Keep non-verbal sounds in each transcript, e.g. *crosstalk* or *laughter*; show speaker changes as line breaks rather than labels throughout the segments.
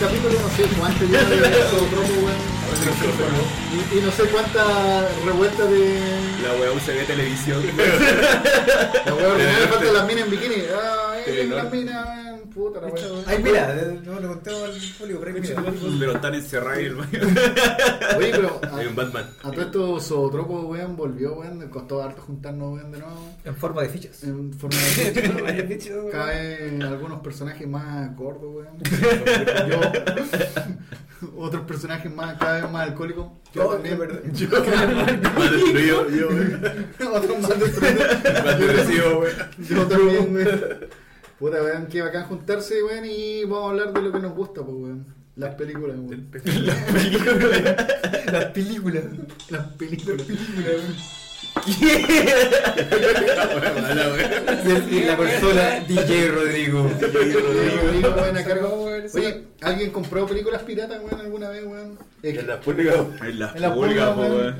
capítulo, no sé cuánto ya de Zootropo, weón. pues, Y, y no sé cuánta revuelta de.
La weá UCB Televisión.
La weá ordinaria
Telenorte.
falta las minas en bikini. Ah, eh,
Telenorte.
las minas, eh, puta la weá.
Ay, mira, eh, no le contemos al público, pero ahí mira.
Pero están encerrados y el
Oye, pero.
*laughs* Hay un
A,
Batman.
a todo esto Zootropo, weón, volvió, weón. Costó harto juntarnos, weón, de nuevo.
En forma de *laughs* fichas.
En forma de.
*laughs* Varios fichas, weón.
Caen algunos personajes más gordos, weón. Yo. *laughs* Otros personajes más, cada vez más alcohólicos. Yo
No,
también,
de verdad.
Yo,
Más destruido, yo,
*laughs* otros más destruidos.
Más depresivo, wey.
*laughs* Yo también, weón. *laughs* Puta, weón, que bacán juntarse, weón, y vamos a hablar de lo que nos gusta, pues, weón. Las películas, weón.
Las películas.
Las películas.
Mala, wey.
Y la persona DJ Rodrigo.
Rodrigo, weón, a cargo.
Rodrigo.
Oye, ¿alguien compró películas piratas, weón, alguna vez, weón? Es que-
En las públicas.
En las
En las
pulgas,
pulgas,
po,
weón.
weón.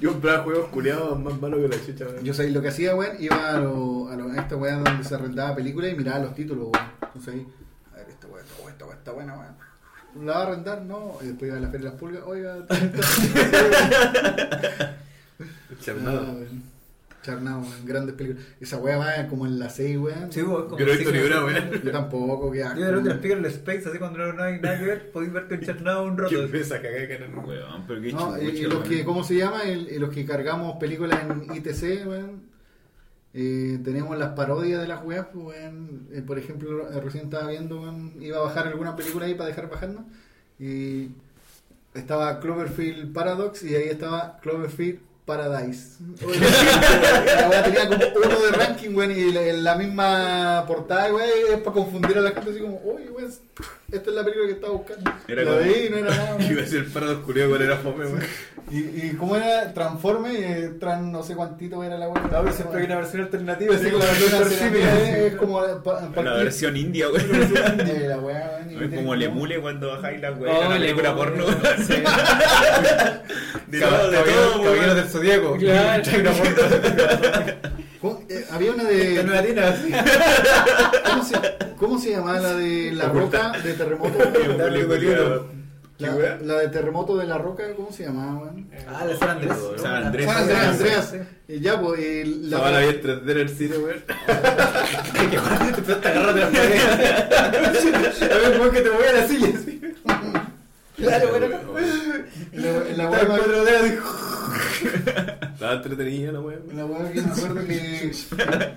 Yo compraba juegos culiados más malos que la chicha, weón.
Yo sabía lo que hacía, weón, iba a, lo- a, lo- a esta weá donde se arrendaba películas y miraba los títulos, weón. Entonces ahí, a ver, esta weá, esta weá, esta weá está buena, weón. ¿La va a arrendar? No. Y después iba a la feria de las pulgas, oiga, tal,
Charnado.
Charnado, weón, grandes películas. Esa weá va como en la 6, weón.
Sí, weón, como
Yo no he
sí,
visto ni
como-
una, weón.
*laughs* Yo tampoco, que asco,
Yo de repente
weón.
las pico en el Space, así cuando no hay nada que ver, podéis verte un charnado un rato.
¿Qué pesa cagar de canal?
Weón, pero qué
No, y, y
chucha,
los que,
weón.
¿cómo se llama? El- y los que cargamos películas en ITC, weón. eh, tenemos las parodias de las weas, pues, weón. Eh, por ejemplo, eh, recién estaba viendo, weón, iba a bajar alguna película ahí para dejar bajando. Y estaba Cloverfield Paradox y ahí estaba Cloverfield Paradise. Oye, la wea tenía como uno de ranking, weón, y la, la misma portada, weón, es para confundir a la gente así como, uy, weón, esta es la película que estaba buscando.
Era
la
como-
veí y no era
*laughs*
nada. weón.
Iba a ser parados culiados con era fome, wey.
¿Y, y cómo era? Transforme, eh, tran no sé cuántito era la web.
No, pero siempre hay una versión alternativa, así
Sí,
como la *laughs* versión ¿eh? alternativa.
es como la, pa-
La
partir-
versión india, wey.
*laughs* Eh, la wea,
*laughs*
weón, y
Es
te-
como el emule cuando bajáis la wey.
Oh,
la película
le-
porno.
*laughs* Sí.
De todo, de todo,
Caballeros
weón. *laughs*
del Zodíaco.
Claro.
*laughs*
Trae una puerta. *laughs*
¿Cómo- eh, había una
*laughs*
En
de.
latina, así.
¿cómo se, ¿Cómo se llamaba la de la
Oculta.
roca de terremoto?
*laughs*
*laughs*
Dale,
Emule
culiao.
culiao.
La, la de terremoto de la roca, ¿cómo se llamaba, weón?
Ah, la San Andrés.
San Andrés.
San Andrés, Andreas.
Sí.
Y ya, pues. y
La
la,
bala
*laughs*
bien 3D en el cine, weón.
Que cuando te empezaste a agarrar de
*laughs*
las paredes. A ver, weón, que te voy a la silla. así. Claro, bueno.
la, la
Estaba
wea
en
más-
cuatro dedos, dijo.
Estaba entretenida la weón.
la wea que me acuerdo que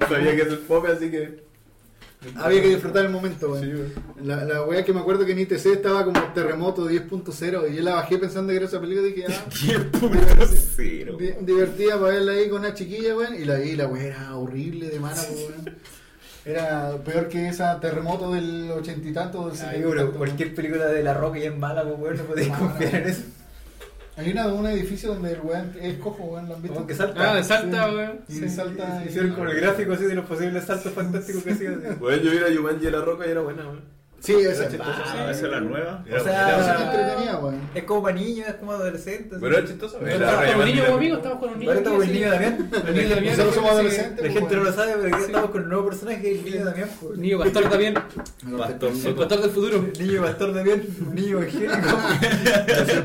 Sabía que es el fome, así que.
había que disfrutar el momento, weón.
Sí, weón.
La, la wea que me acuerdo que en ITC estaba como terremoto 10.0 y yo la bajé pensando que era esa película *laughs* y dije, ah,
Cero.
di- divertida para verla ahí con una chiquilla, weón. Y la vi, la wea era horrible de mala, weón. Era peor que esa terremoto del ochenta y tanto, del
Ah,
setenta y
seguro,
tanto,
cualquier película de La Roca ya es mala, pues, weón, no podéis
Mala.
confiar en eso.
weón. Hay una de un edificio donde el weón es cojo, weón, ¿lo han visto?
Como que salta.
Ah, de Salta,
Sí.
weón.
Y salta y-
Hicieron como el gráfico así de los posibles saltos fantásticos que hacían.
Weón, yo vi la Yumanji a la roca y era buena, weón.
Sí, esa
Ah, Esa es la nueva.
O
Esa
sea,
que entretenía, weón.
*laughs* es como para niños, es como adolescentes.
Pero era chistoso,
Es
weón.
la
Estamos con
relevante.
niños, pues, amigos, estamos con un niño.
Ahora estamos con *laughs* el
sí.
niño Damián.
El niño Damián.
Nosotros somos
sí.
adolescentes.
La gente no lo sabe, pero aquí estamos con un nuevo personaje, el niño Damián. pues.
El niño pastor
*laughs*
también.
Pastor
El
Soto.
pastor del futuro.
El niño pastor Damián, un niño evangélico,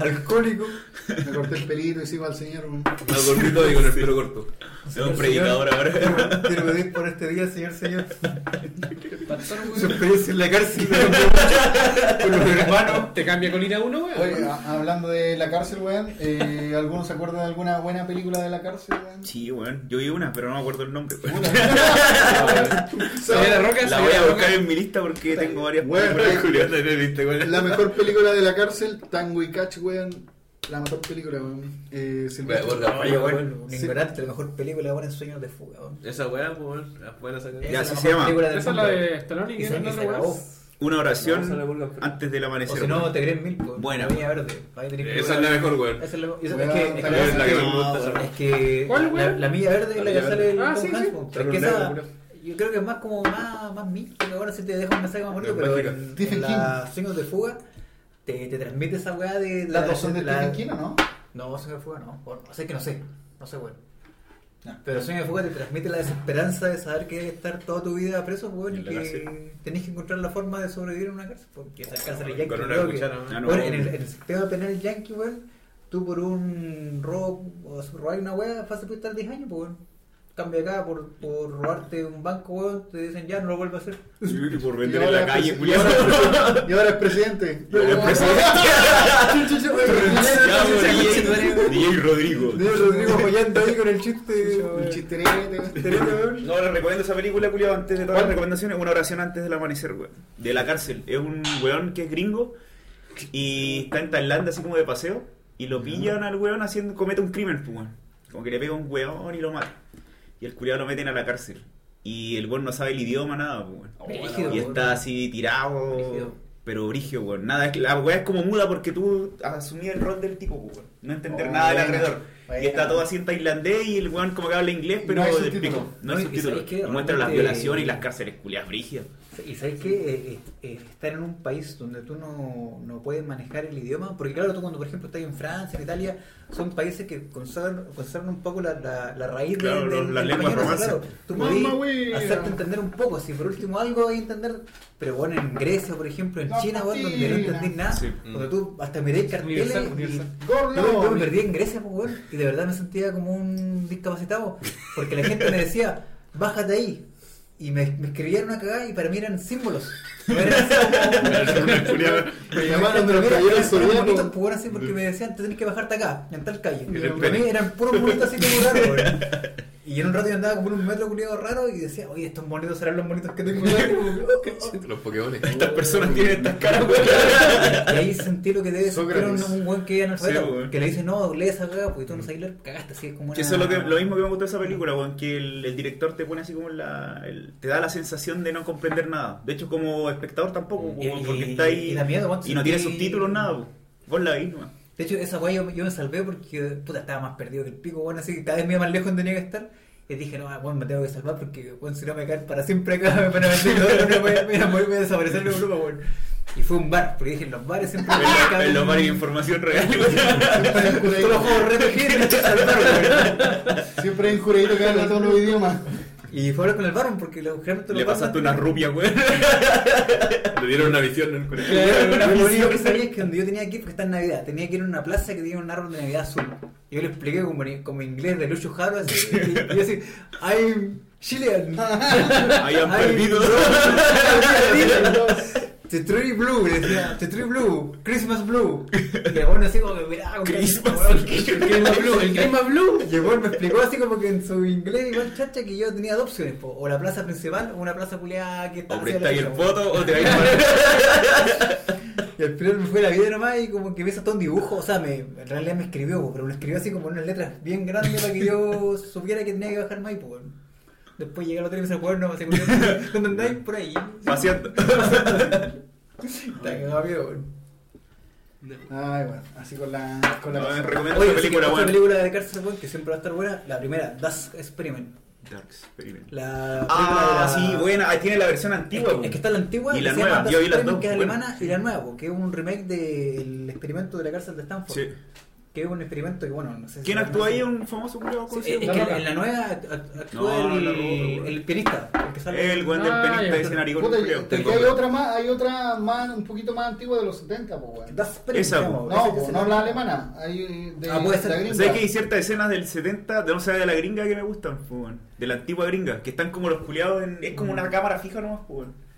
alcohólico.
Me corté el pelito y sigo al señor, weón.
*laughs*
No, cortito y con el pelo corto.
Es un predicador ahora. *laughs*
Quiero pedir por este día, señor, señor.
Pastor,
Su
weón.
experiencia en
*laughs*
la cárcel con los hermanos.
Te cambia colina uno,
Oye,
weón.
a- hablando de la cárcel, weón, eh, ¿alguno se acuerda de alguna buena película de la cárcel, weón?
Sí, weón. Yo vi una, pero no me acuerdo el nombre. weón.
Sabía la roca,
La
sabía
voy a
la
buscar
roca.
en mi lista porque tengo varias
Weón,
películas
eh,
culiadas en el Instagram.
La mejor película de la cárcel, Tango y Catch, weón. La mejor película, weón. Eh, Silvestre.
Weón, la falla, weón.
Un
Sí.
ignorante, la mejor película ahora en sueños de fuga. weón.
Esa weá, pues, weón. La buena saca.
Ya,
Esa
así
es
se
la
llama.
mejor película del
Esa es la
mundo.
de Stallone
Y
que
se-
no
y se
la
acabó.
weón. *laughs*
Una
No, esa la
oración
vuelvo a hacer.
antes del
O
amanecer.
si no,
weón.
te creen mil. pues.
Buena.
Viña Verde. Ahí tenés que-
Esa es la mejor, weón.
Esa es la- esa-
Weón,
es que- es
tal
que-
vez
la que me
no,
gusta,
weón.
Es que
¿Cuál,
la,
weón?
la milla verde es la que sale el
Ah,
Tom
sí, sí.
Hanks, po.
Sale
Es que
un
esa-
negro,
yo creo que es más como más, más mil, porque ahora sí te deja un mensaje más bonito,
Es
pero
mágica.
en,
Stephen
en la sueños de fuga te, te transmite esa weá de...
Las dos son de
la-
Stephen King, ¿o ¿no?
No, sueños de fuga no. O, o sea, es que no sé. No sé, weón. Pero Sueño de Fuga te transmite la desesperanza de saber que debes estar toda tu vida preso, weón, y
En la
que
cárcel.
tenés que encontrar la forma de sobrevivir en una cárcel, porque esa cárcel es yankee,
Con una
creo que-
cuchara, ¿no?
Ah, no.
Weón, en, el, en el sistema penal yankee, weón, tú por un robo o si robar una weá, fácil puede estar 10 años, pues, weón. Cambio acá, por, por robarte un banco, weón, te dicen ya, no lo vuelvas a hacer.
Y por
Y
vender en
ahora
la
es
calle,
presi-
Julián.
y ahora es- Y ahora es presidente.
Y ahora es presidente. Ya,
presidente.
güey, DJ Rodrigo.
De Rodrigo apoyando ahí con el chiste.
El chisterete, güey.
No les recomiendo esa película, culiado, antes de todas las recomendaciones. Una oración antes del amanecer, weón. De la cárcel. Es un weón que es gringo y está en Tailandia así como de paseo. Y lo pillan al weón haciendo, comete un crimen, pues, weón. Como que le pega un weón y lo mata. Y el culiado lo meten a la cárcel. Y el weón no sabe el idioma, nada, pues,
Oh,
weón.
Brígido,
Y
weón.
está así tirado.
Brígido.
Pero brigio, weón. Nada, es que la weá es como muda porque tú asumí el rol del tipo, pues, weón. No entender
Oh,
nada del
buena,
alrededor.
buena.
Y está todo así en tailandés y el weón como que habla inglés, pero
No hay
del
subtítulo.
pico. No hay
No, y- y
subtítulo.
¿sabes qué?
Y Muestra las
Realmente-
violaciones y las cárceles culiadas brígidas.
Y sabes que eh, estar en un país donde tú no, no puedes manejar el idioma, porque claro, tú cuando por ejemplo estás en Francia, en Italia, son países que conservan, conservan un poco la, la, la raíz de-
Claro,
del-
los- las
del
lenguas
español,
romances.
tú
Mamma
podés
mia.
hacerte entender un poco, si por último algo hay entender, pero bueno, en Grecia, por ejemplo, en
La
China, bueno, donde no
patina.
entendés nada,
Sí.
donde tú hasta miré carteles
Universal,
y-
universal.
yo, yo
Gordo.
me perdí en Grecia, pues, weón, y de verdad me sentía como un discapacitado, porque la gente me decía, bájate ahí, y me, me escribían una cagada y para mí eran símbolos. No eran así
*laughs*
como-
Me llamaron de los
Eran-
caballeros
eran
zodiacos.
bonitos, pues, weón, así, porque me decían, te tenés que bajarte acá, en tal calle.
En el
Para
pene.
mí eran puros bonitos así como raros,
*laughs*
weón. Y en un rato yo andaba como en un metro culiado raro y decía, oye, estos bonitos serán los bonitos que tengo. acá", como que, "Oh, oh, oh".
Los Pokémon.
Estas personas tienen estas caras, weón.
Y ahí sentí lo que debe sentir un,
Sócrates.
un buen que es analfabeto,
Sí, weón. Mm.
que le dice, no, lee esa cagada porque tú no sabes leer, cagaste, así es como una...
Que Eso es lo, que, lo mismo que me gustó de esa película, weón, que el, el director te pone así como la... el- te da la sensación de no comprender nada. De hecho, como espectador tampoco,
Y-
weón,
y-
porque está ahí
y da miedo, weón,
y no tiene
sentí-
subtítulos, nada, weón. Vos la veis, weón.
De hecho, esa weá yo, yo me salvé porque, puta, estaba más perdido que el pico, bueno, así que cada vez me iba más lejos donde tenía que estar. Y dije, no, bueno, me tengo que salvar porque, bueno, si no me caen para siempre acá, *laughs* me van a meter todo, no voy a, voy a, morir, voy a desaparecer de Europa, weón. Y fue un bar, porque dije, en los bares siempre me
En lo-
caen-
En los
*laughs*
bares de información real, weón.
Siempre hay un
Todos los
curadito-
juegos RPG, me *laughs* eché a salvar, weón.
Siempre hay un curadito que habla todos los idiomas.
Y fue a hablar con el barón porque lo generalmente
Le
los
pasaste
barman-
una rubia, weón.
Le dieron una visión en el colegio.
Yo lo único que sabía es que donde yo tenía que ir, porque está en Navidad, tenía que ir a una plaza que tenía un árbol de Navidad azul. Yo le expliqué como, en- como en inglés de Lucho Jaro, así, y yo así, I'm Chilean.
Hayan
I'm
perdido.
blue.
*laughs*
The tree blue, le decía, the tree blue, Christmas blue. Y el bueno así como que mirá, como que-
Christmas.
weón, que- que- que-
Clima blue, el clima blue.
y el weón me explicó así como que en su inglés igual chacha que yo tenía dos opciones, po, o la plaza principal o una plaza culiada que está
O
hacia la
prestáis el
derecha, weón.
foto o te vais a
Y al final me fue la vida nomás y como que me hizo todo un dibujo, o sea, me, en realidad me escribió, po, pero me lo escribió así como en unas letras bien grandes para
*laughs*
que yo supiera que tenía que bajar más y pues Después llegué al otro y me dice, weón, no
*laughs*
me aseguré, *laughs* ¿dónde andáis? Por ahí.
paseando.
Está cagado, miedo, weón.
Ay, bueno, así con la. Con la
No,
cosa.
recomiendo
Oye,
esa
así que
película,
otra
weón.
película de cárcel, weón, que siempre va a estar buena, la primera, Das Experiment.
Dark Experiment.
La
Ah,
película de la-
sí, buena. Ahí tiene la versión
Es
antigua.
que, es que está la antigua pues.
Y la
que se llama
nueva,
Das
yo vi las
Experiment,
dos,
que es
bueno.
alemana y la nueva, porque es un remake del experimento de la cárcel de Stanford.
Sí.
Que es un experimento que, bueno, no sé si
¿Quién
la
actúa
conocen.
ahí? ¿Un famoso culiado
Sí, es que
La Roca.
en la nueva act- actúa
No, no,
el,
La Roca,
el pianista. El que sale.
El weón del
Ah,
penista
ya.
de narigón
Puta,
culiao.
es que hay otra más, hay otra más, un poquito más antigua de los 70, pues, weón.
Das Experiment,
Esa,
se llama,
No,
parece que
pues,
se
no
llama.
la alemana. Hay eh, de
Ah, puede
la
ser.
gringa.
¿Sabes que hay ciertas escenas del 70, de no sé, de la gringa que me gustan, pues, weón? De la antigua gringa, que están como los culiados en. Es como una
Mm.
cámara fija nomás, pues, weón.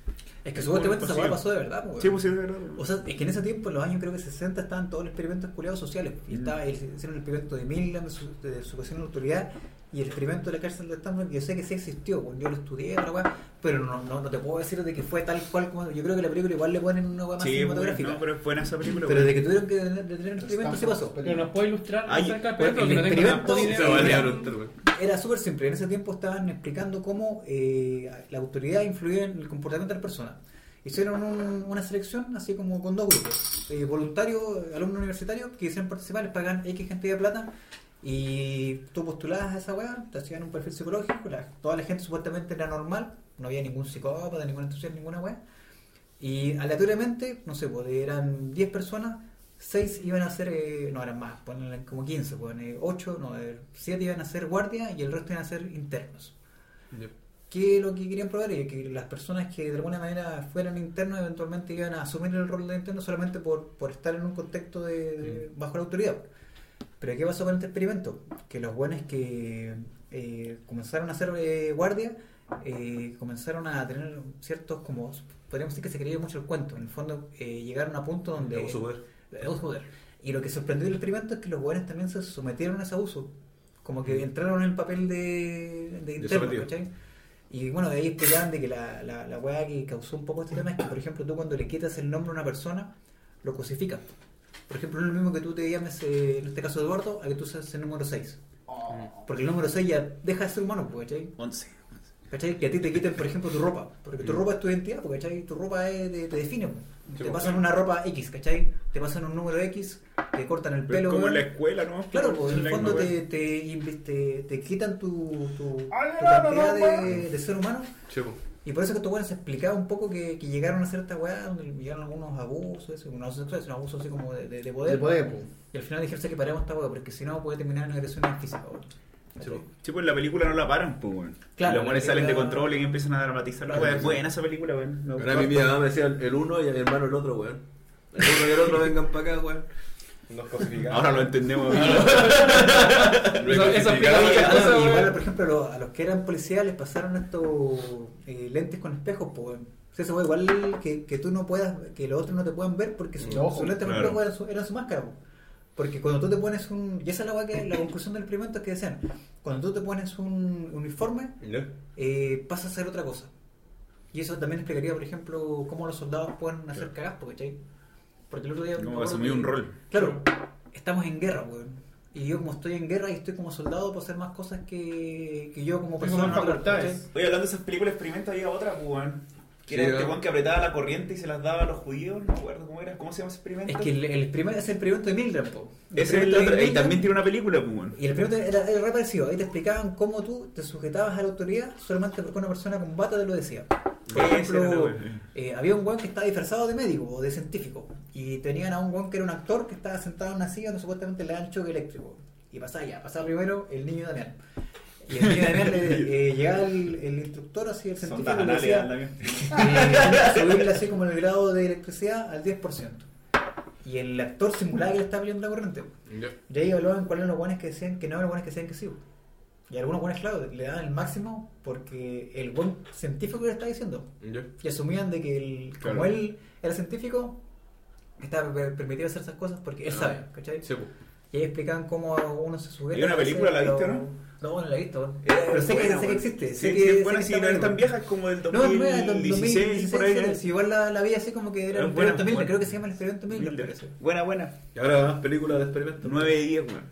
Es que supuestamente esa
Sí.
weá pasó de verdad, po,
Sí,
weón.
pues sí, es verdad.
O sea, es que en ese tiempo, en los años creo que 60, estaban todos los experimentos culiados sociales.
Mm.
Y estaba, el- hicieron el experimento de Milgram, de su- de educación de autoridad, y el experimento de la cárcel de Stanford, que yo sé que sí existió, weón. yo lo estudié, la weá, pero no, no, no te puedo decir de que fue tal cual como. Yo creo que la película igual le ponen una weá más
Sí, weón,
cinematográfica.
no, pero es buena esa película,
pero
weón.
de que tuvieron que detener detener el experimento, sí pasó.
Pero nos puede ilustrar
Ay,
acerca del
bueno,
perro, que
el
no tengo la
experimento-
puta idea.
Esa weá le dieron tal, weón.
Era súper simple. En ese tiempo estaban explicando cómo eh, la autoridad influía en el comportamiento de las personas. Hicieron un- una selección así como con dos grupos. Eh, voluntarios, alumnos universitarios que quisieran participar, les pagan X cantidad de plata y tú postulabas a esa weá, te hacían un perfil psicológico, la- toda la gente supuestamente era normal, no había ningún psicópata, ninguna entusiasta, ninguna weá. Y aleatoriamente, no sé, pues, eran 10 personas, 6 iban a ser, eh, no eran más, ponen como 15, ponen 8, no, 7 iban a ser guardias y el resto iban a ser internos.
Ya.
Que lo que querían probar es que las personas que de alguna manera fueran internos eventualmente iban a asumir el rol de interno solamente por, por estar en un contexto de, de- bajo la autoridad. Pero ¿qué pasó con este experimento? Que los buenos que eh, comenzaron a ser eh, guardia eh, comenzaron a tener ciertos como podríamos decir que se creía mucho el cuento. En el fondo eh, llegaron a punto donde
Abuso de poder.
de abuso de poder. Y lo que sorprendió del experimento es que los jóvenes también se sometieron a ese abuso. Como que entraron en el papel de, de interno,
sometido.
¿cachai? Y bueno, de ahí explicaban de que la, la, la weá que causó un poco este tema es que, por ejemplo, tú cuando le quitas el nombre a una persona, lo cosificas. Por ejemplo, no es lo mismo que tú te llames, eh, en este caso Eduardo, a que tú seas el número 6.
Oh.
Porque el número 6 ya deja de ser humano, pues, ¿cachai?
11.
¿Cachai? Que a ti te quiten, por ejemplo, tu ropa. Porque tu
Mm.
ropa es tu identidad, porque ¿cachai? tu ropa es de- te define. po.
Sí,
Te
po.
pasan una ropa X, ¿cachai? Te pasan un número X, te cortan el pelo.
como en
weón.
la escuela, ¿no?
Claro, pues en el
La
fondo
misma
te, te, inv- te, te quitan tu, tu, tu
Ay, Ah, no, no,
cantidad
no,
de,
weón.
de ser humano.
Sí, po.
Y por eso que estos weones se explicaba un poco que, que llegaron a hacer esta weá, donde llegaron algunos abusos, eso, no sexuales, sino abusos así como de, de- de poder.
De poder, po.
Y al final dijeron "Sé que paremos esta weá, porque si no puede terminar en agresiones físicas. weón".
Sí, po.
Sí, pues en la película no la paran, pues, weón.
Claro,
Claro. Los buenos salen de
la-
control y empiezan a dramatizar.
Claro,
weón,
sí.
es buena esa película, weón. No,
Ahora mi
no,
mi mamá me decía el uno y a mi hermano el otro, weón. El uno y el otro vengan para acá, weón.
Nos cosificaron.
Ahora lo *laughs* entendemos.
Eso explica
Claro,
muchas
Ah,
cosas,
igual,
weón.
por ejemplo, a los, a los que eran policías les pasaron estos eh, lentes con espejos, pues. weón. O sea, eso fue igual que, que tú no puedas, que los otros no te puedan ver porque sus
Ojo,
sus lentes con
claro.
espejos eran su, eran su máscara, po. Porque cuando tú te pones un. Y esa es la, weá que, la conclusión del experimento es que decían: cuando tú te pones un uniforme,
Ya.
eh, pasa a ser otra cosa. Y eso también explicaría, por ejemplo, cómo los soldados pueden hacer cagas, po, ¿cachai? Porque el otro día. me
Como
acuerdo
asumir
que-
un rol.
Claro, estamos en guerra, weón. Y yo como estoy en guerra y estoy como soldado, puedo hacer más cosas que, que yo como
Tengo
persona.
más
natural,
facultades.
Oye, hablando de esas películas experimento, había otra, pues, weón. Que
Sí,
era este
weón.
weón que apretaba la corriente y se las daba a los judíos. No me acuerdo cómo era. ¿Cómo se llama ese
¿cachai?
experimento?
Es que el, el primer, es el experimento de Milgram, po. El
Ese es el
experimento de
otro. Y
Milgram,
también tiene una película, pues, weón.
Y el experimento era, era re parecido. Ahí te explicaban cómo tú te sujetabas a la autoridad solamente porque una persona con bata te lo decía. Por
Ese era la
ejemplo,
weá.
eh, había un guan que estaba disfrazado de médico o de científico. Y tenían a un guan que era un actor que estaba sentado en una silla donde supuestamente le dan choque eléctrico. Y pasaba ya, pasaba primero el niño Damián. Y el niño Damián le, eh, llegaba el, el instructor, así el
Son
científico,
tan
y le
anales,
decía,
anda bien.
eh, subirle así como el grado de electricidad al 10%. Y el actor simulaba que le estaba pidiendo la corriente.
Ya.
Y ahí hablaban cuáles eran los buenos que decían que no, los buenos que decían que sí. Y algunos buenos, claro, le daban el máximo porque el buen científico le estaba diciendo.
Ya.
Y asumían de que el, como
Claro.
él era científico, estaba per- permitido hacer esas cosas porque él
Ah,
sabe, ¿cachai?
Sí, po.
Y ahí explicaban cómo uno se sujeta.
¿Y una
a veces
película la
a lo-
viste, no?
No, no la he visto.
Eh,
pero sé, que,
buena,
sé que
weón.
existe.
Sí,
sé
sí,
que, sé
es buena,
que
sí,
está
no es tan
buena.
vieja es como del
No, es nueva,
2016, por ahí. ¿no?
sí, igual la, la vi así como que era
Es
el
buena,
experimento Miller,
buena.
creo que se llama el experimento Miller.
Miller.
parece.
Buena, buena.
Y ahora más películas de experimento.
9 de 10, weón.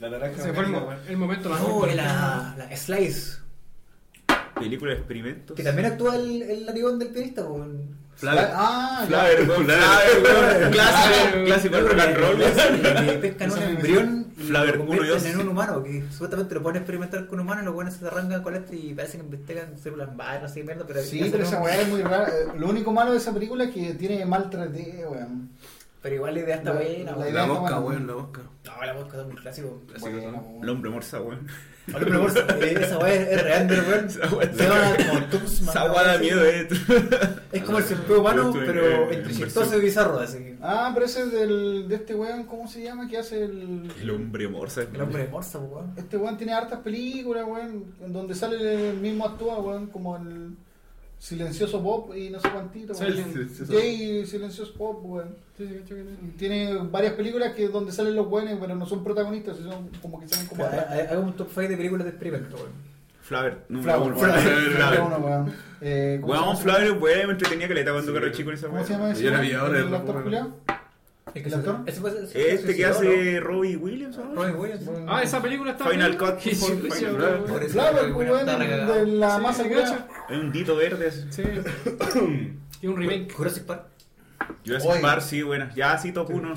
La naranja Se fue el, mo- el momento más
No,
importante.
la, la Slice,
Película de experimentos.
que también actúa el, el narigón del pianista. pues, weón.
Flaver.
Ah, ya.
Flaver, weón. Flaver, weón.
Clásico, clásico del rock and roll.
Que pescan un
Eso me-
embrión y
Flaver,
lo
uno y
convierten
dos.
en un humano, que supuestamente lo ponen a experimentar con humanos, los buenos se arrancan con esto y parece que investigan células malas, no sé qué mierda, pero...
Sí,
hacen
pero
un-
esa weá es muy rara. Eh, Lo único malo de esa película es que tiene mal 3D, weón.
Pero igual la idea está
La-
buena,
la
weón.
La mosca, weón, la mosca.
No, la mosca es un clásico.
Buena,
El
weón.
hombre morsa, weón.
Hombre, pero por- eh, esa weá es es real, pero weón.
*laughs* Esa weá-
Se llama como Tuxman,
Esa
una
weá da
así.
miedo, eh.
Es como el serpeo humano,
Yo estuve en-
pero
en
entre
versión-
chistoso y bizarro, así.
Ah, pero ese es del, de este weón, ¿cómo se llama? Que hace el.
El hombre morsa.
El hombre de Morsa, pues, weón.
Este weón tiene hartas películas, weón, en donde sale el mismo actúa, weón, como el silencioso Bob y no sé cuántito,
Soy el
weón.
silencioso.
Jay y silencioso Bob, weón.
Sí, sí, cacho que no.
Tiene varias películas que donde salen los buenos, pero no son protagonistas, son como que salen como atrás.
Hago un top 5 de películas de experimento, weón.
Flaver.
Flower,
Número uno,
Flower,
Flaver.
Flower,
Flaver.
uno, weón. Eh, ¿cómo
Weón,
se llama?
Flaver, weón, me entretenía que le estaba cuando
Sí.
caro chico en esa
¿Cómo
weón.
se llama ese?
Yo la
weón?
vi ahora,
¿El actor
weón.
culiao?
Es
¿El actor?
Ese fue- ese
Este que
suicidó,
hace Robbie Williams, ¿no?
¿no? Robin Williams.
Bueno,
Ah, esa película está
Final
bien.
*laughs*
Cut,
Sí, sí,
Final
sí,
Cut.
weón.
Por eso,
Claro,
weón,
weón,
está regalado.
de la
Ah,
Sí,
masa
cacho.
culiao.
*coughs*
Hay un dito verde. así.
Sí. Y un remake.
Jurassic Park.
Jurassic
Oye.
Park, sí, buena. Ya sí, top 1.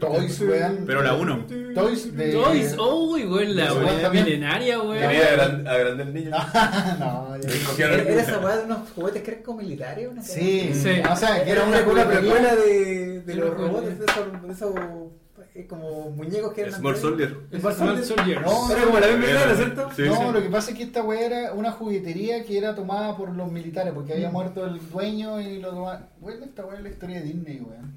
Toys, weón.
Pero la 1.
Toys de.
Toys, uy, weón, la
Sí,
weá
también.
milenaria,
Tenía-
weón.
agrandar el niño.
*laughs* Ah. no, ya.
Era era esa weá de unos juguetes que eran como militares, una
Sí,
Sí.
o sea, que era una
cura
cura precuela.
de, de
Era
los
una
robots, de
precuela.
esos, de esos eh, como muñecos que eran.
Small Soldier.
Small
Small
Soldier.
Soldiers.
No,
Era como la misma idea, ¿no es ¿cierto?
Sí,
no,
sí.
lo que pasa es que esta weá era una juguetería que era tomada por los militares, porque
Mm.
había muerto el dueño y lo tomaban. Bueno, esta weá es la historia de Disney, weón.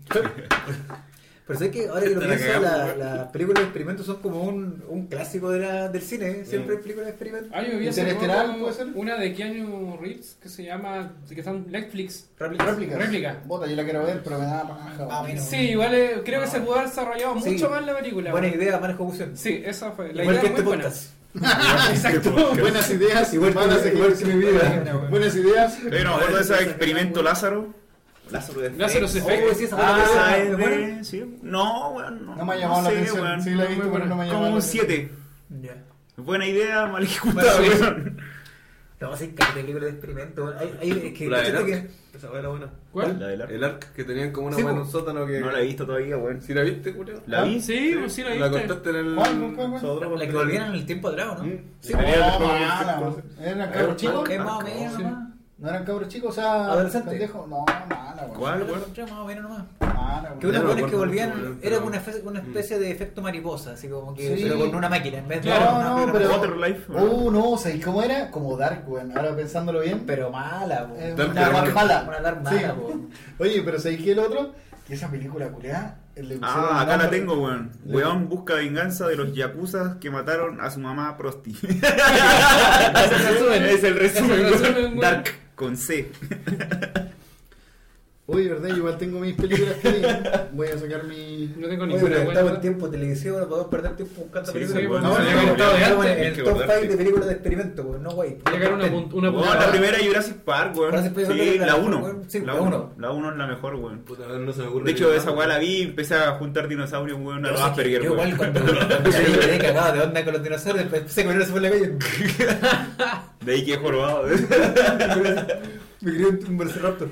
Pero sé que ahora que lo
Te la
pienso, la-
cagamos,
las películas de experimentos son como un, un clásico de la, del cine. ¿eh? Siempre
Mm.
hay películas de experimentos.
Ah, yo vi hace
Interestelar,
poco
¿puede ser?
una de Keanu Reeves que se llama, que está en Netflix.
Réplica.
Réplicas.
Réplica.
Bota, yo la quiero ver, pero me da paja.
Ah,
weón.
bueno.
Sí, igual eh, creo que se pudo haber desarrollado
Sí.
mucho más la película.
Buena
weón.
idea, buena ejecución.
Sí, esa fue. La
Igual
idea
que
es
este
muy buena.
podcast.
*laughs*
este
Exacto.
Buenas ideas,
Igual que-
malas
igual que mi vida.
ejecuciones. Buenas ideas.
Pero me acuerdo de ese experimento Lázaro. Lázaro de
Lazarus
Oh,
Effect.
sí, esa ¿eh? fue la
Ah,
que-
esa
¿me
es
acuerdo?
de. Sí. No, weón. No,
No me ha llamado
no
la
sé,
atención.
weón.
Sí, la he visto,
Muy
pero no me ha llamado
Como
la
un
atención.
7.
Ya.
Buena idea, mal ejecutada,
Bueno, sí.
weón.
No, sí, que hay películas de experimentos. Hay, hay, es que,
La del
¿cachaste
Ark.
que-
Esa weá era buena.
¿Cuál?
Oh, La del arco.
El Ark, que tenían como una
Sí,
mano en
po.
un sótano que.
No la he visto todavía, weón.
¿Sí la viste, Julio?
¿La vi?
Sí, pues sí la
La
viste.
cortaste en el.
¿Cuál, cuál, cuál, cuál?
zoódromo.
La que volvieron en el tiempo atrás, ¿no?
Mm.
Sí,
Ah,
No,
pues,
Era como
mala,
un
weón. ¿Eran
Ah,
cabros chicos?
es más o
sí.
menos nomás.
¿No eran cabros chicos? O sea,
Adolescente.
pendejo. No, mala, weón.
¿Cuál,
Yo la
weón?
encontré Más o menos nomás.
Mala, weón.
Que
Ya
unos
no
buenos que
recuerdo mucho,
volvían
weón,
era
pero-
una especie, una especie de efecto mariposa, así como que
Sí.
pero con una máquina en vez de
Claro,
una-
no,
una-
pero-
Waterlife. weón.
Oh, no, ¿sabes cómo era? Como Dark, weón. Ahora pensándolo bien.
pero mala, po.
Eh,
Dark,
una
pero
alarma
mal-
mala.
una alarma
Sí.
mala, po.
Oye, pero ¿sabéis qué el otro? Que esa película culeada. le pusieron
Ah, acá
nombre-
la tengo, weón.
Le-
Weón busca venganza de los yakuzas que mataron a su mamá Prosti.
Ese es el resumen.
es el resumen.
Es el resumen,
weón.
weón.
Dark con C.
Oye, ¿verdad? Yo igual tengo mis películas que voy a sacar mi.
No tengo
Oye,
ninguna
pero
buena.
estamos en tiempo de televisión, no podemos perder tiempo buscando
Sí,
películas.
sí,
po.
bueno,
No,
sí,
no,
bueno,
no,
estado de
estamos
antes,
en
hay que
el top
guardarte.
5 de películas de experimento, po. no güey.
Llegar una pun- una
pues,
Weón, la
punta.
primera es Jurassic Park, weón.
Jurassic Park,
Sí,
pues, la
la
mejor,
1.
weón. Sí,
La
la
1.
uno.
La 1 es la mejor, weón.
Puta, no se me ocurre.
De hecho,
nada.
esa weá la vi y empecé a juntar dinosaurios, weón, a los Asperger,
Yo igual
weón.
cuando cuando la vi, me quedé cagado de onda con los dinosaurios, después se comieron se fue en la calle.
De ahí que he jorobado.
*laughs* Me crié un velociraptor.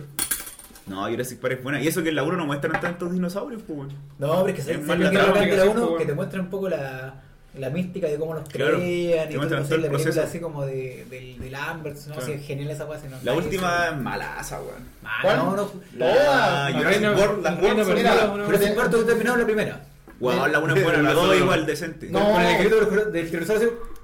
No, Jurassic Park es buena. Y eso que en la 1 no muestran tantos dinosaurios, pues, weón.
No, hombre, es que
Es
se
más
que
la
lo
trama
bacán de
que
la
se
uno,
juega.
que te muestra un poco la, la mística de cómo los
pues, Claro,
crean
te
y todo,
muestran
no sé,
todo el
la
proceso.
película así como de, del, del Ambers, no
Claro.
sé, genial esa cosa.
La última es malaza, weón.
¿Cuál?
Ah, no, no.
La
Todas.
Jurassic
Reina-
World, las
Reina
Worlds son
Perdida,
malas.
una-
Pero sin embargo, tú terminado la primera.
Weón, la 1
*laughs*
es buena, la 2 igual decente.
No.
Con el grito del juro- del tiranosaurio.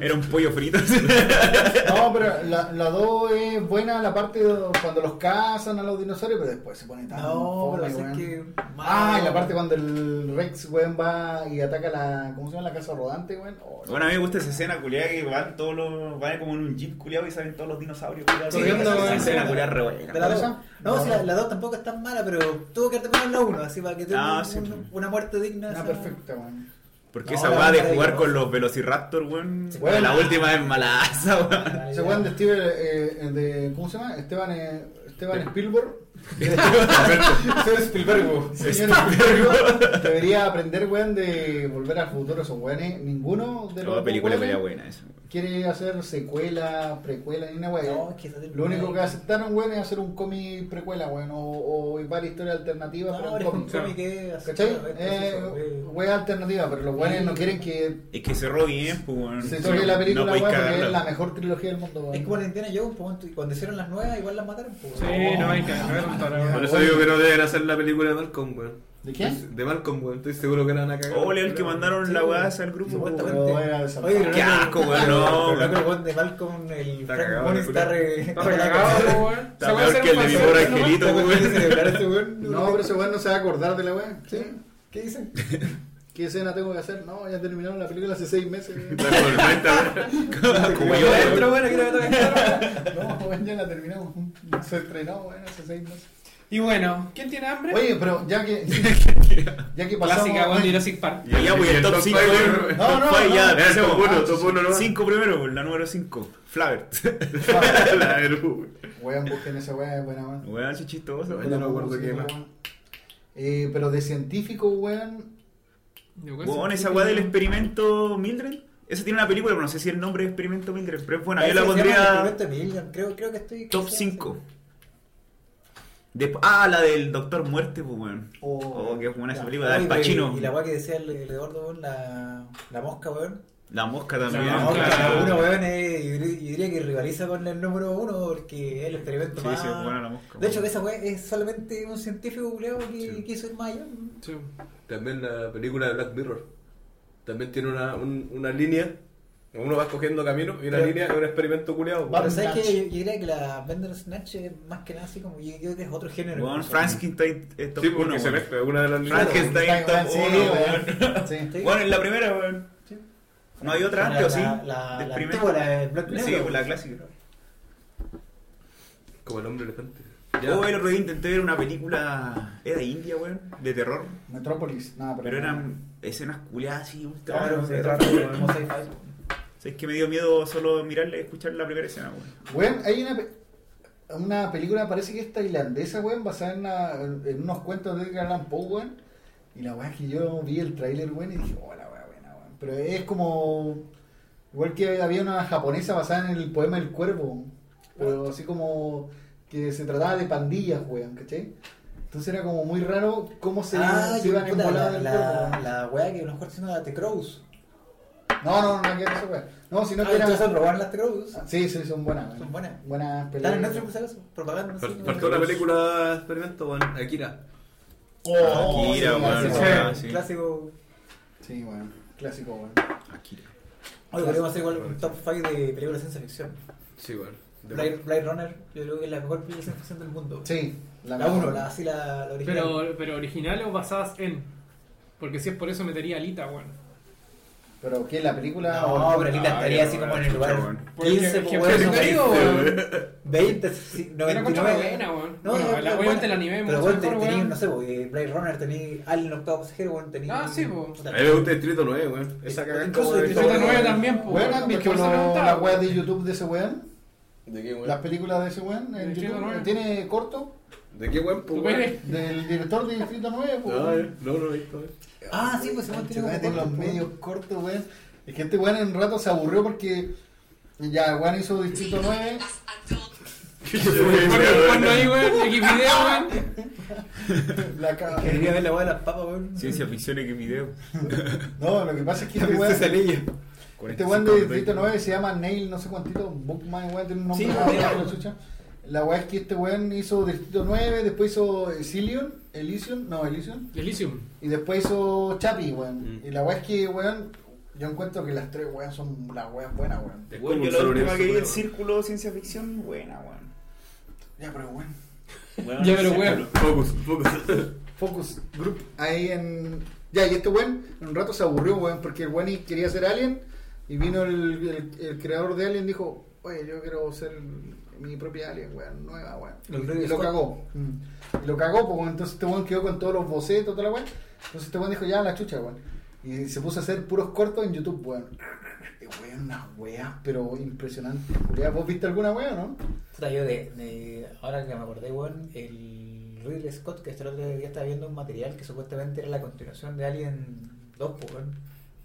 Era un pollo
*laughs*
frito. *laughs*
No, pero la, la 2 es buena la parte de cuando los cazan a los dinosaurios, pero después se pone tan.
No,
fome,
pero
weón.
es que.
Ah, y la parte cuando el Rex, weón, va y ataca la. ¿Cómo se llama? La casa rodante, weón. Oh,
Bueno, a mí me gusta esa escena culiada que van todos los. van como en un jeep culiado y salen todos los dinosaurios culiados.
Sí,
Corriendo,
esa-
weón.
esa-
esa escena culiada re buena.
De la
¿Cuál
dos.
es esa?
No,
No.
si la, la dos tampoco es tan mala, pero tuvo que terminar la uno, así para que
Ah,
tenga un-
sí.
un- una muerte digna.
una
esa-
perfecta, weón.
Porque
No,
esa
la
weá de
verdad
jugar
que
con
no.
los Velociraptor, weón.
Sí,
weón.
La última es *laughs* malaza, weón.
Ese weón de Steven, eh, eh, de, ¿cómo se llama? Esteban, eh, Esteban
*laughs*
Spielberg. Steven Spielberg. Señor Spielberg. Debería aprender, weón, de volver al futuro esos weones. Ninguno de los
La película
weones
culiada buena esa. weón.
quiere hacer secuela, precuela, ni una weón.
No, es que esa termina-
Lo único que aceptaron, weón, es hacer un cómic precuela, weón, o, o varias historias alternativas,
No,
pero
eres
un
un
cómic.
cómic que hace-
¿Cachai?
es-
Eh, weá alternativa, pero los weones no quieren que
Es que cerró bien, pues, weón.
se toque la película,
No
weón,
podéis
porque es la
cagarla.
mejor trilogía del mundo, weón.
Es como la Indiana Jones, po, y cuando hicieron las nuevas igual las mataron. pues. po.
Sí, no hay que cagaron para nada.
Por eso digo que no deben hacer la película de Malcolm, weón.
¿De quién?
Estoy- De Malcolm, weón. Estoy seguro que la van a cagar.
Ole, Oh, el que mandaron la weá al
Sí,
grupo, weón.
supuestamente.
pero Oh, era desalmado.
Oye, pero
Qué
no, no,
asco,
no,
weón, no,
pero
weón.
creo que el weón de Malcolm, el
Está
Frank
cagado,
Bones,
el
está re-
Está
*laughs* está
*laughs*
recagado, weón.
Está
Esa weá
peor
será
que el de
un
mi
falsete,
pobre
¿no?
angelito,
Está
weón.
cagado de celebrar ese weón.
No, pero ese weón no se va a acordar de la weá.
Sí. ¿Qué dicen?
*laughs* ¿Qué escena tengo que hacer? No, ya terminaron la película hace seis meses.
La tormenta, weón. Como yo
Otro
dentro.
weón, aquí lo meto en el carro.
No, weón, ya la terminamos. Se estrenó, weón, hace seis meses.
Y bueno, ¿quién tiene hambre?
Oye, pero ya que. *laughs* ya que pasamos.
Clásica, weón, de Jurassic Park.
Y allá voy el top 5.
five,
No, no, no.
ya,
Era el top
empecemos.
uno, top uno, ¿no?
Cinco primero, weón, la número 5. Flavert.
La de Lu, weón.
Weón, busquen esa weá, es buena, weón.
Weón, sí chistoso.
Yo no me acuerdo qué más.
Eh, pero de científico, weón.
Weón, esa weá del experimento Mildred. Esa tiene una película, pero no sé si el nombre es experimento Mildred. Pero es buena, yo la
Se llama El
pondría
experimento de Milgram, Creo, creo que estoy...
top
sí,
5. Desp- ah, la del Doctor Muerte, pues, weón.
O
Oh, qué buena esa
Ya.
película, del
Oye,
Pacino.
Y la weá que decía el, el Eduardo, weón, la, la mosca, weón.
La mosca también.
La
Bien,
mosca,
claro.
uno, weón, es- yo dir- yo diría que rivaliza con el número uno porque es el experimento
Sí,
más.
sí, es buena la mosca.
de
weón.
hecho, que esa weá es solamente un científico culeado que,
Sí.
que hizo el Maya. weón.
Sí.
También la película de Black Mirror. También tiene una, un- una línea. Uno va escogiendo camino y una
Pero-
línea es un experimento culiado.
Pero
weón.
sabes
Snatch.
que yo, yo diría que la Bender Snatch es más que nada así como. Yo creo que es otro género.
Weón,
Sí.
Frankenstein es top
Sí,
uno,
porque se
weón.
mezcla. es Una de las líneas.
Frank- Frankenstein top
sí,
uno,
weón. Sí.
Sí.
Bueno, es la primera, weón.
Sí.
No hay otra
La-
antes, ¿o sí?
La, la,
Del
la
primer-
antigua, la de Black
Sí,
Negro.
pues, la clásica.
Como el hombre elefante. Ya.
Yo Oh, el otro día intenté ver una película. Era india, weón, de terror.
Metrópolis, nada, pero.
Pero eran escenas culiadas así, ultra.
Claro, se
de terror,
trata
*laughs*
de
weón.
como sci-fi, weón.
O sea, es que me dio miedo solo mirarle, escuchar la primera escena, weón.
Weón, hay una, pe- una película, parece que es tailandesa, weón, basada en, una- en unos cuentos de Edgar Allan Poe, weón. Y la weá es que yo vi el tráiler, weón, y dije, oh, la weá buena, weón. Pero es como. Igual que había una japonesa basada en el poema El Cuervo. Pero así como. Que se trataba de pandillas, weón, ¿cachai? Entonces era como muy raro cómo se,
Ah,
se
yo
iban
puta,
envoladas
la,
del cuerpo.
la,
weón.
la weá que a lo mejor se llama la T-Crows.
No, no, no, no, eso, weón. No, sino
No
que era. Ah,
entonces robaron las T-Crows.
Sí, sí, son buenas, weón.
Son buenas.
Buenas
Están
peleas.
en Netflix, por si acaso, Propaganda.
Fal-
así, como-
Faltó la película experimento, weón. Akira.
Oh,
Akira,
sí,
weón.
sí,
Sí.
sí.
Ah, sí.
Clásico.
Sí, bueno, clásico, bueno.
Akira.
Oye, podríamos hacer igual un top 5 de películas de ciencia ficción.
Sí, weón. De-
Blade, Blade Runner, yo creo que es la mejor película de ciencia ficción del mundo.
Sí,
La 1, la, así la, la original.
Pero, pero originales o basadas en. Porque si es por eso metería Alita, weón.
Pero ¿qué? ¿La película?
no, pero Lita
Ah,
estaría
ya,
así
weón,
como en el
chucha,
lugar
weón.
Porque-
15,
porque-
pues,
*laughs* porque-
no,
digo, weón.
20, sí,
Era contra
99.
buena, weón.
No,
Bueno,
no,
la-
pero
obviamente el
bueno,
anime es
Pero
mucho
bueno,
mejor,
tenía,
weón.
no sé, po, eh, Blade Runner, tenía Alien octavo pasajero, bueno, tenía...
Ah, sí, po.
A
puta,
mí me gusta Distrito 9, weón.
*laughs*
Esa cagada
Incluso
como de-
Distrito
como de-
9 también, pues.
Bueno, ¿han
porque
visto
por eso
lo-
preguntaba,
la web
weón.
de YouTube de ese weón?
¿De qué,
¿Las
weón?
películas de ese weón en
¿De
YouTube?
Distrito nueve?
¿Tiene corto?
¿De qué, weón? Pues,
¿Tú
weón.
crees?
¿Del director de Distrito 9? pues,
No,
weón.
eh, no, no lo he visto, weón.
Ah, sí, pues se
Ay,
mantiene
chaval, tiene los medios
medios.
cortos, weón. Es que este weón en un rato se aburrió porque ya, weón hizo Distrito 9.
Bueno, cuando hay, weón, Xvideo, weón.
La
*laughs*
ca-
Quería ver la hueá de las papas, weón.
Ciencia ficción y que video.
No, lo que pasa es que
*laughs*
este weón... Este weón de
45,
Distrito 9 se llama Neil, no sé cuántito, Bookman, weón, tiene un nombre
Sí,
raro,
weón.
pero la chucha. La weá es que este weón hizo Distrito 9, después hizo Elysion, Elysion, no, Elysion,
Elysium.
y después hizo Chapi, weón.
Mm.
Y la weá es que, weón, yo encuentro que las tres weón son las weas buenas, weón.
Es como
Weón,
un
yo la
solo
última
universo,
que vi el
weón.
círculo de ciencia ficción, buena, weón.
Ya, pero weón.
*laughs*
Weón,
Ya, pero
el
weón.
círculo.
Focus, focus.
Focus Group, ahí en. Ya, y este weón en un rato se aburrió, weón, porque el weón y quería ser Alien, y vino el, el- el creador de Alien y dijo, oye, yo quiero ser mi propia Alien, weón, nueva, weón.
Lo
Y-
creó
y lo
Scott.
cagó. Y lo cagó, pues, weón. entonces este weón quedó con todos los bocetos, toda la weón. Entonces este weón dijo, ya, la chucha, weón. Y se puso a hacer puros cortos en YouTube, weón. Y, Weón, unas weas, pero impresionante. ¿Vos viste alguna wea, no?
Puta, yo de, de- Ahora que me acordé, weón, el Ridley Scott, que este el otro día estaba viendo un material que supuestamente era la continuación de Alien 2, po, weón.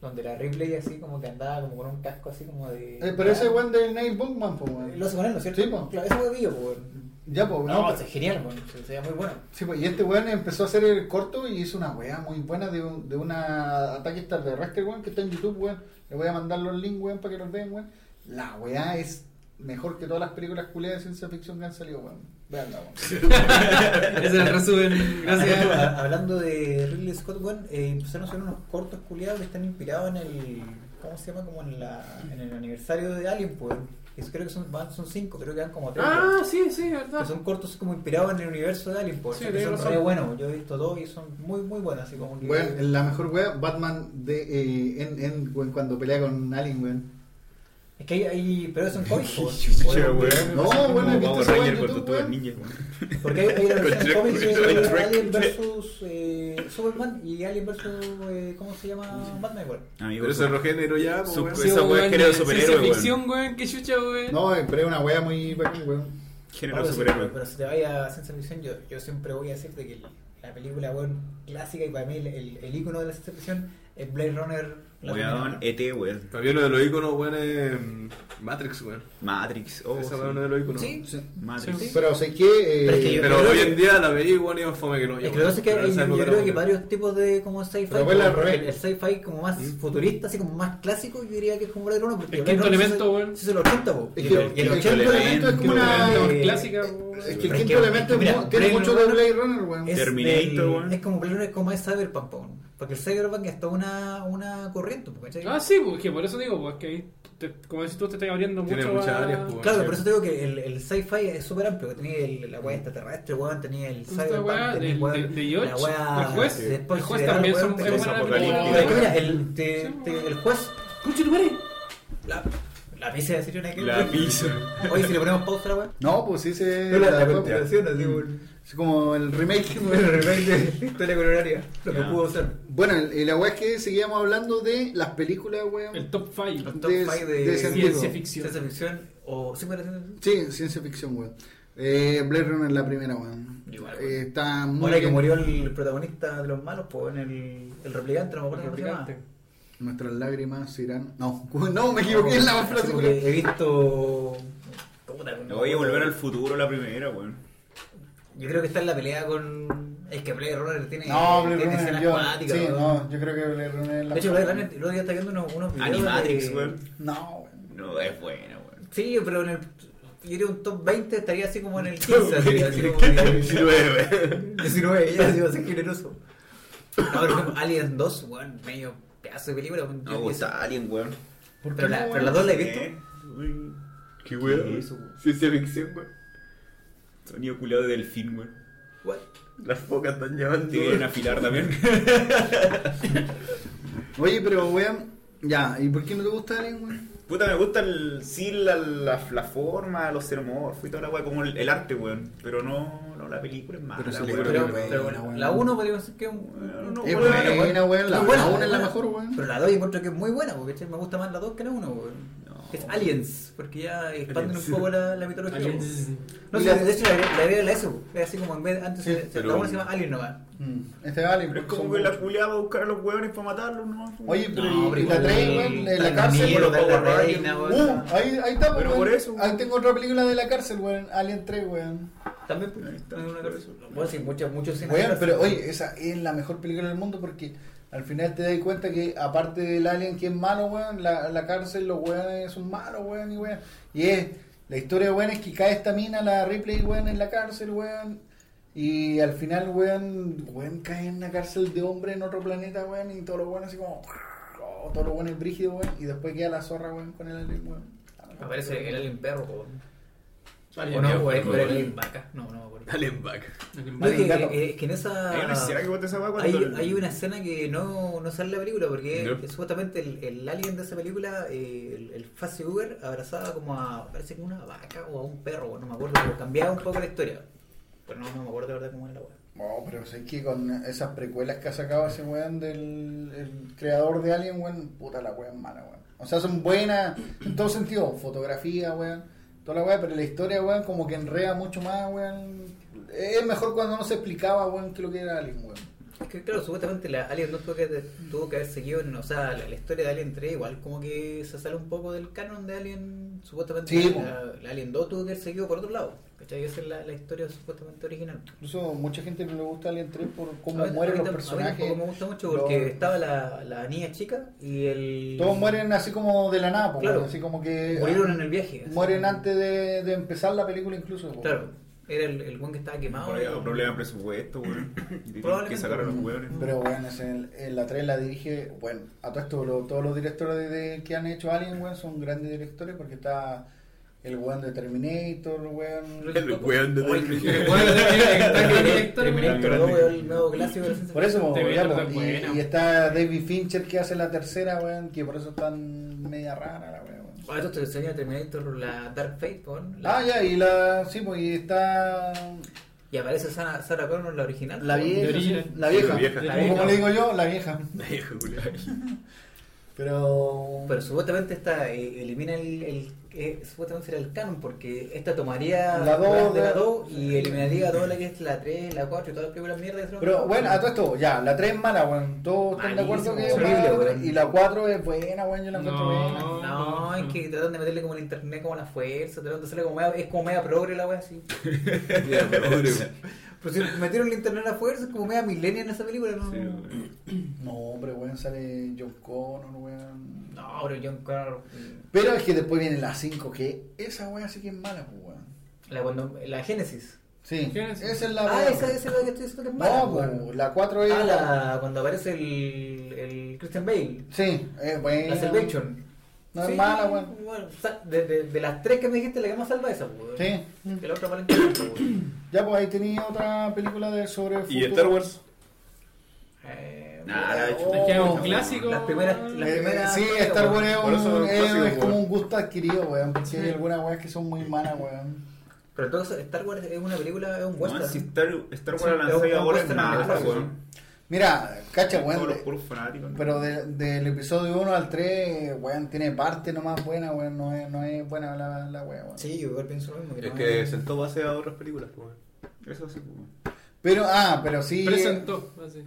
Donde la Ripley así como que andaba como con un casco así como de...
Eh, pero ese weón de Neil Bunkman, pues, weón.
Lo hace con él, ¿no es cierto?
Sí, po.
Claro, ese fue vivo, po, weón.
Ya, pues,
No,
no,
es genial, weón. Se, se veía muy bueno.
Sí, pues, y este weón empezó a hacer el corto y hizo una weá muy buena de un de una ataque extraterrestre, weón, que está en YouTube, weón. Le voy a mandar los links, weón, para que los vean, weón. La weá es mejor que todas las películas culiadas de ciencia ficción que han salido, weón. Veanla, weón.
Ese es el resumen. Gracias.
Ah, Hablando de Ridley Scott, weón, eh, empezaron a hacer unos cortos culiados que están inspirados en el. ¿Cómo se llama? Como en, la, en el aniversario de Alien, pues. Eso creo que son, van- son cinco, creo que van como tres.
Ah,
weón.
sí, sí, verdad.
Que son cortos como inspirados en el universo de Alien, pues.
Sí,
que
tenés
son
razón.
re buenos. Yo he visto dos y son muy, muy buenos, así como que.
Weón, la mejor weá, Batman de eh, en, en weón, cuando pelea con Alien, weón.
Es que hay. hay- pero
*laughs*
son cómics, pues.
Chucha, weón.
No,
Como
weón, ¿viste
Power
esa weá en
Ranger con
YouTube,
tortugas
weón?
ninja, weón.
Porque hay, hay la versión
Con
cómic
Shrek,
de
con Shrek.
Alien versus eh, Superman y Alien versus. eh, ¿Cómo se llama? Batman, weón.
Amigo,
Pero eso es género ya, pues,
Sup-
weón.
esa weá es género superhéroe,
Ciencia
weón.
ficción, weón. Qué chucha, weón.
No, eh, pero es una weá muy bacán, weón.
género
No, pero si-
superhéroe.
Pero si te vaya a ciencia ficción, yo, yo siempre voy a decirte que la película weón, clásica y para mí el, el, el ícono de la ciencia ficción es Blade Runner
Weón, ET, weón.
También uno de los iconos, weón, es mm, Matrix, weón.
Matrix, oh. sí.
Esa weón es uno de los iconos.
Sí,
Matrix.
Sí.
Pero sé que.
Pero es que
Eh,
yo-
Pero
creo
hoy
que-
en día la veí, weón, y es fome que
Es
no.
que lo que pasa es que hay,
Esa
yo
época
creo
era
que
buena.
varios tipos de como sci-fi.
Pero vuelve al
como
revés.
el el sci-fi como más futurista, así como más clásico, yo diría que es como Blade Runner. porque
El
Blade
quinto
Runner
elemento,
es-
weón.
Es el 80, po.
Es
Y
que
el- y el
el quinto
80
elemento es como una.
elemento,
clásica,
Es que el
eh, Es
quinto
que-
elemento
mira,
es mu- tiene
Blade
mucho de
Runner-
Blade Runner, weón.
es
Terminator,
del-
weón.
Es como Blade Runner como es Cyberpunk, po. Porque el Cyberpunk es hasta una, una corriente, po, ¿cachai?
Ah, sí, pues que por eso digo, pues que ahí, te- como decís tú, te estás abriendo
Tiene
mucho.
muchas
a-
áreas, pues.
Claro, por eso te digo que el, el sci-fi es súper amplio. Tenía el- la
Mm.
weá extraterrestre, weón, tenía el
Esta
cyberpunk,
weá
tenía
del-
weón,
de- de George,
la weá
el juez,
de Paul
el juez
Sideral,
también
weón,
son-
pero-
es buena la película.
Pero es que mira, el, te- te- el juez,
¡Conche tu madre!
la, la pizza de Sirion aquí.
La pizza.
*laughs* Oye, si le ponemos pausa a la
*laughs*
weá.
No, pues sí se.
No, la, la
la-
continuación, así un
es como el remake,
Mm. *laughs* el
weón.
remake de historia coloraria, lo que
Ya.
pudo ser.
Bueno, el- y la weá es que seguíamos hablando de las películas, weón.
El top 5.
Los top
De-
five
de
de
ese
Ciencia
antiguo.
ficción.
ciencia ficción o sí, bueno, ciencia ficción.
Sí, ciencia ficción, weón. Eh, Blade Runner la primera, weón.
Igual, weón.
Eh, está muy
Ahora que
bien.
murió el protagonista de los malos, pues en el, el replicante, no me acuerdo
El
cómo se llama.
replicante.
Nuestras lágrimas se irán. No, *laughs* no, me equivoqué en la
Así
frase,
como
weón.
que He visto. Puta, no me
Voy a
acuerdo.
volver al futuro la primera, weón.
Yo creo que está en la pelea con. Es que Blade Runner tiene.
No, Blade
tiene
Runner,
escenas
yo.
cuáticas,
Sí,
weón.
no, yo creo que Blade Runner es la
De hecho, Blade Runner, el otro día está viendo unos, unos videos.
Animatrix,
de-
weón.
No, weón.
No, es buena, *laughs* weón.
Sí, pero en el. Yo diría un top 20 estaría así
*laughs*
como en el 15, así, así como.
El
que-
19. *laughs*
19, ya, así va a ser generoso. No, pero como Alien 2, weón, medio pedazo de película. weón.
No, gusta Alien, weón.
Pero, la, pero las dos la he visto.
¿Eh?
Qué
¿Qué
weón.
es eso, weón?
Ciencia ficción, weón.
Sonido culiado de delfín, weón.
What?
Las focas están llevando.
Te quieren afilar también.
Oye, pero weón. Ya, ¿y por qué no te gusta Alien, weón?
*laughs* Puta, me gusta el, sí la, la, la forma, los xenomorfos y toda la weá, como el, el arte, weón. Pero no, no, la película es mala,
Pero sí,
weón.
pero-
Pero,
buena,
pero bueno,
buena.
la 1 podría ser que es un.
Bueno, no,
Es
Bueno,
buena,
bueno,
buena, weón. La 1
Pero buena,
es la
buena.
mejor, weón.
Pero la 2 encuentro que es muy buena, porque ¿cachai? me gusta más la 2 que la 1.
No.
Es Aliens, porque ya expanden un poco la, la mitología.
Aliens.
weón. No sé, de hecho la, la idea de la S, weón. es así como en vez antes
Sí,
se- se-
pero-
la 1 se llama Alien Nova.
Mm, Este es Alien.
Pero es
porque
como
son
que la
muchos.
culiada va a buscar a los huevones para matarlos, ¿no?
Oye, pero
No,
y
pero
la
igual-
3, weón, en la
la
cárcel.
mierda,
weón.
la reina,
Uh,
weón.
ahí, ahí está,
Pero
weón.
por eso,
Ahí
weón.
tengo otra película de la cárcel, weón. Alien 3, weón.
También
Ahí
pues,
está,
no es una
por
cosa.
eso.
Bueno, sí, muchas, muchas escenas
Weón,
atrás,
pero
weón.
oye, esa es la mejor película del mundo porque al final te das cuenta que aparte del alien que es malo, weón, la, la cárcel, los weones son malos, weón, y weón. Y es, la historia, weón, es que cae esta mina, la Ripley, weón, en la cárcel, weón. Y al final, weón, weón, cae en una cárcel de hombre en otro planeta, weón, y todos los weones así como... oh, todos los weones brígidos, weón, y después queda la zorra, weón, con el alien, weón.
Aparece el Alien perro, weón.
Alien
o no,
viejo,
o el- o el
weón.
Alien vaca. No, no me acuerdo.
Dale en back.
Alien
No, es
Valley.
que,
gato.
eh, es que en esa.
Hay una escena que bota esa weá cuando.
Hay, hay una escena que no, no sale en la película porque
¿No?
es supuestamente el, el alien de esa película, eh, el, el Fast Uber, abrazaba como a, parece que una vaca o a un perro, no me acuerdo, pero cambiaba un poco la historia. Pero no, no me acuerdo de verdad cómo era la weá.
No, pero sé que con esas precuelas que ha sacado ese weón del el creador de Alien, weón, puta la weón mala, weón. O sea, son buenas en todo sentido, fotografía, weón, toda la weón, pero la historia, weón, como que enrea mucho más, weón. Es mejor cuando no se explicaba, weón, que lo que era Alien, weón.
Es que claro, supuestamente la Alien 2 tuvo que, tuvo que haber seguido, en- o sea, la, la historia de Alien 3 igual como que se sale un poco del canon de Alien, supuestamente
Sí,
la, la Alien 2 tuvo que haber seguido por otro lado, ¿cachai? Esa es la, la historia supuestamente original.
Incluso mucha gente no le gusta Alien 3 por
A
cómo
mí-
mueren
a
los
mí tam- A mí
personajes.
tampoco me gusta mucho porque
los-
estaba la, la niña chica y el.
Todos mueren así como de la nada, po,
Claro.
weón, así como que
Murieron
ah,
en el viaje. así.
mueren antes de, de empezar la película incluso. po.
Claro, era el, el buen que estaba quemado.
Por ahí hubo problema de presupuesto, weón. Tienen que
Ah, Probablemente.
sacar a los
*laughs*
huevones.
Pero bueno, es el- el- la 3 la dirige, bueno, a todo esto, lo- todos los directores de, de- que han hecho Alien, weón, son grandes directores porque está el weón de Terminator, weón.
El weón de Terminator.
El weón de
*laughs*
Terminator.
Terminator 2 es el nuevo clásico de la ciencia
Por eso, po,
Terminator
ya, po,
tan buena.
y, y está David Fincher que hace la tercera, weón, que por eso es tan media rara la weón.
ficción. Ah, esto te enseña Terminator, la Dark Fate, con. la-
Ah, ya, y la, sí, pues, y está
Y aparece Sarah, Sarah Connor, la original.
la
con-
vieja,
origen.
sí, la vieja,
Sí, la vieja.
como, como le digo yo, la vieja.
La vieja, culiao.
*laughs* Pero.
Pero supuestamente esta eh, elimina el. el- eh, supuestamente será el canon, porque esta tomaría
La dos,
las de
la-
la 2 y eliminaría toda la que es la 3, la 4 y todas las películas mierda de Trump.
Pero bueno, a todo esto, ya, la 3 es mala, weón. Todos están de acuerdo que es
Malísimo, horrible,
mala.
weón.
Y la 4 es buena, weón. Yo la encuentro
No.
buena.
No, es que tratan de meterle como el internet como la fuerza, tratan de hacerle como media, es como media progre la wea así.
Ya, pobre, güey.
Pero si metieron el internet a la fuerza, es como media milenia en esa película, ¿no?
Sí, güey.
No, hombre, weón, sale John Connor, weón.
no, pero mm, John Connor.
Pero es que después viene la 5, que esa weón sí que es mala, pues, weón.
La, cuando, la Génesis.
Sí,
¿Qué es?
esa es la.
Ah,
weón.
esa esa es la que estoy diciendo que es mala.
No,
weón.
pues, la 4 es.
Ah, la, cuando aparece el, el Christian Bale.
Sí, es buena.
La Salvation.
No es mala, weón.
bueno, sa- de, de, de las tres que me dijiste, la que más salva es esa, weón.
Sí.
Que la otra aparentemente, weón.
Ya, pues ahí tenía otra película de sobre.
Y
futuro.
Star Wars.
Eh,
Nah, la
Oh.
Es que es un clásico.
Las primeras- las-
Eh,
primera-
sí,
primera,
Star Wars
weón.
es,
Por
un-
eso es un
es-
clásico,
es como
weón.
un gusto adquirido, weón. Porque hay
Sí.
algunas weas que son muy malas, weón.
Pero todo eso, Star Wars es una película, es un
Weón,
western.
si Star, Star Wars
Sí,
la
es un
lanzó ahora es
western
mala,
americano,
weón.
Mira, cacha,
Todos
weón.
los
de-
puros fanáticos. ¿no?
Pero de- del episodio 1 al 3, weón, tiene parte nomás buena, weón. No es, no es buena la, la wea, weón.
Sí, yo igual pienso lo mismo.
Es
no-
que sentó base a otras películas,
pues,
güey.
Eso sí, weón.
Pero, ah, pero sí.
Presentó. así.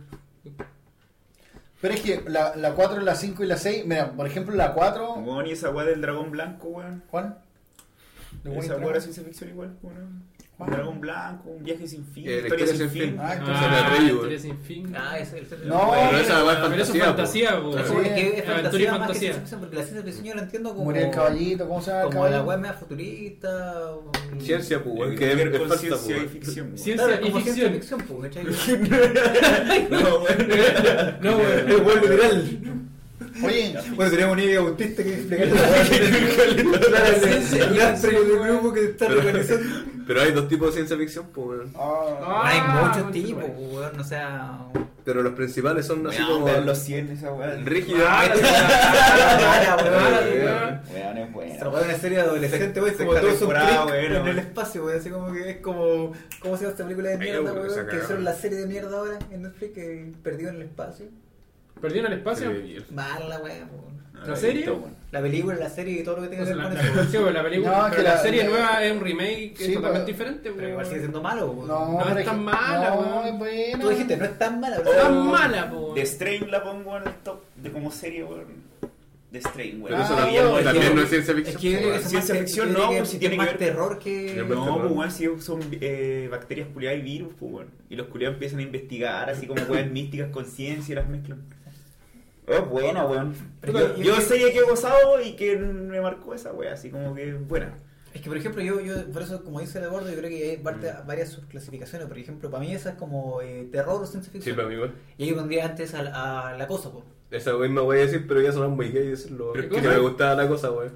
Pero es que la, la 4, la 5 y la 6. Mira, por ejemplo, la 4.
Weón, y esa weá del dragón blanco, weón.
¿Cuál? ¿De Wayne
Esa weá era
Trump?
ciencia ficción igual, weón. Un
¿Cuál?
dragón blanco, un viaje sin fin,
Eh, la
historia sin fin.
Ah, entonces
la
Ah,
reí,
el
weón.
tres sin fin.
*laughs* Ah, es el
No,
Pero
Pero
esa va
Pero
es
eso es
fantasía. pues.
fantasía,
po.
po.
Es
Sí.
como que es
Aventura y
fantasía más que
fantasía.
ciencia ficción, porque la ciencia ficción yo la entiendo como.
Murió el caballito, ¿cómo se llama?
Como
el
la web
caballito?
más futurista. o-
Ciencia, pues, güey.
Eh,
Que es-
ver
es
con
falsa,
ciencia
po,
y
güey.
ficción, weón.
Ciencia
Claro, es
y
como ciencia
ficción.
ficción, pues, ¿cachai?
*laughs* No, weón.
No, weón.
*laughs* *laughs* Es güey, literal.
Oye,
Bueno, sería una idea autista que
*laughs*
explicar
La ciencia y la
el grupo que está organizando.
Pero hay dos tipos de ciencia ficción, pues, güey.
ah,
*laughs* Hay
Ah,
muchos
bueno,
tipos,
bueno.
weón, o sea.
Pero los principales son así
Weón,
como.
ver los 100, esa weá.
Ah,
Rígida.
Para,
weón.
*laughs*
weón.
Weón, es
Esta
buena.
weón, una serie de adolescentes, weón,
Sexta
como todos son
temporada,
click
weón,
en el
weón.
espacio, weón, así como que es como. ¿Cómo se llama esta película de mierda,
weón, esa
weón? Que
cagada.
hicieron la serie de mierda ahora en Netflix, que perdido en el espacio.
¿Perdieron el espacio?
Mala la weón, weón.
¿La serie?
La película, la serie y todo lo que tenga
O
que
sea,
Pues
la,
ver con
la,
eso.
sí, weón, la película,
No,
pero
que
la,
la-
serie
la-
nueva es un remake que
Sí,
es totalmente
pero-
diferente.
Pero igual
weón.
sigue siendo malo, weón.
no,
No,
pero
es tan
que-
mala,
No,
weón.
es buena.
Tú dijiste, no es tan mala, pero.
Está
Oh,
mala, po.
The Strain la pongo en el top de como serie, weón. The Strain, weón.
Pero eso
Ah,
también no-
weón.
también no es ciencia
Es
ficción.
que
po, güey.
es
Ciencia
más-
ficción,
tiene
no,
que-
pues, si tiene
más
que ver-
terror que.
No,
No, pues
weón.
weón, si son eh, bacterias culiadas y virus, pues weón. Y los culiados empiezan a investigar, así como
*laughs*
weón místicas con ciencia y las mezclan. Oh, Es buena, weón.
Pero
Yo,
yo-
yo
yo-
sé que he gozado y que me marcó esa weón, así como que es buena.
Es que, por ejemplo, yo, yo por eso, como dice el Eduardo, yo creo que hay parte-
Mm.
varias subclasificaciones. Por ejemplo, para mí esa es como eh, terror o ciencia
Sí,
ficción.
para mí, güey.
y yo pondría antes a, a la cosa, po.
Esa güey me voy a decir, pero ya sonan muy gay decirlo.
¿Pero
Que
qué?
me gustaba la cosa, güey.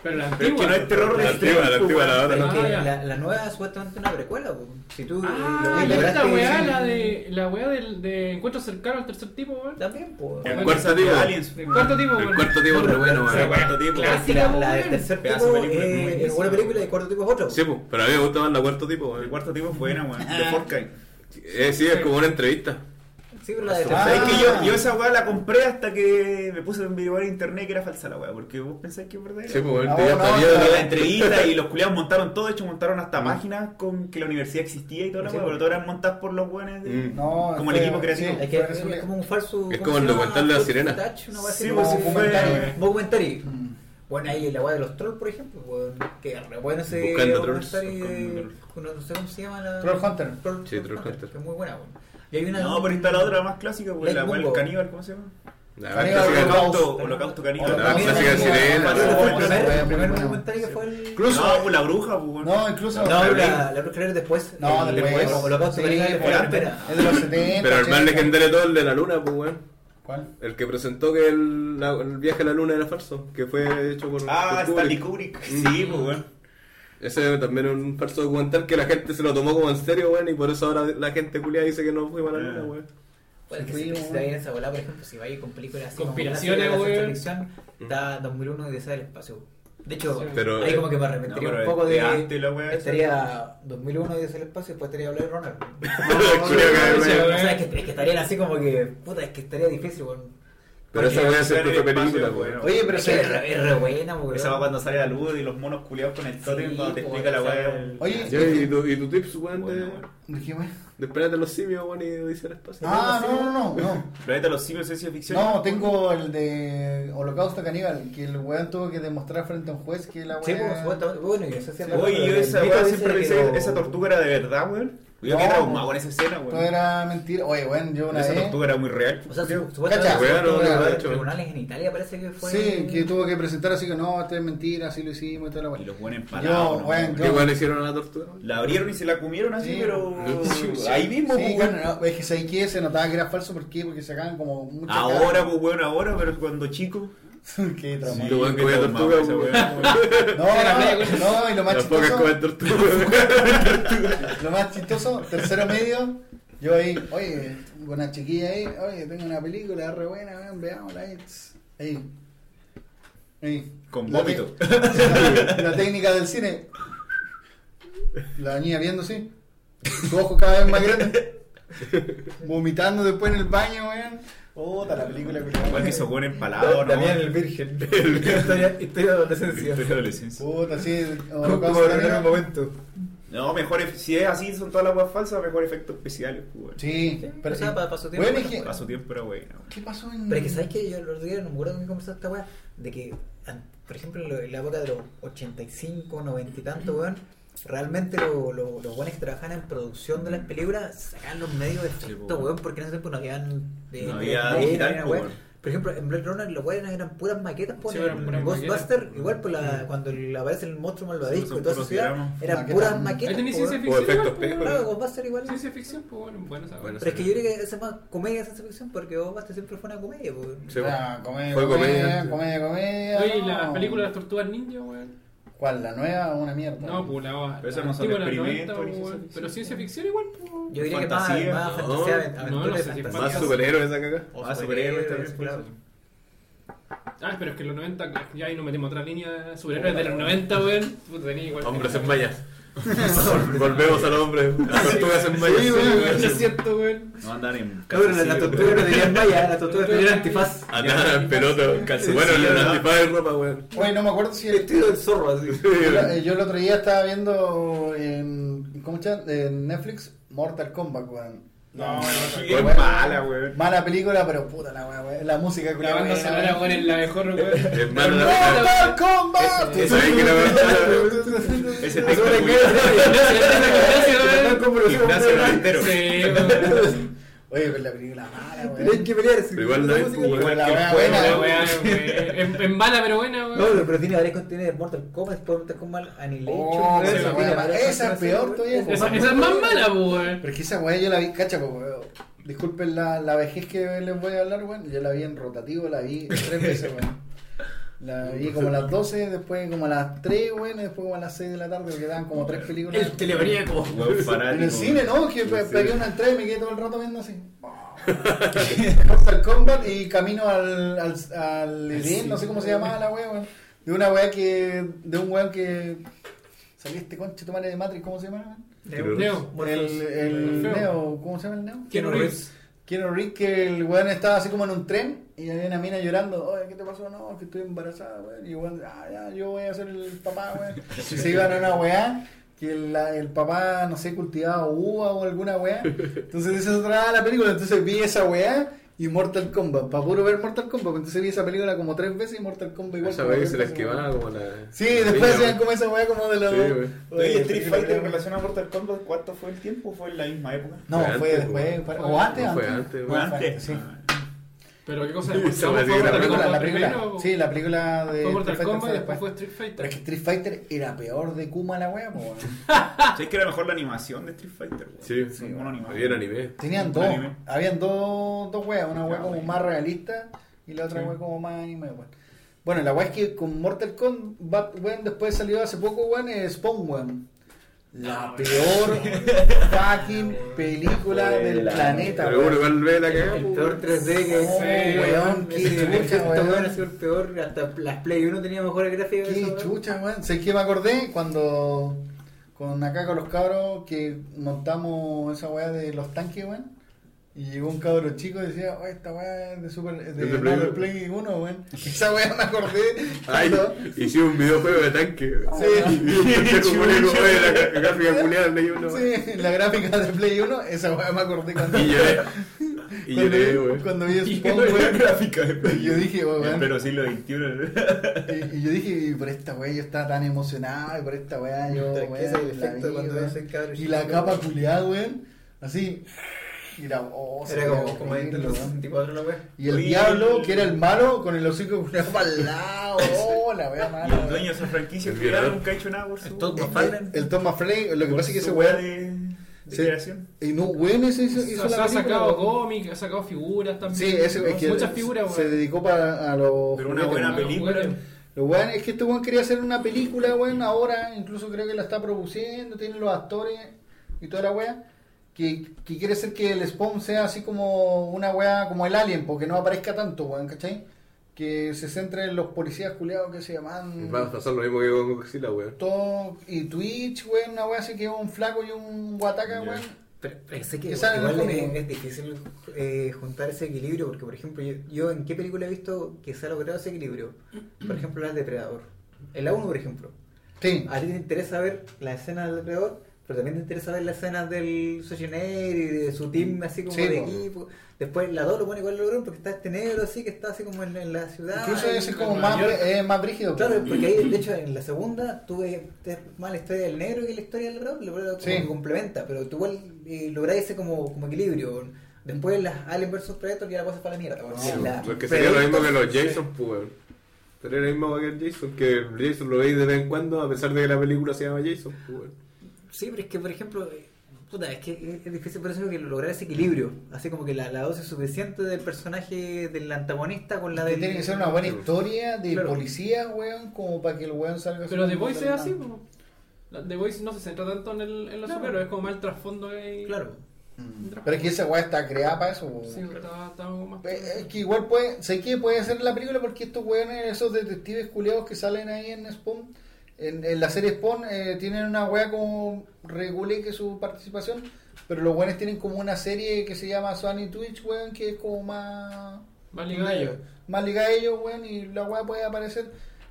Pero la
Pero es
antigua.
que no es terror de
La antigua, la
Strain, pues,
antigua,
weón.
la otra.
Pero es
Ah,
que
ya.
la, la nueva es supuestamente una precuela, po. Si tú. eh,
Ah,
que
y esta
lograste-
weá, la de, la weá del, de encuentro cercano al tercer tipo, weón.
También, po.
El
Bueno,
cuarto tipo.
Aliens.
Del cuarto tipo,
El
weón.
cuarto tipo es re bueno,
O sea,
güey.
cuarto tipo.
Claro.
La,
Clásica,
la del
weón.
tercer
Pedazo de
tipo
película, muy
eh, es
buenísima.
buena película y el cuarto tipo es otro.
Sí, pues, pero a mí me gusta más la cuarto tipo,
El
güey.
cuarto tipo es buena,
*laughs*
weón. The Fourth Kind.
Eh, sí, es como una entrevista.
Sí, pero la de
Ah.
¿Sabes
tercer
que yo, yo esa weá la compré hasta que me puse a averiguar en internet que era falsa la weá? Porque vos pensáis que es verdadera.
Sí, pues,
No,
güey, te
no,
ya
no,
Pero la
sabía.
entrevista y los culiados montaron todo, de hecho montaron
Mm.
hasta páginas con que la universidad existía y todo la
Sí,
weá, pero
sí.
todo eran montadas por los weones de-
Mm.
No,
Como el
fue-
equipo creativo.
sí,
Es que
fue
es,
resumido.
como un falso. ¿cómo se
Es como el
llama?
documental de la sirena.
Touch, una weá así
Sí,
como-
pues sí,
documentario.
fue.
Documentary.
Mm.
Bueno, ahí la weá de los trolls, por ejemplo, weón, que es re bueno ese
Buscando
documental
trolls,
y,
buscando
eh, con- no sé cómo se llama la...
Troll Hunter.
Troll-
Sí, Troll Hunter.
Que es muy buena, weón. Y hay una...
No, pero está la otra más clásica, weón, la
Lake
weá del
Bungo.
caníbal, ¿cómo se llama?
*laughs* Ah, La
Arriba,
clásica- Ah,
güey.
Holocausto,
Holocausto.
holocausto
La
caníbal.
También
clásica
hay una-
sirena, Oh,
Ese fue el
weón.
primer-
Esa
el primer
weá,
documental que fue el...
Incluso-
No, pues la bruja, pues, weón.
No, incluso.
No, la,
la-
la, Bruja Escalera es después. Eh,
No,
el,
después.
El holocausto
Sí,
Caníbal fue
por
la
antes.
primera.
Es de los 70.
Pero el más
80.
legendario de todo el de la luna, pues, güey.
¿Cuál?
El que presentó que el, la- el viaje a la luna era falso, que fue hecho por.
Ah,
por Kubrick.
Stanley Kubrick.
Mm.
Sí, pues, weón.
Ese también es un falso documental que la gente se lo tomó como en serio, weón, y por eso ahora la gente culia dice que no fue a la luna,
Ah.
weón.
Bueno, que
Sí,
si,
weón.
si te vayan esa bola, por ejemplo, si vais con películas así como
Conspiraciones,
clásicas de la
weón.
ciencia ficción, está 2001 y Odisea del Espacio. De hecho,
Sí.
Pero-
ahí como que me arrepentiría
eh, No, pero
un poco
de
de...
antes la weá esa.
estaría 2001 y Odisea del Espacio y después estaría Blade
*laughs*
Runner.
*laughs* Culiao que-
sí,
O
weón.
sea, es que, es que estarían así como que... Puta, es que estaría difícil, weón.
Pero esa weá se escucha película,
bueno.
weón.
Oye, pero
Es que
se...
es re- es re buena, weón.
Esa va cuando sale la luz y los monos culiados con el tótem
Sí, pues,
cuando te
po,
explica la
esa
weá.
weá.
Oye,
Ya, ¿Y tu, y tu tips, weón, de,
Bueno, bueno.
¿de qué weón?
de Planeta de los simios, weón, y de Odisea del Espacio?
Ah, no, no, no, no.
Planeta de los simios es ciencia ficción.
No, tengo el de Holocausto Caníbal, que el weón tuvo que demostrar frente a un juez que la
Sí, pues,
weá-
supuestamente. Bueno, y eso sí es la
Oye, yo
pero
esa
el mito
weá
dice
siempre
que
pensé,
lo-
esa tortuga era de verdad, weón. Yo
No,
quedé
weón.
traumado con esa escena,
Todo
weón.
era mentira. Oye, weón, yo una
Esa
vez.
tortuga era muy real. pues,
O sea, su-
Cacha,
supuestamente los
weón, no, no,
tribunales-
de hecho.
tribunales en Italia parece que fue.
Sí, que tuvo que presentar así que no, esto es mentira, así lo hicimos y toda la
Y
weá.
los buenos
Yo,
empalados. ¿no?
weón,
¿Qué weón le hicieron a la tortuga?
La abrieron y se la comieron así,
Sí.
pero. Ahí mismo,
Sí,
pues, weón.
bueno, no, es que sabéis que se notaba que era falso, ¿por qué? Porque sacaban como muchas
Ahora, pues, weón, ahora, pero cuando chico.
caras. *laughs* qué trauma.
Sí, weón,
qué
comía
traumado
tortuga,
esa
weón.
weá, weón.
No, no, no, y lo más
Las pocas
chistoso.
comen tortuga, weón.
Lo más chistoso, tercero medio, yo ahí, oye, con una chiquilla ahí, oye, tengo una película re buena, vean, veámosla ahí. tss, Ahí. Ahí.
Con
La
vómito.
te- *laughs* La, técnica del cine. La niña viendo así. Su ojo cada vez más grande. Vomitando después en el baño, weón. Puta *laughs* la película culiao.
Igual que esos buenos empalados, ¿no?
Damián
*laughs*
el Virgen. historia, historia de adolescencia.
Estoy de adolescencia.
Puta, sí.
Como como
holocausto
en
también.
un momento.
No, mejor ef- si es así, son todas las weas falsas, mejor efectos especiales, pues, weón.
Sí, pero
o sea,
sí.
pa- pa su tiempo,
Bueno, es
bueno,
que-
Paso tiempo era bueno.
¿Qué pasó en.?
Pero es que sabes que yo el otro día no me acuerdo con quién conversaba esta weá, de que, an- por ejemplo, en lo- en la época de los 85, 90 y tanto, weón, realmente lo- lo- los buenos que trabajaban en producción de las películas sacaban los medios de efecto,
po.
weón, porque en ese tiempo no habían. eh,
No había
Blu-ray,
digital,
no había
po,
weá.
weón.
Por ejemplo, en Blade Runner los weones eran puras maquetas, po,
Sí,
en
eran puras
Ghostbuster,
maquetas.
igual pues la, cuando le aparece el monstruo
Sí,
malvadisco
son
y toda esa
puros
ciudad,
diagramas.
eran
Maquetas.
puras
Ahí
maquetas.
tenés
po,
ciencia
weón.
O
ficción.
efectos
pues,
espejos.
Claro,
weón.
Ghostbuster igual.
Ciencia ficción, pues, bueno, bueno, esa
Bueno,
Pero es que yo creo que esa es más comedia ciencia ficción porque Ghostbuster siempre fue una comedia, po, weón.
Sí, weón.
Ah, comedia,
Fue
comedia,
comedia.
comedia, comedia.
Oye, ¿y
no.
la película de las tortugas ninja, weón.
¿Cuál? ¿La nueva o una mierda?
No, pues la va.
Pero esas no son experimentos ni ciencia ficción.
pues, Pero ciencia ficción igual, pues.
Yo diría que
Fantasía,
más, más
¿no?
fantasía,
No,
aventura,
no sé si
fantasía.
fantasía.
*laughs* Más superhéroes esa caca.
O
Ah, superhéroes
superhéroes,
también, claro.
Ah, pero es que en los 90, ya ahí nos metemos otra línea. Superhéroes de los 90, weón. Puta, tenía igual.
Hombres en vallas. Volvemos al hombre. Las tortugas en vallas.
Sí, weón.
No es cierto, weón.
No andan en
No, pero la, la tortuga no tenía malla, la tortuga tenía antifaz.
Andaban en pelota, calcetines,
Bueno,
bueno,
¿no?
antifaz y ropa, weón.
Oye, no me acuerdo si.
Este,
Vestido del zorro, así.
Yo, la- eh, yo el otro día estaba viendo en. ¿Cómo se llama? En Netflix Mortal Kombat, weón.
No,
Es mala, weón.
Mala película, pero puta la weá, weón. La música,
La banda
weón.
sonora, weón, es la mejor, weón.
Es más, la-
¡Mortal Kombat!
Ese-
¿Sabes que la verdad?
*laughs*
Ese texto es muy Ignacio Rentero.
Sí, weón.
Oye, pero la película mala,
Tenían
weón.
que pelear. sí.
Pero igual la ves,
Pero
weón.
la
que el
weá buena,
juego,
Buena, weón, weón. Es- Es mala, pero buena,
No,
weón.
pero, pero tiene varias contiene Mortal Kombat, después Mortal Kombat Annihilation.
Oh,
weón,
esa
tiene
weá,
varias
esa es
cosas
peor
así,
todavía.
weón.
Esa esa es más mala, pues, weón.
Pero es que esa weá yo la vi, cacha, po, weón. Disculpen la, la vejez que les voy a hablar, weón. Yo la vi en rotativo, la vi tres veces, weón. *laughs* La vi como a las 12, después como a las 3, weón, y después como a las 6 de la tarde, porque daban como tres películas.
telebriego.
Weón
En
fanático.
el cine, ¿no? Que pe-
sí.
pegué una entrada y me quedé todo el rato viendo así. *laughs* Mortal Kombat y camino al, al, al Edén, no sé cómo se llamaba la wea, weón. De una wea que. De un weón que. Salía este conche tu madre de Matrix, ¿cómo se llama?
Neo.
weón? El, el
Morpheus.
Neo, ¿cómo se llama el Neo?
Keanu Reeves.
Quiero Rick que el weón estaba así como en un tren y había una mina llorando, oye, ¿qué te pasó? No, que estoy embarazada, weón. Y el weón, ah, ya, yo voy a ser el papá,
*laughs*
weón. Y se iban a una weá que la- el papá, no sé, cultivaba uva o alguna weá. Entonces de eso trataba la película. Entonces vi esa weá y Mortal Kombat. Para puro ver Mortal Kombat. Entonces vi esa película como tres veces y Mortal Kombat igual.
Esa
como
weá que
tres
se la
veces, weón.
esquivaba como la.
Sí,
la
después
niña,
hacían como esa weá como de los...
Sí, weón.
Oye, Street Fighter en relación a Mortal Kombat, ¿cuánto fue el tiempo? ¿Fue en la misma época?
No,
Fue
fue
antes,
después.
weón.
fue- O antes,
No, fue
antes.
antes,
¿Fue
weón.
antes? Ah,
Sí.
Pero qué cosa
Esa
¿Fue- fue
weá sí que
Mortal
La
era
Kombat
película, la película.
primero?
Sí, la película de
Fue
Street
Mortal
Fighter
Kombat
fue
y después
después.
fue Street Fighter.
Pero es que Street Fighter era peor de Kuma la wea, po, weón.
¿Sabes Ah. que era mejor la animación de Street Fighter? weón?
Sí,
Son monos animados.
había un anime.
Tenían
Un
dos,
anime.
habían dos, dos weas, una wea
Ah,
como
bueno.
más realista y la otra
Sí.
wea como más anime, weón. Bueno, la wea es que con Mortal Kombat, weón, después salió hace poco, weón, eh, Spawn, weón. La peor fucking película
Fue
del
la-
planeta,
Pero uno
weón.
igual ve la
El
cagada.
peor 3D que
Oh, weón, qué
Ese
chucha,
efecto,
weón.
ha sido el peor. Hasta las Play 1 tenía mejores gráficas.
Qué chucha, weón. Sé que me acordé cuando con acá con los cabros que montamos esa weá de los tanques, weón. Y llegó un cabro chico y decía, oh, esta weá es de Super de,
de Play
Mario
uno".
Play 1, weón. *laughs* Esa weá me acordé. *laughs*
Ay,
cuando-
hicimos un videojuego de tanque.
Sí. *laughs*
*laughs* Y empecé como
Chucha.
loco, "Oye, la gra- gráfica culiada, leí uno.
Sí, la gráfica de Play 1, esa weá me acordé cuando.
Y lloré.
cuando, vi-
Y lloré, güey.
cuando
*laughs*
vi
Y
Spawn,
la
weón.
gráfica de Play.
Y yo dije, oh,
En
weón.
pleno siglo XXI.
Y, y yo dije, y por esta weá yo estaba tan emocionado, y por esta weá yo,
Puta, es que
weón,
ese es el
la
efecto
vi,
cuando
weón.
ves el cabro
Y la
chico.
capa culiada, weón. Así. Y la, oh, se
Era
veía
como, como
horrible,
Nintendo
weón.
64 la wea.
Y el
Oye,
diablo,
el-
que era el malo, con el hocico culiado *laughs* para el lado. Oh, la wea
Y
mala.
el dueño
weón.
de esa franquicia
El
que ya
violador.
nunca ha hecho nada por su.
El Todd
por
McFarlane.
El Tom McFly, lo que pasa es que
su
ese
weá
weón.
de. de
Sí.
creación.
Y no, weón, ese hizo, hizo
O sea,
la
ha
película,
sacado
weón.
cómics, ha sacado figuras también.
Sí, ese es que
Muchas figuras,
se
weón.
dedicó para a los
Pero una
juguetes,
buena
weón.
Los
película.
juguetes.
Lo bueno es que este weón quería hacer una película, weón, ahora incluso creo que la está produciendo, tiene los actores y toda la weá. Que, que quiere hacer que el Spawn sea así como una weá, como el Alien, porque no aparezca tanto, weón, ¿cachai? Que se centre en los policías culiados que se llaman...
Va a pasar lo mismo que con Godzilla, weón.
Todo, y Twitch, weón, una weá así que es un flaco y un guataca,
Ya.
weón.
Pero, pero sé que
Que salen
igual
como-
es, es difícil eh, juntar ese equilibrio, porque por ejemplo, yo, yo en qué película he visto que se ha logrado ese equilibrio. Por ejemplo, las de Predador. En la 1, por ejemplo.
Sí.
A ti te interesa ver la escena del Depredador, pero también te interesa ver la escena del Sojourner y de su team así como
Sí,
de
po.
equipo. Después la 2 lo pone igual logrón porque está este negro así que está así como en, en la ciudad.
Incluso
y-
ese es como
en
más,
Nueva York.
eh, más brígido.
Claro,
weón.
porque ahí, de hecho, en la segunda tuve más la historia del negro que la historia del rock, lo cual como
Sí.
que complementa, pero tú igual eh, lográs ese como, como equilibrio. Después las Alien vs Predator ya la cosa para la mierda. bueno, la-
Porque sería lo mismo que los Jason, pues, weón. Sería lo mismo que el Jason, que el Jason lo veis de vez en cuando, a pesar de que la película se llama Jason, pues, weón.
Sí, pero es que, por ejemplo, eh, puta, es que es- es difícil por eso que lograr ese equilibrio. Así como que la, la dosis suficiente del personaje del antagonista con la
Que
del.
tiene que ser una buena historia de
Claro.
policía, weón, como para que el weón salga
Pero
así
The
como
Voice es
tal,
así,
tal.
po. La- The Voice no se centra tanto en, el, en los superhéroes, es como más el trasfondo que hay.
Claro.
Pero es que esa weá está creada para eso, weón.
Sí, está, está un poco más.
Eh, Es que igual puede, sé que puede ser la película porque estos weones, esos detectives culiados que salen ahí en Spawn, en, en la serie Spawn, eh, tienen una weá como regule que su participación, pero los weones tienen como una serie que se llama Sony Twitch, weón, que es como más... eh,
Más ligada a ellos.
Más ligada a ellos, weón, y la weá puede aparecer.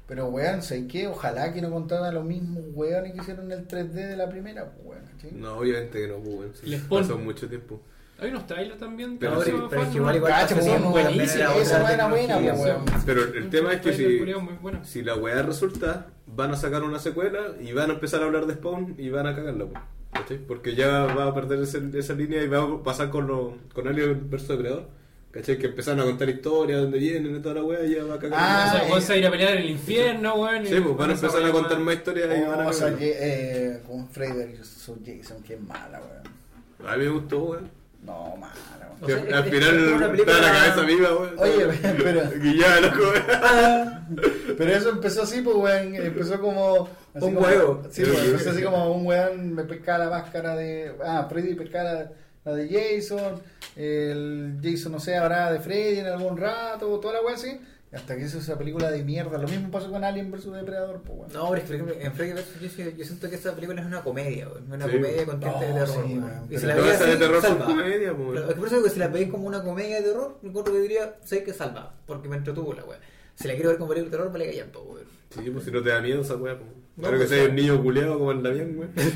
Pero weón, sé que ojalá que no contaran los mismos weones que hicieron el 3D de la primera, pues, weón, ¿cachai?
No, obviamente que no, pues, weón.
Les
Sí,
pon-
pasó mucho tiempo.
Hay unos trailers también.
Pero
que
sí,
se me
pero es que
fueron,
igual,
¿no?
igual
Cacha,
pasó
weón,
tiempo,
buenísimo,
también era
esa
otra
weá era buena,
tecnología,
po,
sí.
weón.
Pero el tema es que
Trailer
si,
culiao muy bueno.
si la weá resulta, van a sacar una secuela y van a empezar a hablar de Spawn y van a cagarla, pues. ¿Cachai? Porque ya va a perder ese- esa línea y va a pasar con, lo, con Alien vs. Depredador. ¿Cachai? Que empezaron a contar historias, dónde vienen y toda la weá y ya va a cagar.
Ah,
O sea,
eh.
vos vas a ir a pelear en el infierno, weón. y-
Sí, pues van a empezar a contar más historias y van a
Oh, Saw
cagarla.
Ja- eh, con Frederick Saw Jason, que es mala, weón.
A mí me gustó, weón.
No, mala,
*laughs*
weón.
O sea,
Que
es-
al
es como una
final
película-
estaba la cabeza viva, weón.
Oye, *laughs* pero-
Guillada, loco, weón.
Pero eso empezó así, pues, weón. Empezó como. así
Un
como-
huevo.
Sí, pues, empezó así como un weón me pescaba la máscara de. Ah, Freddy pescaba la, la de Jason. El Jason, no sé, habrá de Freddy en algún rato, toda la weá así. Hasta que hizo esa película de mierda. Lo mismo pasó con Alien vs Depredador, pues, weón.
No, pero es que por ejemplo, en Freddy vs. Jason yo siento que esa película es una comedia, weón, una
Sí.
comedia con tinta de
No,
terror.
sí,
weón.
weón,
Y si
pero
la
Todas
veis
esas de
así,
terror son
salva.
comedia, pues,
Pero es que por eso digo que si la veis como una comedia de terror, me encuentro que diría, sé que salva, porque me entretuvo la weá. Si la quiero ver como película de terror, vale callampa, weón.
Sí, pues si no te da miedo esa weá, pues.
No,
Claro que
pues,
seas
sí.
un niño culeado como el Damián,
*laughs*
weón.
Lo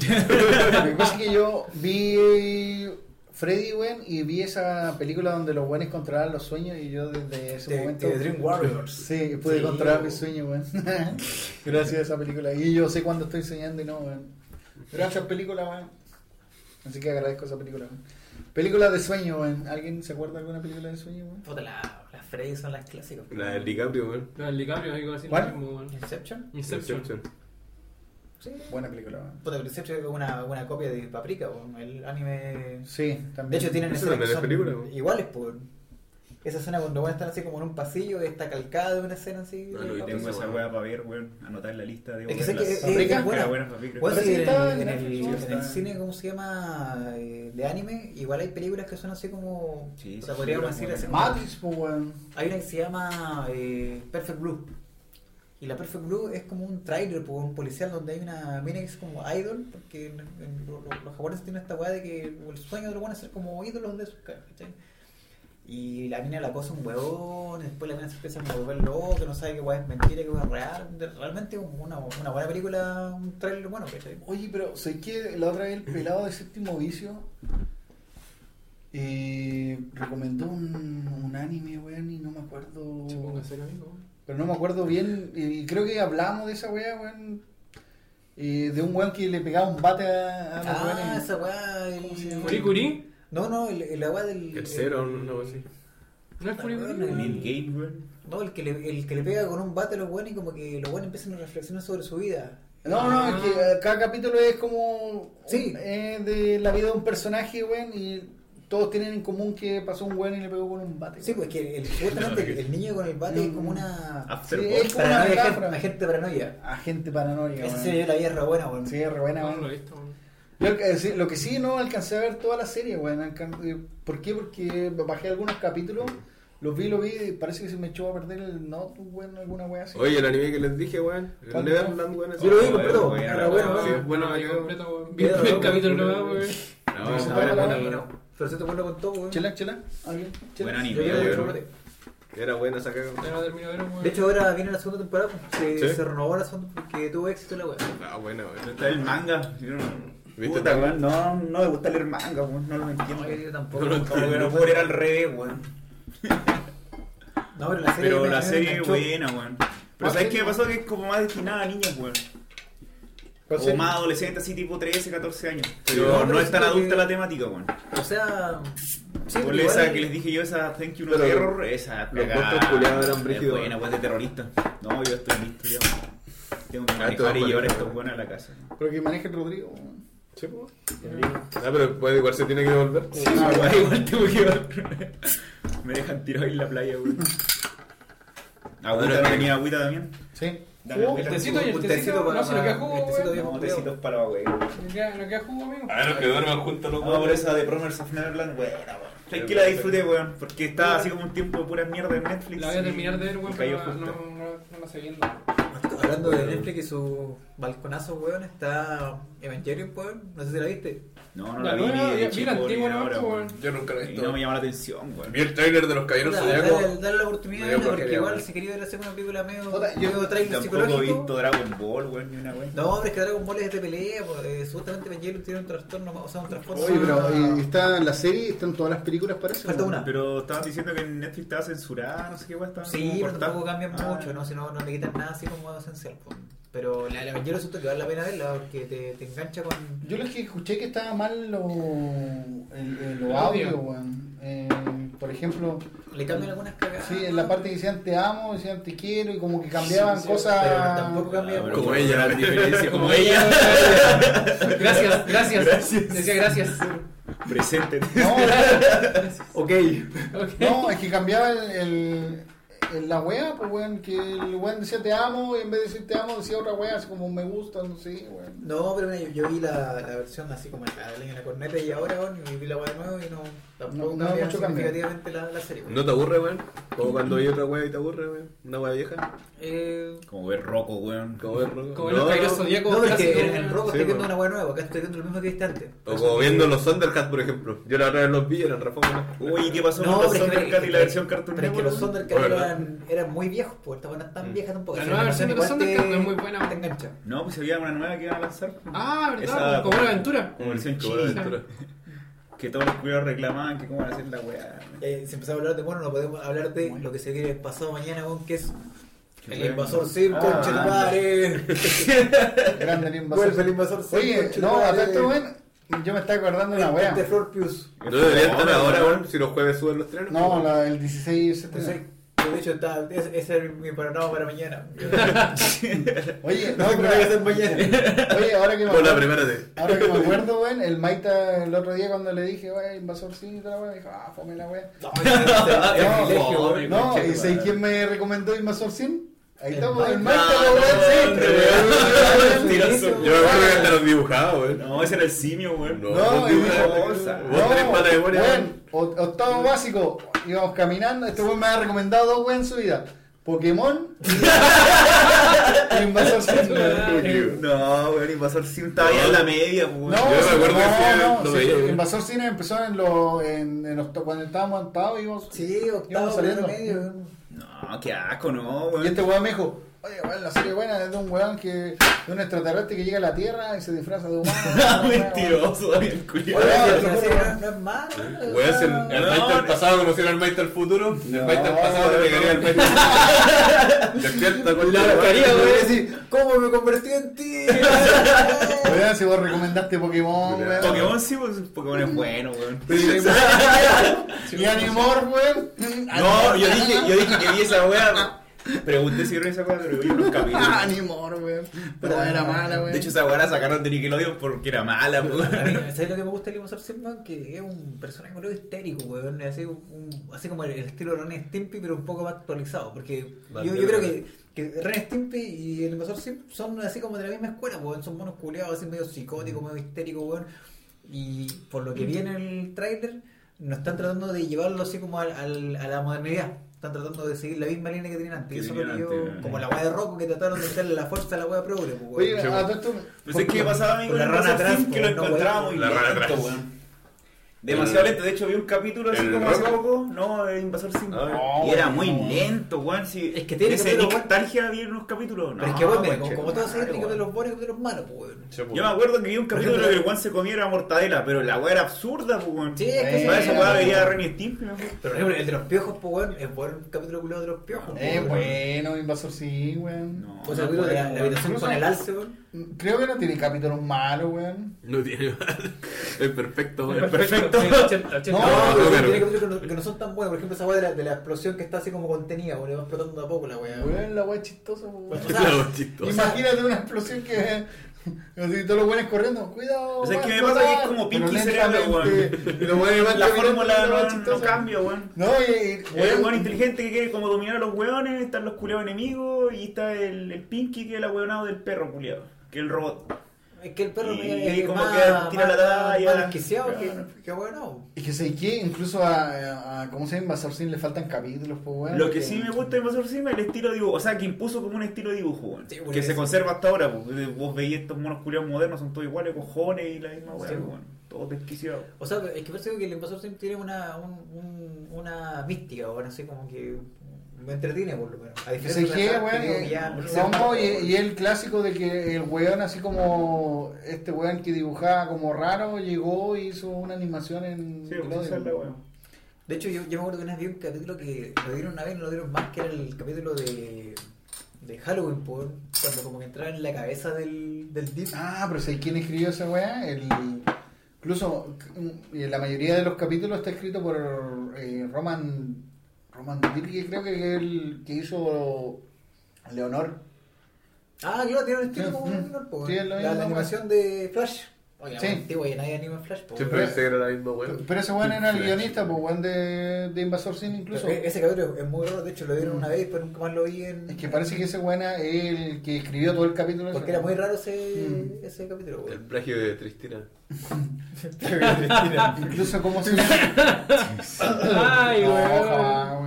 que pasa es que yo vi Freddy, weón, y vi esa película donde los weones controlaban los sueños y yo desde ese
De-
momento...
de Dream Warriors.
Sí, pude
Sí,
controlar
weón.
mis sueños, weón. *laughs* Gracias a esa película. Y yo sé cuándo estoy soñando y no, weón. Gracias, película, weón. Así que agradezco esa película, weón. Película de sueño, weón. ¿Alguien se acuerda de alguna película de sueño, weón?
Puta, la- las Freddy son las clásicas.
La del DiCaprio, weón.
No, el DiCaprio, digo así.
¿Cuál?
mismo, weón.
Inception.
Inception.
Sí.
Buena película, weón.
Puta, pero Inception es una, una copia de Paprika, weón, el anime.
Sí,
De
también.
hecho, tienen
Esa
escenas
también
que
es
son
película, weón.
iguales, pues. Esa escena cuando van a estar así como en un pasillo, está calcada de una escena así.
No,
de
no, y
Paprika.
tengo
Tengo
esa
esa
weá
weá para ver, weón. Anotar en la lista de
Es que sé que es,
Las
es,
paprikas,
buena.
buena.
Bueno,
Parece
sí,
que
en,
estaba
en
en
el,
Netflix,
en
¿no?
el cine, ¿cómo se llama? Eh, De anime, igual hay películas que son así como.
Sí,
o sea,
sí,
podríamos
sí,
decir así
bueno.
como-
Matrix, pues, weón.
Hay una que se llama eh, Perfect Blue. Y la Perfect Blue es como un trailer, po, un policial donde hay una mina que es como idol, porque en- en- lo- lo- los japoneses tienen esta weá de que el sueño de lo van a ser como ídolos de sus caras, ¿cachai? Y la mina la acosa un huevón, después la mina se empieza a volver loca, no sabe qué weá es mentira, qué weá es real. De- Realmente una, una buena película, un trailer bueno, ¿cachai?
Oye, pero sé que la otra vez el pelado de séptimo vicio eh, recomendó un, un anime, weón, y no me acuerdo.
Se ponga serio, amigo.
Pero no me acuerdo bien, eh, y creo que hablamos de esa weá, weón. eh, de un weón que le pegaba un bate a, a los
Ah,
weones.
esa weá. el-
¿Cómo se llama?
¿Furikuri?
No, no, el, el agua del.
El cero, una cosa así.
¿No es Furikuri?
Bueno,
weón?
Neil Gaiman, weón.
No, el que, le, el que le pega con un bate a los buenos y como que los buenos empiezan a reflexionar sobre su vida.
No, no, es que eh, cada capítulo es como.
Ah. Sí.
eh, de la vida de un personaje, weón, y todos tienen en común que pasó un weón y le pegó con un bate.
Sí, pues que el, supuestamente el, el niño con el bate es como una.
After
Sí,
Boy.
es como una
Paranoia,
metáfora.
gente, gente paranoia.
Agente paranoia,
Esa
weón.
serie yo la vi es re buena, weón.
Sí, re buena,
No,
weón.
no lo he visto. weón.
Yo, eh, sí, lo que sí no alcancé a ver toda la serie, weón. Alcan- eh, ¿Por qué? Porque bajé algunos capítulos, los vi, los vi, y parece que se me echó a perder el not, weón, alguna weá así.
Oye, el anime que les dije, weón. El
¿Cuál?
Neverland, weón.
Yo lo vi
ese-
completo.
Bueno,
Era bueno,
Sí,
weón.
es bueno,
No,
yo-
completo, weón. Vi el
Era
primer
bueno,
capítulo
bueno,
nuevo,
bueno.
weón.
No,
Sí,
es
sí.
bueno,
Era
bueno,
bueno.
bueno.
Pero se te acuerdas con todo, weón.
Chela, chela, alguien. Chela.
Buen anime,
Yo vi el
weón.
chocolate.
Era buena esa caga.
Ya no termino de ver, weón.
De hecho, ahora viene la segunda temporada, pues, se,
Sí.
se renovó la segunda porque tuvo éxito la weá.
Ah, buena,
¿Dónde
weón.
Está el manga. Yo no-
¿Viste
Puta,
el manga?
weón, No, no me gusta leer manga, weón. No lo entiendo.
No, yo tampoco.
No lo entiendo. Como que no puedo leer al revés, weón.
No, pero la serie.
Pero
me-
la
me
serie es
enganchó.
buena, weón. Pero
Más
¿sabes
que-
qué me pasó? Que es como más destinada a niñas, weón. O más adolescente, así tipo 13, 14 años.
No,
Pero
pero
no es tan
siento
adulta
que-
la temática, weón.
O sea. Sí,
Por
pero
esa
igual-
que les dije yo, esa Thank You No
Pero-
Terror, esa
los
cagada,
monstruos culiados eran
es
brígidos.
Buena, weón, de terrorista. No, yo estoy listo, ya. Tengo que
Ah, te vas
manejar
a
y llevar
manejar.
estos buenos a la casa.
Pero que maneje el Rodrigo, weón.
Sí, pues. Ah, pero pues, igual se tiene que devolver.
Ah, weón, igual tengo que llevar. *laughs* Me dejan tirado ahí en la playa, weón. Agüita,
Ahora
¿no
que-
tenía agüita también?
Sí.
Dame
Oh,
agüita.
el tecito y el
Un
tecito.
para-
No, si no queda
el
jugo,
tecito
weón.
viejo.
No, tecitos para la
No
weón.
queda- No queda jugo, amigo.
A ver, los que duerman juntos los
No, por esa de Promers of Neverland, buena, weón. Es que la disfruté, weón, porque estaba así como un tiempo de pura mierda en Netflix.
La voy a
y
terminar de ver,
me
weón,
cayó
pero no,
justo.
no, no, no la sé viendo.
Hablando de Netflix y su balconazo, weón, está Evangelion, weón. No sé si la viste.
No, no
La
la vi
nueva,
ni
vi-
de
vi la
chico ni
antigua
de
nomás,
ahora,
weón.
weón.
Yo nunca lo he
Y
visto.
no me llamó la atención, weón.
Vi el trailer de los Caballeros
Puta,
Zodiaco.
Dale, dale la
Me dio
oportunidad, porque
flojera,
igual
weón.
si quería ver hacer una película medio,
Puta, yo
medio trailer
Tampoco he visto
psicológico.
Dragon Ball, weón, ni una weón.
No, hombre, es que Dragon Ball es de pelea, pues, eh, supuestamente Evangelion tiene un trastorno, o sea, un trastorno.
Oye, pero eh, está en la serie, están todas las películas, parece.
Falta
weón.
una.
Pero estaban diciendo que en Netflix estaba censurada, no sé qué weón. estaban
Sí,
como
pero
cortadas.
tampoco cambian
Ah.
mucho, ¿no? Si no, no le quitan nada así como esencial, pues. Pero la de Evangelion siento que vale la pena verla, porque te, te engancha con...
Yo los que escuché que estaba mal lo, el, el- lo
El audio.
audio, weón. Eh, por ejemplo,
Le cambian algunas cagadas.
sí, en la parte que decían te amo, decían te quiero y como que cambiaban
Sí, sí,
cosas.
Pero tampoco
Ah,
cambian
pero
mucho.
Como ella, la diferencia.
Como ella. Gracias, gracias.
Gracias.
Decía gracias.
Presente.
No,
ok.
no, es que cambiaba el, el- el- la wea, pues weón, que el weón decía te amo y en vez de decir te amo decía otra wea, así como me gusta, no sé, weón.
No, pero mira, yo, yo vi la, la versión así como en la, en la corneta y ahora, bueno, y vi la weá de nuevo y no, tampoco
No, no
cambia
mucho cambio.
significativamente la, la serie. weón.
¿No te aburre, weón? Como cuando hay otra weá y te aburre, weón. Una weá vieja.
Eh,
Como ver Rocco, weón.
Como ver, loco.
Como
No,
los Caballeros
no.
Zodíaco.
no, pero es
clásico,
que en,
weón.
en Robo
Sí,
estoy viendo
weón.
una weá nueva, acá estoy viendo lo mismo que viste antes.
O como viendo los Thundercats, por ejemplo. Yo la otra vez los vi, eran Rafa.
Uy, ¿y ¿qué pasó
No,
con los
pero es que-
Thundercats y la versión Cartoon
Pero es que
Network,
los
weón?
Thundercats
Bueno,
eran, eran muy viejos, pues esta buena tan
Mm.
vieja tampoco.
La
Esa
nueva versión de los
igual te-
Thundercats es muy buena, weón.
Te engancha.
No, pues había una nueva que iban a lanzar.
Ah,
Esa-
¿verdad? Como una aventura.
Como versión
Como la
china.
aventura.
Que todos los culeros reclamaban que cómo van a hacer la weá.
Eh, si empezamos a hablar de mono, no podemos hablar de lo que se viene pasado mañana, weón, que es
Qué
el
weón.
invasor Sim,
Ah,
concha tu
anda.
madre.
Grande el invasor.
Vuelve el invasor Sim.
Oye,
concha tu
no, acá
madre.
este weón, yo me estaba acordando de una wea.
De Flor Pius.
No debería estar ahora, weón, si los jueves suben los trenes.
No, la, el 16 se
No sé,
estrena.
de hecho, está, es- ese es mi panorama
*laughs*
para mañana.
Oye,
No,
no,
pero hay que hacer
pero-
mañana.
oye, ahora que me
Hola,
acuerdo,
prepárate.
ahora que me acuerdo, weón, el Maita el otro día cuando le dije, weón, invasor sí, y toda la weá, dijo, ah, fome la weá.
No,
No,
concha
¿y
tu
sabes
madre.
quién me recomendó Invasor 100? Ahí
El
estamos, el
Maita.
Maita, la weá, siempre, weón.
Yo me acuerdo que hasta los dibujaba, weón.
No, ese era el simio, weón.
No, y dijo,
dibujaba. Vos tenés mala
no,
memoria,
weón, o- octavo básico, íbamos caminando, este weón me ha recomendado dos weón en su vida. Pokémon
*laughs*
y *laughs* Invasor Sim. weón.
No, weón, Invasor Sim estaba ya en la media,
No,
weón.
no,
Yo me acuerdo que
no,
lo
sí,
veía, weón.
Invasor Sim empezó en los en, en octo- cuando estábamos montados y vos.
Sí,
Íbamos
octavo,
saliendo.
primero medio.
No, qué asco, no,
Y
weón.
este weón me dijo, oye weón, la serie buena es de un weón que. de un extraterrestre que llega a la Tierra y se disfraza de
*laughs*
*laughs*
humano.
Mentiroso, el culiado.
Weón,
Pero
te lo
si
juro,
no- no es malo, no
Weón,
es
si el,
malo.
el Maite del pasado conociera al Maite del futuro, el Maite del pasado
no,
le
no.
pegaría al Maite del futuro. Despierta con la
Quería, weón.
¿Cómo me convertí
*laughs*
en ti?
Weón, si vos recomendaste Pokémon,
Mira.
weón.
Pokémon sí, pues Pokémon es bueno, weón.
*laughs* Y Animor, *laughs* weón.
No, yo dije, yo dije que vi esa
*laughs*
weá. Pregunté si era esa weá, pero vi unos capítulos.
Animor, weón. Ah, Pero era mala, weón.
Ah, De hecho, esa weá la sacaron de Nickelodeon porque era mala,
A
weón.
mí, ¿Sabes lo que me gusta de Limosar Simpson? Que es un personaje medio histérico, weón. Así, un- así como el, el estilo Ren y Stimpy, pero un poco más actualizado. Porque yo, yo creo que, que Ren y Stimpy y el Invasor Sim son así como de la misma escuela, weón. Son monos culeados, así medio
Mm.
psicóticos, medio histéricos, weón. Y por lo que vi en el tráiler, nos están tratando de llevarlo así como al, al- a la modernidad. Están tratando de seguir la misma línea que tenían antes.
Que
Eso es lo que
tenían
yo,
antes, eh. ¿no?
como la weá de Rocco que trataron de meterle la fuerza a la weá progre, pues, weón.
Oye, ah, a todo esto.
Pues es que pasaba a mí con
Con la
el
rana
Pasar
atrás,
Film que
po,
lo
no,
encontraba muy
La rana
lento,
atrás.
weón. Demasiado
El-
lento, de hecho vi un capítulo así
el
como hace
rock.
poco, no, de Invasor Sim.
Ah,
y era muy lento, weón. Sí.
Es que tiene
Ese
que ver, weón.
nostalgia vi unos capítulos.
Pero
No,
es que, bueno,
weón,
como,
che,
como todos
madre,
se que de
weón.
los buenos y de los malos, pues, weón.
Yo me acuerdo que vi un capítulo en el que el weón se comiera mortadela, pero la weá era absurda, pues, weón.
Sí, es que
Para
sí.
esa weá veía a Renny Stimpy, ¿no?
Pero, por ejemplo, el de los piojos, pues, weón, es buen capítulo culiado de los piojos. po,
Eh,
weón.
bueno, Invasor sí, weón.
No.
O sea, el capítulo de la, la habitación
Incluso-
con el alce, weón.
Creo que no tiene capítulos malos, weón.
No tiene Es perfecto, weón.
Perfecto. sí, 80, 80.
No,
No,
pero-
pero tiene capítulos que no- que no son tan buenos. Por ejemplo, esa weá de la, de la explosión que está así como contenida, weón, le va explotando de a poco la weá. weón.
Weón, la weá es chistosa, weón.
Pues,
O sea,
Claro, chistoso.
Imagínate una explosión que. Así, todos los buenos corriendo, cuidado.
O sea, es
va
que
a
me pasa que es
explotar.
como
Pero
Pinky Cerebro,
lentamente.
weón.
Y los buenos van
La
caminando,
fórmula
la weá
no,
es
no
chistosa.
cambia, weón.
No, y. y-
Hay un weón inteligente que quiere como dominar a los weones, están los culeados enemigos y está el, el Pinky que es el ahueonado del perro culeado, que es el robot.
Es que el perro
Y-
me
y como
más-
que tira la
más-
talla.
Más desquiciado
Claro.
que, que bueno.
Y que sé que incluso a, a, a- ¿cómo se llama? Invasor Sim le faltan capítulos, pues
Ah,
weón.
Lo que sí me gusta de Invasor Sim es el estilo de dibujo, o sea, que impuso como un estilo de dibujo, weón,
Sí, weón,
que se
eso.
conserva hasta ahora. Vos, vos veis estos monos culeados modernos, son todos iguales, cojones y la misma weón,
Sí,
weón. Todos desquiciados.
O sea, es que parece que el invasor siempre tiene una, un, un- una mística, o no sé, como que me entretiene por lo menos. A
Que se
diferencia
que,
las
weón,
que digo
eh,
que ya no sé,
no,
como-
y, y el clásico de que el weón, así como este weón que dibujaba como raro, llegó y hizo una animación en.
Sí, pues esa es la weón.
De hecho, yo, yo me acuerdo que una vez vi un capítulo que lo dieron una vez, no lo dieron más, que era el capítulo de, de Halloween, por, cuando como que entraba en la cabeza del, del Deep.
Ah, pero sé quién escribió esa weá. El, incluso mm, la mayoría de los capítulos está escrito por eh, Roman. Roman Dilke, creo que es el que hizo Leonor.
Ah, claro, tiene un
Sí,
estilo como
mm.
un Igor, po,
Sí, es lo
la,
mismo,
la
weón.
animación de Flash. Oye,
Sí.
sí. antiguo, ya nadie anima Flash. po,
Siempre
weón.
pensé que era la misma weón.
Pero ese weón era el guionista, pues weón de, de Invasor Sin incluso.
Pero e- Ese capítulo es muy raro, de hecho lo dieron
Mm.
una vez, pero nunca más lo vi en...
Es que parece que ese weón era el que escribió todo el capítulo.
Porque era muy raro ese,
Mm.
ese capítulo,
El
weón.
plagio de Tristina.
Incluso como se.
Ay,
No,
weón.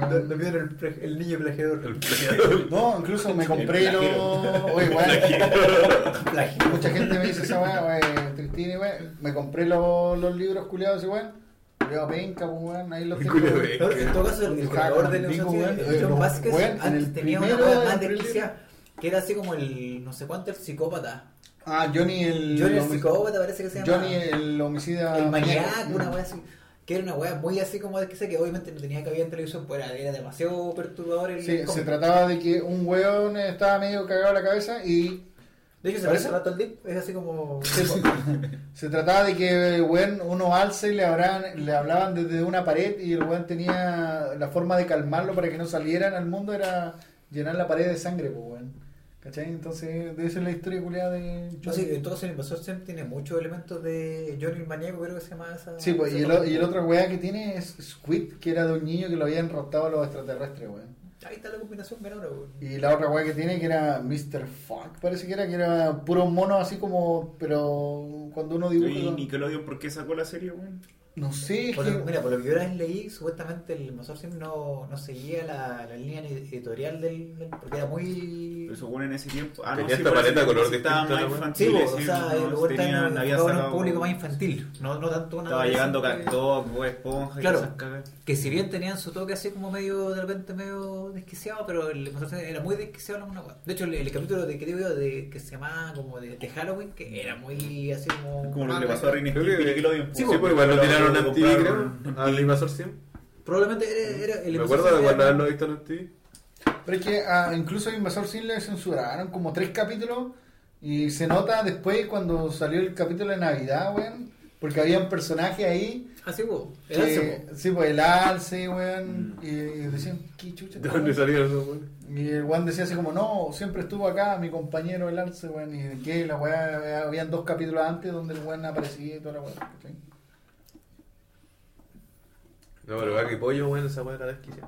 jamás, weón.
vieron el, pre- el niño plagiador.
El plagio.
No, incluso me compré los. Oye, weón.
plagio.
Mucha gente me dice esa weá, weón, Tristini, weón. Me compré los, los libros culiados ese weón. Culiado penca, pues, weón. Ahí los tengo.
Culiao
weón.
penca.
Pero en todo caso, el, el creador de León
Digo, weón,
Social,
eh,
John
los-
Vázquez,
weón, en
antes
el
tenía una
primero del
weá más
thriller.
desquiciada, que era así como el no sé cuánto, el psicópata.
Ah, Johnny el.
Johnny el
homic-
psicópata parece que se llama.
Johnny el homicida.
el maníaco,
maníaco.
una weá así. Que era una weá muy así como desquiciada, que obviamente no tenía cabida en televisión, pues era, era demasiado perturbador el
Sí, se
cómic.
trataba de que un weón estaba medio cagado en la cabeza y
De hecho, se
¿Parece?
parece rato al dip, es así como...
se trataba de que weón uno alce y le, hablaban, le hablaban desde una pared y el weón tenía la forma de calmarlo para que no salieran al mundo era llenar la pared de sangre, pues weón. ¿Cachai? Entonces, de esa es la historia culiada de
No sé, en todo caso, el invasor Sim tiene muchos elementos de Johnny el maníaco, creo que se llama esa...
Sí, pues,
esa
y el, o-
toma.
y el otro weá que tiene es Squid, que era de un niño que lo habían raptado a los extraterrestres, weón.
Ahí está la combinación menor, weón.
Y la otra weá que tiene que era Mr. Fuck, parece que era, que era puro mono así como, pero cuando uno dibuja...
Y Nickelodeon, ¿por qué sacó la serie, weón?
No sé, es
Por lo-
que...
mira, por lo que yo una vez leí, supuestamente el Masorcium no, no seguía la, la línea editorial del, del- porque era muy...
Pero supone en ese tiempo. Ah, no,
Tenía
sí,
esta
por ese
paleta de
tiempo
color
sí Estaba más
distinta, la wea.
infantil.
Sí, po,
sí,
o sea,
no,
el lugar está
tenían- había
enfocado en un
sacado-
público más infantil, no, no tanto una...
Estaba llegando
adolescente
Cactoc, Bob Esponja y
Claro.
esas cagas.
Que si bien tenían su toque así como medio, de repente medio desquiciado, pero el Masorcium era muy desquiciado en alguna cosa. De hecho, el, el capítulo de que digo yo, de, que se llamaba como de, de Halloween, que era muy así como...
Como lo que le pasó a
*laughs*
Rini
Creo
Skip y
que-
Nickelodeon.
Sí,
po.
pues igual lo tiraron a MTV,
compraron
creo.
MTV.
Al Invasor 100.
Probablemente era, era el
Me
Masorcium
acuerdo de
era-
cuando haberlo visto en MTV.
Pero es que ah, incluso a Invasor Sin le censuraron como tres capítulos y se nota después cuando salió el capítulo de Navidad, weón, porque había un personaje ahí
Así, po,
que,
era así, po.
sí, pues el alce, weón, y, y decían, ¿qué chucha?
¿De dónde salieron esos weones?
Y el weón decía así como, no, siempre estuvo acá mi compañero el alce, weón, y que la weá, habían dos capítulos antes donde el weón aparecía y toda la weá. ¿cachai?
No, pero va que pollo, weón, esa weá era desquicia,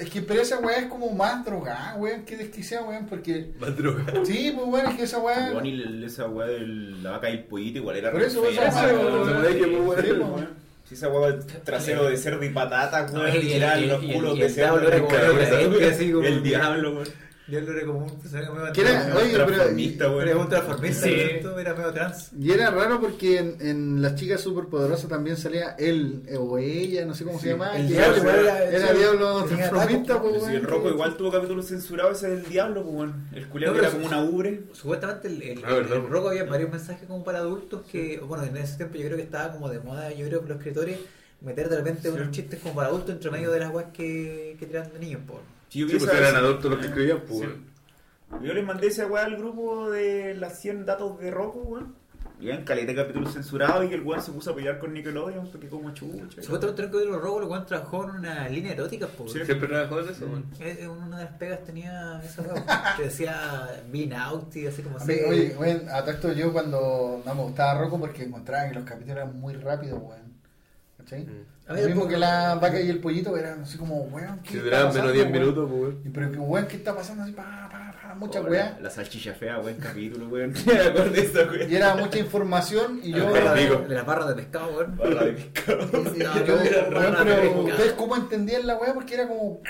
Es que, pero esa weá es como más drogada, weón, que desquiciada, weón, porque...
*laughs*
Más droga.
Sí, pues weón, es que esa weá...
Bueno, y el- esa weá de la vaca y el pollito igual era
Por
re
eso, esa
fea, esa
weá,
weá.
weón.
Esa weá que muy
Sí,
buena.
pues,
Sí, esa weá trasero de cerdo y patata,
No,
weón.
y- y-
Y eran
y-
los
y- y-
culos
y
de
el diablo
cerdo.
era como-
weón.
así como-
El diablo, weón.
Diablo era como un personaje medio
Que era- oye, pero-
Transformista, weón.
Era un transformista,
Sí.
¿cierto? era medio trans.
Y era raro porque en, en Las Chicas Superpoderosas también salía él eh, o ella, no sé cómo se llamaba.
El
que
diablo,
era,
era-
era
sí,
diablo
tenía
transformista,
tacos,
pues,
Si el
weón.
rojo igual tuvo capítulos censurados, ese es el diablo, pues, weón. El culiado
No,
era
pero
como
su-
una ubre.
Supuestamente el, el,
Ah, verdad,
el
po.
rock había varios mensajes como para adultos que, bueno, en ese tiempo yo creo que estaba como de moda, yo creo que los escritores meter de repente unos chistes como para adultos entre medio de las guas que, que tiran de niños, por.
Si yo
Sí,
vi
pues
esa-
eran adultos los que escribían, pues.
Sí.
weón.
Yo les mandé esa weá al grupo de las 100 datos de Rocco, weón. Y en caleta de capítulos censurados y el weón se puso a pelear con Nickelodeon porque como chucha.
Supuestamente que los robos lo cual trabajó en una línea erótica, por.
Sí.
Siempre trabajó en eso, weón.
Eh, eh, Una de las pegas tenía esa
*laughs*
wea, que decía Bean Out y así como
A
así.
mí, oye, weón, a todo esto yo cuando no me gustaba Rocco porque encontraba que los capítulos eran muy rápidos, weón. ¿Cachai?
Mm.
A pues,
A
mí
mí mismo
tampoco-
que la vaca y el pollito eran así como, weón, ¿qué
Si
está
duraban menos
pasando,
10
weón?
minutos, pues, weón.
Y Pero que weón, ¿qué está pasando? Así, pa, pa, pa, mucha
Oh,
weá.
la, la salchicha fea, weón, capítulo,
*laughs*
weón. Me acuerdo de esa
Y
weón.
era mucha información y yo...
Ah,
Barra de,
digo.
de las barras de pescado, weón. *laughs*
Barra de pescado.
Y- y-
No,
y
yo
yo,
era
weón,
rana
pero
pescada.
ustedes cómo entendían la weá porque era como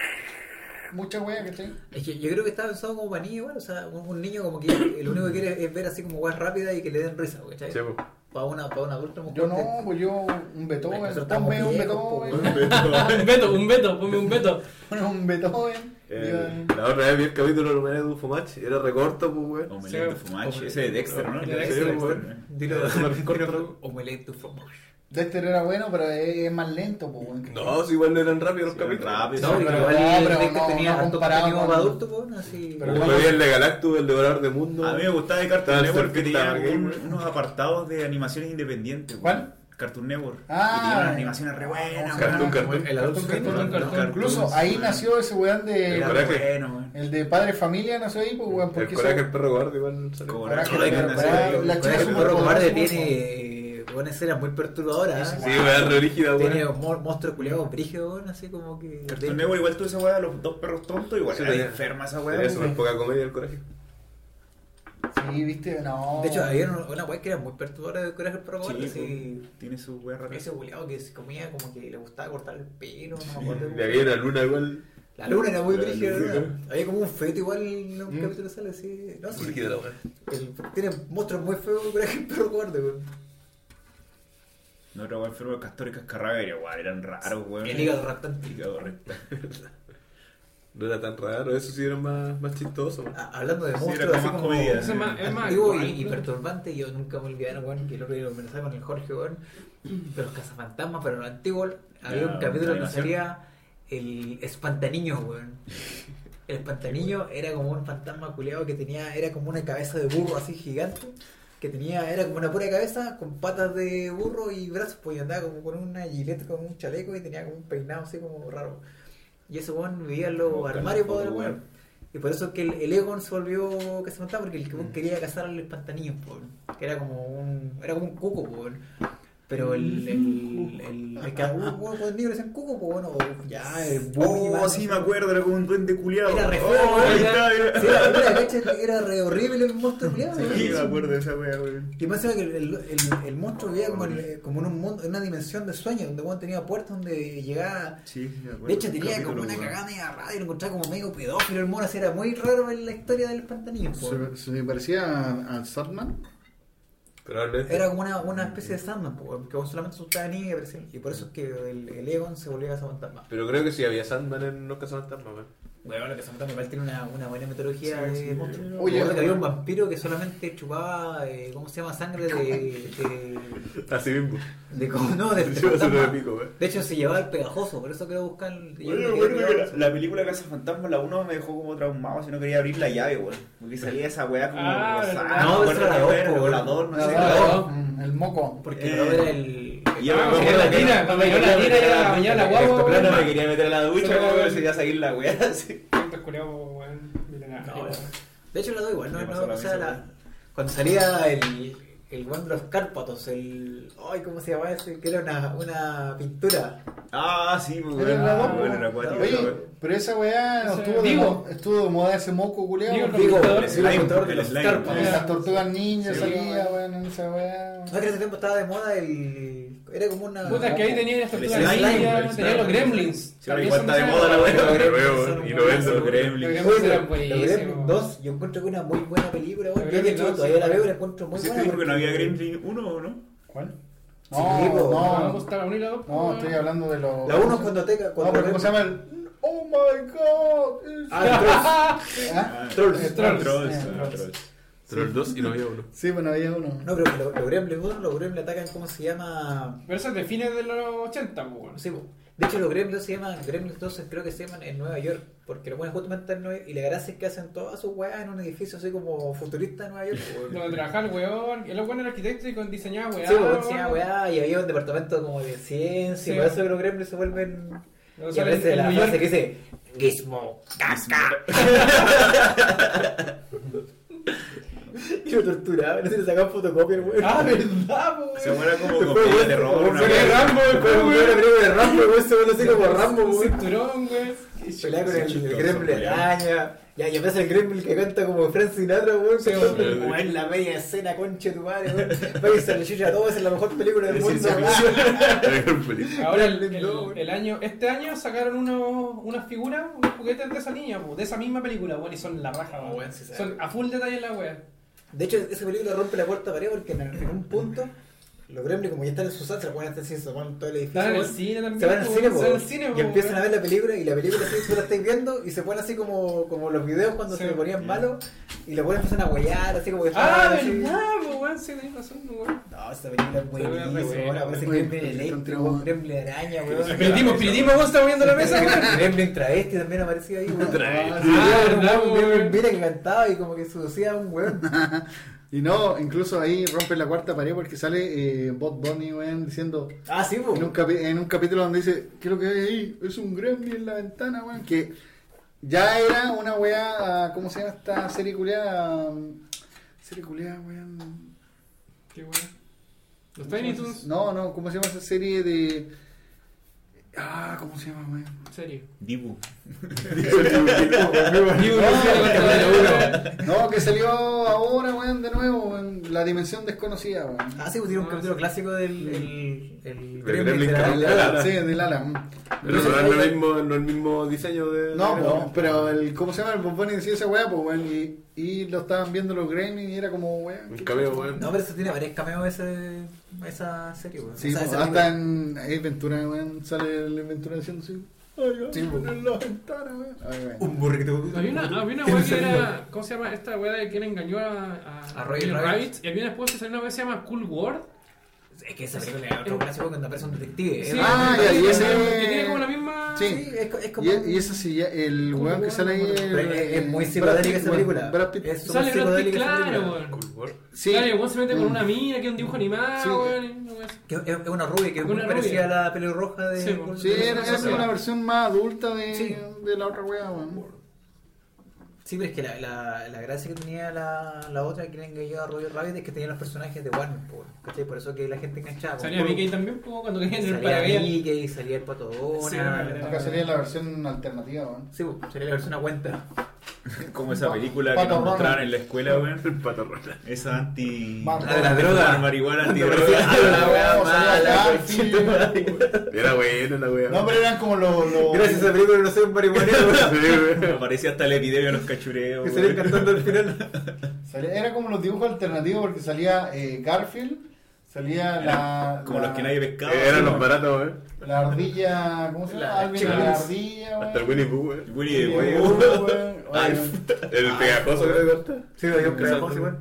mucha weá, ¿cachai?
Es que yo creo que está pensado como para niños, igual, o sea, un, un niño como que lo único que quiere es ver así como weas rápidas y que le den risa, ¿cachai?
Sí, pues.
Para una, para un adulto muy
Yo
fuerte.
no, pues yo un
Ay, nosotros
Beethoven,
estamos
ponme un
viejos, po,
Beethoven, *laughs*
*laughs*
un Beto, un Beto, ponme un Beto.
ponme un Beethoven.
*laughs*
Eh,
Digo,
La otra vez vi el capítulo de Humanidad de Ufomach, era recorto, pues, weón.
Omelette de Fumach, ese de Dexter, ¿no?
Sí,
De Dexter,
weón.
Dexter, ¿no?
Dilo,
Súper corto.
dilo, omelette tu favor.
Dexter este era bueno, pero es, es más lento, pues. weón.
No, si igual no eran rápidos los
Sí, eran
capítulos.
rápidos.
No,
pero-
pero
no,
igual
Ah, pero
el que
no,
tenía
no
tanto
comparado
contenido
con-
para adultos, weón, así.
Pero-
Después vi el de Galactus, el devorador de mundo.
A mí me gustaba de Cartoon
Estaba
Network que
cerquita,
tenía
porque-
un- unos apartados de animaciones independientes. weón.
¿Cuál?
Cartoon Network.
Ah.
y tenía unas animaciones re buenas,
Cartoon,
weón.
cartoon.
Ah, el adulto pues,
Cartoon,
swing,
cartoon,
weón,
cartoon.
Incluso ahí nació ese weón
Era
de.
Coraje.
bueno, weón.
El de padre familia nació ahí, pues, weón.
El
Porque
coraje,
eso-
el perro guarda, igual salió.
Como
Coraje,
Coraje,
pero-
nació
pero-
ahí, weón.
la chica
Bueno,
es
el
un
perro
robot,
cobarde
¿no?
tiene. Bueno, esa era muy perturbadora. ¿eh?
Sí, weón, re rígida,
Tiene
weón.
un mon- monstruo culiado brígido, weón, así como que.
Cartoon Network igual tuvo esa weá de los dos perros tontos, igual
Sí,
era
tenía-
enferma esa weá.
Tenía
weón.
súper poca comedia el coraje.
Sí, viste, no.
De hecho, había una, una weá que era muy perturbadora de coraje el perro
Sí, pues.
cobarde,
weón.
así.
Tiene su weá rara.
Ese buleado que se comía como que le gustaba cortar el pelo, no me acuerdo.
De había una luna igual.
La luna era muy
La
brígida,
luna.
¿verdad? Había como un feto igual en
Mm.
un capítulo sale así. No sé.
Brígida la weón.
El- Tiene monstruos muy feos, pero es el *laughs* perro cobarde, weón.
No era weá enfermo de Castor y Cascarraga, era weá, eran raros, weón.
El hígado raptante.
Hígado recto.
No era tan raro, eso sí era más, más chistoso. weón.
A- Ah, Hablando de
Sí, era
monstruos,
como
así
más
como.
comedia.
Ese Es más, es más
Antiguo
actual,
y, y
¿no?
perturbante, yo nunca me olvidaré, weón, que el otro día lo conversaba con el Jorge, weón, de los cazafantasmas, pero en lo antiguo había
Ya,
un capítulo donde
animación.
salía el espantaniño, weón. El espantaniño era como un fantasma culeado que tenía, era como una cabeza de burro así gigante, que tenía, era como una pura cabeza con patas de burro y brazos, pues y andaba como con una gileta, con un chaleco y tenía como un peinado así como raro. Y ese weón vivía en los
Buscar la
armarios, pues,
foto,
para
weón.
weón. Y por eso es que el, el Egon se volvió
Mm.
cazamantaba, porque el que quería cazar al espantanillo, po, weón. que era como un, era como un cuco, po, weón. Pero el. el, el, el que hubo hubo huevos negros en Cuco, pues bueno, o ya, el Boogeyman,
Oh, sí, me acuerdo, era como un duende culiado.
Era re
Oh,
feo,
ahí
era-
está,
Sí, era, era, cacha, era re horrible el monstruo culiado.
Sí, me acuerdo de esa wea, weón.
Y más encima que el, el, el- el monstruo vivía como, en- como en un mundo, en una dimensión de sueño, donde bueno, tenía puertas donde llegaba.
Sí, me acuerdo.
De hecho, tenía
Capítulo,
como una
weón.
cagada media rara y lo encontraba como medio pedófilo el mono, así era muy raro en la historia del pantanismo.
Se, se me parecía a, a Sandman.
Probablemente.
Era como una, una especie de Sandman, po, porque vos solamente asustaba a niña y aparecía- Y por eso es que el, el Egon se volvía a Sandman.
Pero creo que sí había Sandman en los Cazafantasmas, weón.
Bueno, lo que Sandman igual tiene una, una buena mitología
Sí, sí.
de monstruos.
Oye,
Recuerdo que había un
bueno.
vampiro que solamente chupaba, eh, ¿cómo se llama? Sangre de. de,
*laughs* Así mismo.
de como- no, de, de
Yo se lo
fantasma.
pico,
*laughs*
weón.
De hecho, se llevaba el pegajoso, por eso quiero buscar. el- yo
Bueno, me
me quedé
acuerdo que
pegado.
la, la película Casa Fantasma, la 1 me dejó como traumado, si no quería abrir la llave, weón. Porque salía esa weá como
Ah,
rosada,
verdad.
No,
me
esa era la
acuerdo
dos,
que era
po,
la dos,
Ah,
no
la
sé.
dos.
Mm, El moco.
Porque
Eh,
el Robert era el.
Y yo me
Ah,
acuerdo
la
que
tina,
era-
cuando yo la tina, ya la- ya la guagua,
Esto, claro,
weón.
me quería meter a la ducha,
Sí,
weón,
weón.
se iba a salir la weá, *laughs* así.
Cuántos culiados, weón, milenarios.
No, De hecho, la doy igual, no,
Me pasó
no,
la
o sea,
misma,
la-
güey.
cuando salía el, el buen de los Cárpatos, el. Ay, ¿cómo se llamaba ese? Que era una, una pintura.
Ah, sí, pues,
Era la dos,
weón, era
weón.
acuático,
Oye,
weón.
pero esa weá no
Ese-
estuvo, de
Digo.
mo- estuvo de moda ese moco culiado.
Digo,
Digo,
computador.
el
sí, el
slime,
autor de
el
los
slime.
Cárpatos.
en las tortugas ninja
Sí,
salía,
weón.
weón, en esa weá.
No, que en ese tiempo estaba de moda el. Era como una.
Puta, que ahí tenían las tortugas
El slime,
ninja,
el
tenían los
slime.
gremlins.
Sí, ahora
También
igual
son
está de
esas-
moda la weá,
Los
weón,
Gremlins
weón,
son
y
buenos,
lo venden
son
los
Los
Gremlins.
gremlins eran
Los Gremlins
buenísimos.
2, yo encuentro que es una muy buena película,
Los
weón. Yo de
Gremlins
hecho
dos,
todavía
sí.
la veo y la encuentro muy
¿Usted
buena.
dijo que no
porque-
había Gremlin 1 o no?
¿Cuál?
Sí,
No,
digo,
No,
no,
me gusta la uno y la dos,
no,
weón.
estoy hablando de los.
La 1 es cuando te. Cuando
No, pero ¿cómo se llama el. Oh my god. it's-
Ah,
¿Ah?
Ah,
Trolls.
eh,
Trolls.
Trolls,
Eh,
ah,
Trolls.
Trolls.
Pero el 2 y no había *laughs* uno.
Sí, bueno, había uno.
No, pero los los Gremlins 1, los Gremlins atacan, ¿cómo se llama?
Pero eso es de fines de los 80, weón.
No sé, po. de hecho los Gremlins 2 se llaman Gremlins 2, creo que se llaman en Nueva York, porque los buenos justamente en Nueva York, y la gracia es que hacen todas sus weas en un edificio así como futurista de Nueva York. *laughs* po, weón.
Donde trabajaba el weón, el weón era arquitecto y con diseñaba weá.
Sí, po, encima, weá, y había un departamento como de ciencia,
Sí.
y por eso que los Gremlins se vuelven...
No
y
sale
aparece
en
la
New
frase
York.
que dice, Gizmo, caca. *laughs* y lo torturaban, no se le sacaban fotocopias, weón. *laughs*
Ah, verdad, po,
Se
weón.
muera como cosplay de terror, una
Fue
wea.
Rambo,
Pero, weón, la película de Rambo, weón, se vuelve así
*laughs*
como Rambo,
Un
weón.
cinturón, weón.
Pelea con
Sí,
el,
chistoso,
Gremlin
pelea.
araña. Ya, y aparece el Gremlin que canta como Frank Sinatra, weón.
Sí,
cantando,
weón.
weón, la media escena, conche tu madre, weón. Váyanse a la chucha a todos, es la mejor película del
Es
mundo,
ciencia
weón.
Ahora, el, el- el año, este año sacaron unos, unas figuras, unos juguetes de esa niña, po, de esa misma película, weón, y son la raja,
Ah, weón,
weón.
sí sabe.
Son a full detalle la weá.
De hecho, esa película rompe la cuarta pared porque en, en un punto los Gremlins, como ya están en su salsa, la ponen hasta así, se ponen todo el edificio.
Están en el
weón.
cine también. pues,
Se van al
po,
cine,
weón,
po,
se van al cine,
y
po,
empiezan a
weón.
ver la película y la película así, tú la estáis viendo y se ponen así como, como los videos cuando
Sí.
se le ponían malos y los buenos empiezan a huellar, así como que
Ah,
así.
verdad, po, weón, sí, tenés razón, pues, weón.
No, esta película es
buena,
buenísima. Ahora parece
güey.
Gremlin eléctrico,
Encontramos-
Gremlin araña, weón. *laughs*
Espiritismo, espiritismo, vos estás moviendo la mesa, weón.
Gremlin travesti también aparecía ahí, weón.
Ah, sí.
Ah, verdad, po,
Gremlin
weón.
mira que cantaba y como que seducía a un weón.
Y no, incluso ahí rompen la cuarta pared porque sale eh, Bob Bunny, weón, diciendo
Ah, sí,
en un,
weón.
capi- en un capítulo donde dice, ¿qué es lo que hay ahí? Es un gremlin en la ventana, weón, que ya era una weá, ah, ¿cómo se llama esta serie culiada? Mm, Serie culiada, weón.
Qué weón. Los Tiny Toons,
No, no, ¿cómo se llama esa serie de... Ah, ¿cómo se llama, weón?
*laughs* en serio.
Dibu.
Ah,
No, que salió ahora, weón, de nuevo, en La Dimensión Desconocida, weón.
Ah, sí, pues tiene un capítulo clásico del el, el
Gremlin
de la-
que
Del ala, sí, del ala.
Pero no es lo mismo, no es el mismo diseño de.
No,
de-
po, pero el, ¿cómo se llama? El Bob Bunny decía esa weá, pues, weón, y, y lo estaban viendo los Gremlins y era como, weón.
Un
¿qué
cameo,
chucha?
weón.
No, pero eso tiene varios cameos ese, esa serie, weón.
Sí,
O sea,
po,
esa
hasta
película.
en ahí Ventura, weón, sale el Ventura diciendo así. Ay, ay,
Sí, po.
en la ventana, weón. Ay, weón.
Un burrito.
Había una, había una weá que era. ¿Cómo se llama? Esta weá de quien engañó a.
A Roger
Bill
Rabbit.
Y había una después que salió una weá que se llama Cool World.
Es que esa película es otro clásico cuando aparece un detective. ¿eh?
Sí,
Ah,
que
ya,
tiene-
y ese-
Que tiene como la misma.
Sí.
Sí, es, co- es como.
Y, y eso sí, ya, el
Como
weón que
weón,
sale ahí.
no me acuerdo.
el-
Pero es, es muy
Brad
psicodélica
Pitt,
esa
weón,
película.
Brad Pitt.
Es súper
Sale Brad Pitt,
psicodélica esa
claro,
película.
weón.
Cool World.
Sí.
Claro, y el weón se mete con
Mm.
una mina, que es un dibujo animado,
Sí.
weón. y una weá así.
Que es es una rubia que es
Una
muy
rubia.
parecida a la pelirroja de.
Sí, bueno.
Sí, era, era como una versión más adulta de,
Sí.
de la otra weá, weón.
Sí, pero es que la, la, la gracia que tenía la, la otra que que yo a Roger Rabbit es que tenía los personajes de Warner, po, ¿cachai? Por eso que la gente enganchaba. po.
Salía Mickey también, po, cuando caía en el
Salía
paracaídas.
Mickey, salía el Pato
Sí,
Donald.
era-
Acá sería la versión alternativa, weón.
Sí, po, salía la versión a cuenta.
Como esa película que
Pato
nos
Ronald.
mostraron en la escuela, weón. Esa anti.
Vamos.
La de la droga.
Marihuana,
Ah,
antidroga.
la wea
No, salía
mala,
acá,
wea.
sí.
*laughs*
Era buena la wea.
No, pero eran como los. los-
Gracias a esa película no soy un marihuanero.
*laughs*
Aparecía hasta el epiderio de los cachureos.
Que salía
weón.
cantando al final.
salía- era como los dibujos alternativos porque salía eh, Garfield, salía la.
Como
la-
los que nadie pescaba.
Eran los
weón.
baratos, weón.
La ardilla. ¿Cómo se llama?
La
Alvin y
chica
la
Luz.
ardilla,
Hasta el
weón.
Winnie Pooh, weón.
Willy de
Sí,
huevo.
weón, weón.
Ay,
Oye,
*laughs* El
Ah,
pegajoso, creo que
Sí, había un
Exacto.
pedazo igual.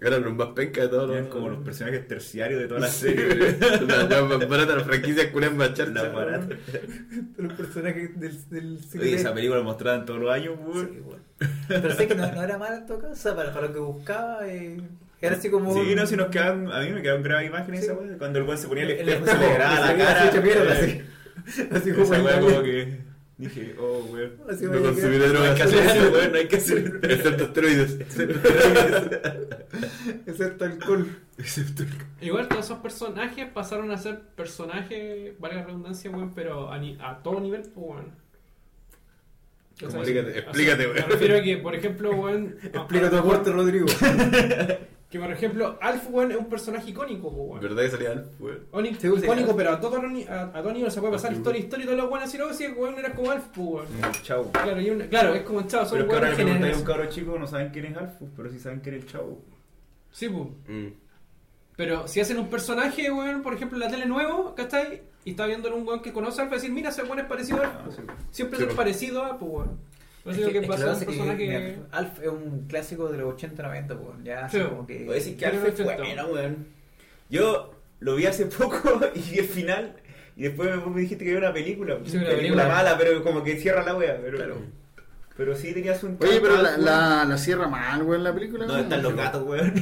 Eran los más pencas de todos
Eran
los.
como los personajes terciarios de toda la
Sí,
serie. weón.
*laughs*
weón. Las ya más baratas, las franquicias culias más
La
charchas.
barata.
*laughs* Los personajes del. del
Oye, esa película la mostraban todos los años, weón.
Sí, bueno. Pero sé que no, no era mala en todo caso, o sea, para, para lo que buscaba. eh, era así como.
Sí, no, si nos quedan. A mí me quedaron grabadas imágenes
Sí.
esa weón. Cuando el weón se ponía el
El- el-
espejo, se le grababa la
se le
cara.
hacía mierda,
weón.
así. Así como.
Esa weá
el-
como que. Dije, oh weón.
así como
No
que-
consumiré
No hay
drogas.
que hacer eso, weón, no hay que hacer
Excepto esteroides.
Excepto alcohol.
Excepto
Igual todos esos personajes pasaron a ser personajes, valga la redundancia, weón, pero a, ni- a todo nivel, pues, weón. O sea,
Explícate,
o sea,
explícate, weón.
Me refiero a que, por ejemplo, weón. a-
Explica tu aporte, Rodrigo.
Que, por ejemplo, Alf, weón, es un personaje icónico, pues, weón.
¿Verdad que salía weón?
Oni-
Sí, sí,
icónico,
claro.
pero a todo Ronnie- a, a Tony no se puede pasar historia, historia y todo lo bueno así, no, si el weón era como Alf, pues, weón.
Mm, Chau.
Claro, y una- claro, es como un chavo,
Pero
son
es que ahora
weones
le preguntáis a un
generales.
cabro chico, no saben quién es Alfus, pero sí saben quién es el chavo.
Sí, pues.
Mm.
Pero si hacen un personaje, weón, por ejemplo, en la tele nuevo, ¿cachai? Y está viendo un weón que conoce a Alf, va a decir, mira, ese weón es parecido a Alf.
Ah, sí.
Eh,
Siempre
Sí,
es
po.
parecido a, pues, weón.
Es
Entonces lo que
es
pasa
lo
es un
que pasa
personaje.
es que, mira, Alf es un clásico de los 80-90, pues. Ya, así
Sí.
como que.
Voy a decir que
Pero
Alf es
no es
bueno, weón. Yo lo vi hace *laughs* poco y vi el final. Y después me, me dijiste que era una película.
Sí, una
película,
película.
mala, pero como que cierra la wea. Pero, pero sí tenías un.
Oye, pero la, la, la cierra mal, weón, la película.
¿Dónde
weón.
están los gatos, weón?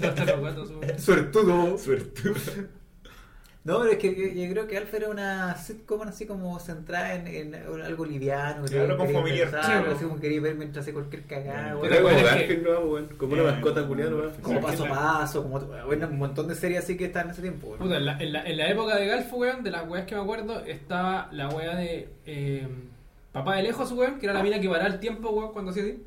No, está loco, entonces, weón.
Suertudo.
Suerte.
No, pero es que yo, yo creo que Alf era una sitcom así como centrada en, en algo liviano. Que
Claro,
no
como familiar.
Sí, pues.
Pensar,
bueno.
así como quería ver mientras hacía cualquier cagada.
Bueno,
weón.
Era
Pero, weón,
como
es
Garfield, ¿no? weón? Como una
Era-
mascota culiada, weón.
Como
Exacto.
paso a paso, como bueno, un montón de series así que están en ese tiempo. weón.
Puta, en la, en, la, en la época de Galfo, weón, de las weas que me acuerdo, estaba la wea de eh, Papá de Lejos, weón, que era la mina que paraba el tiempo, weón, cuando hacía así.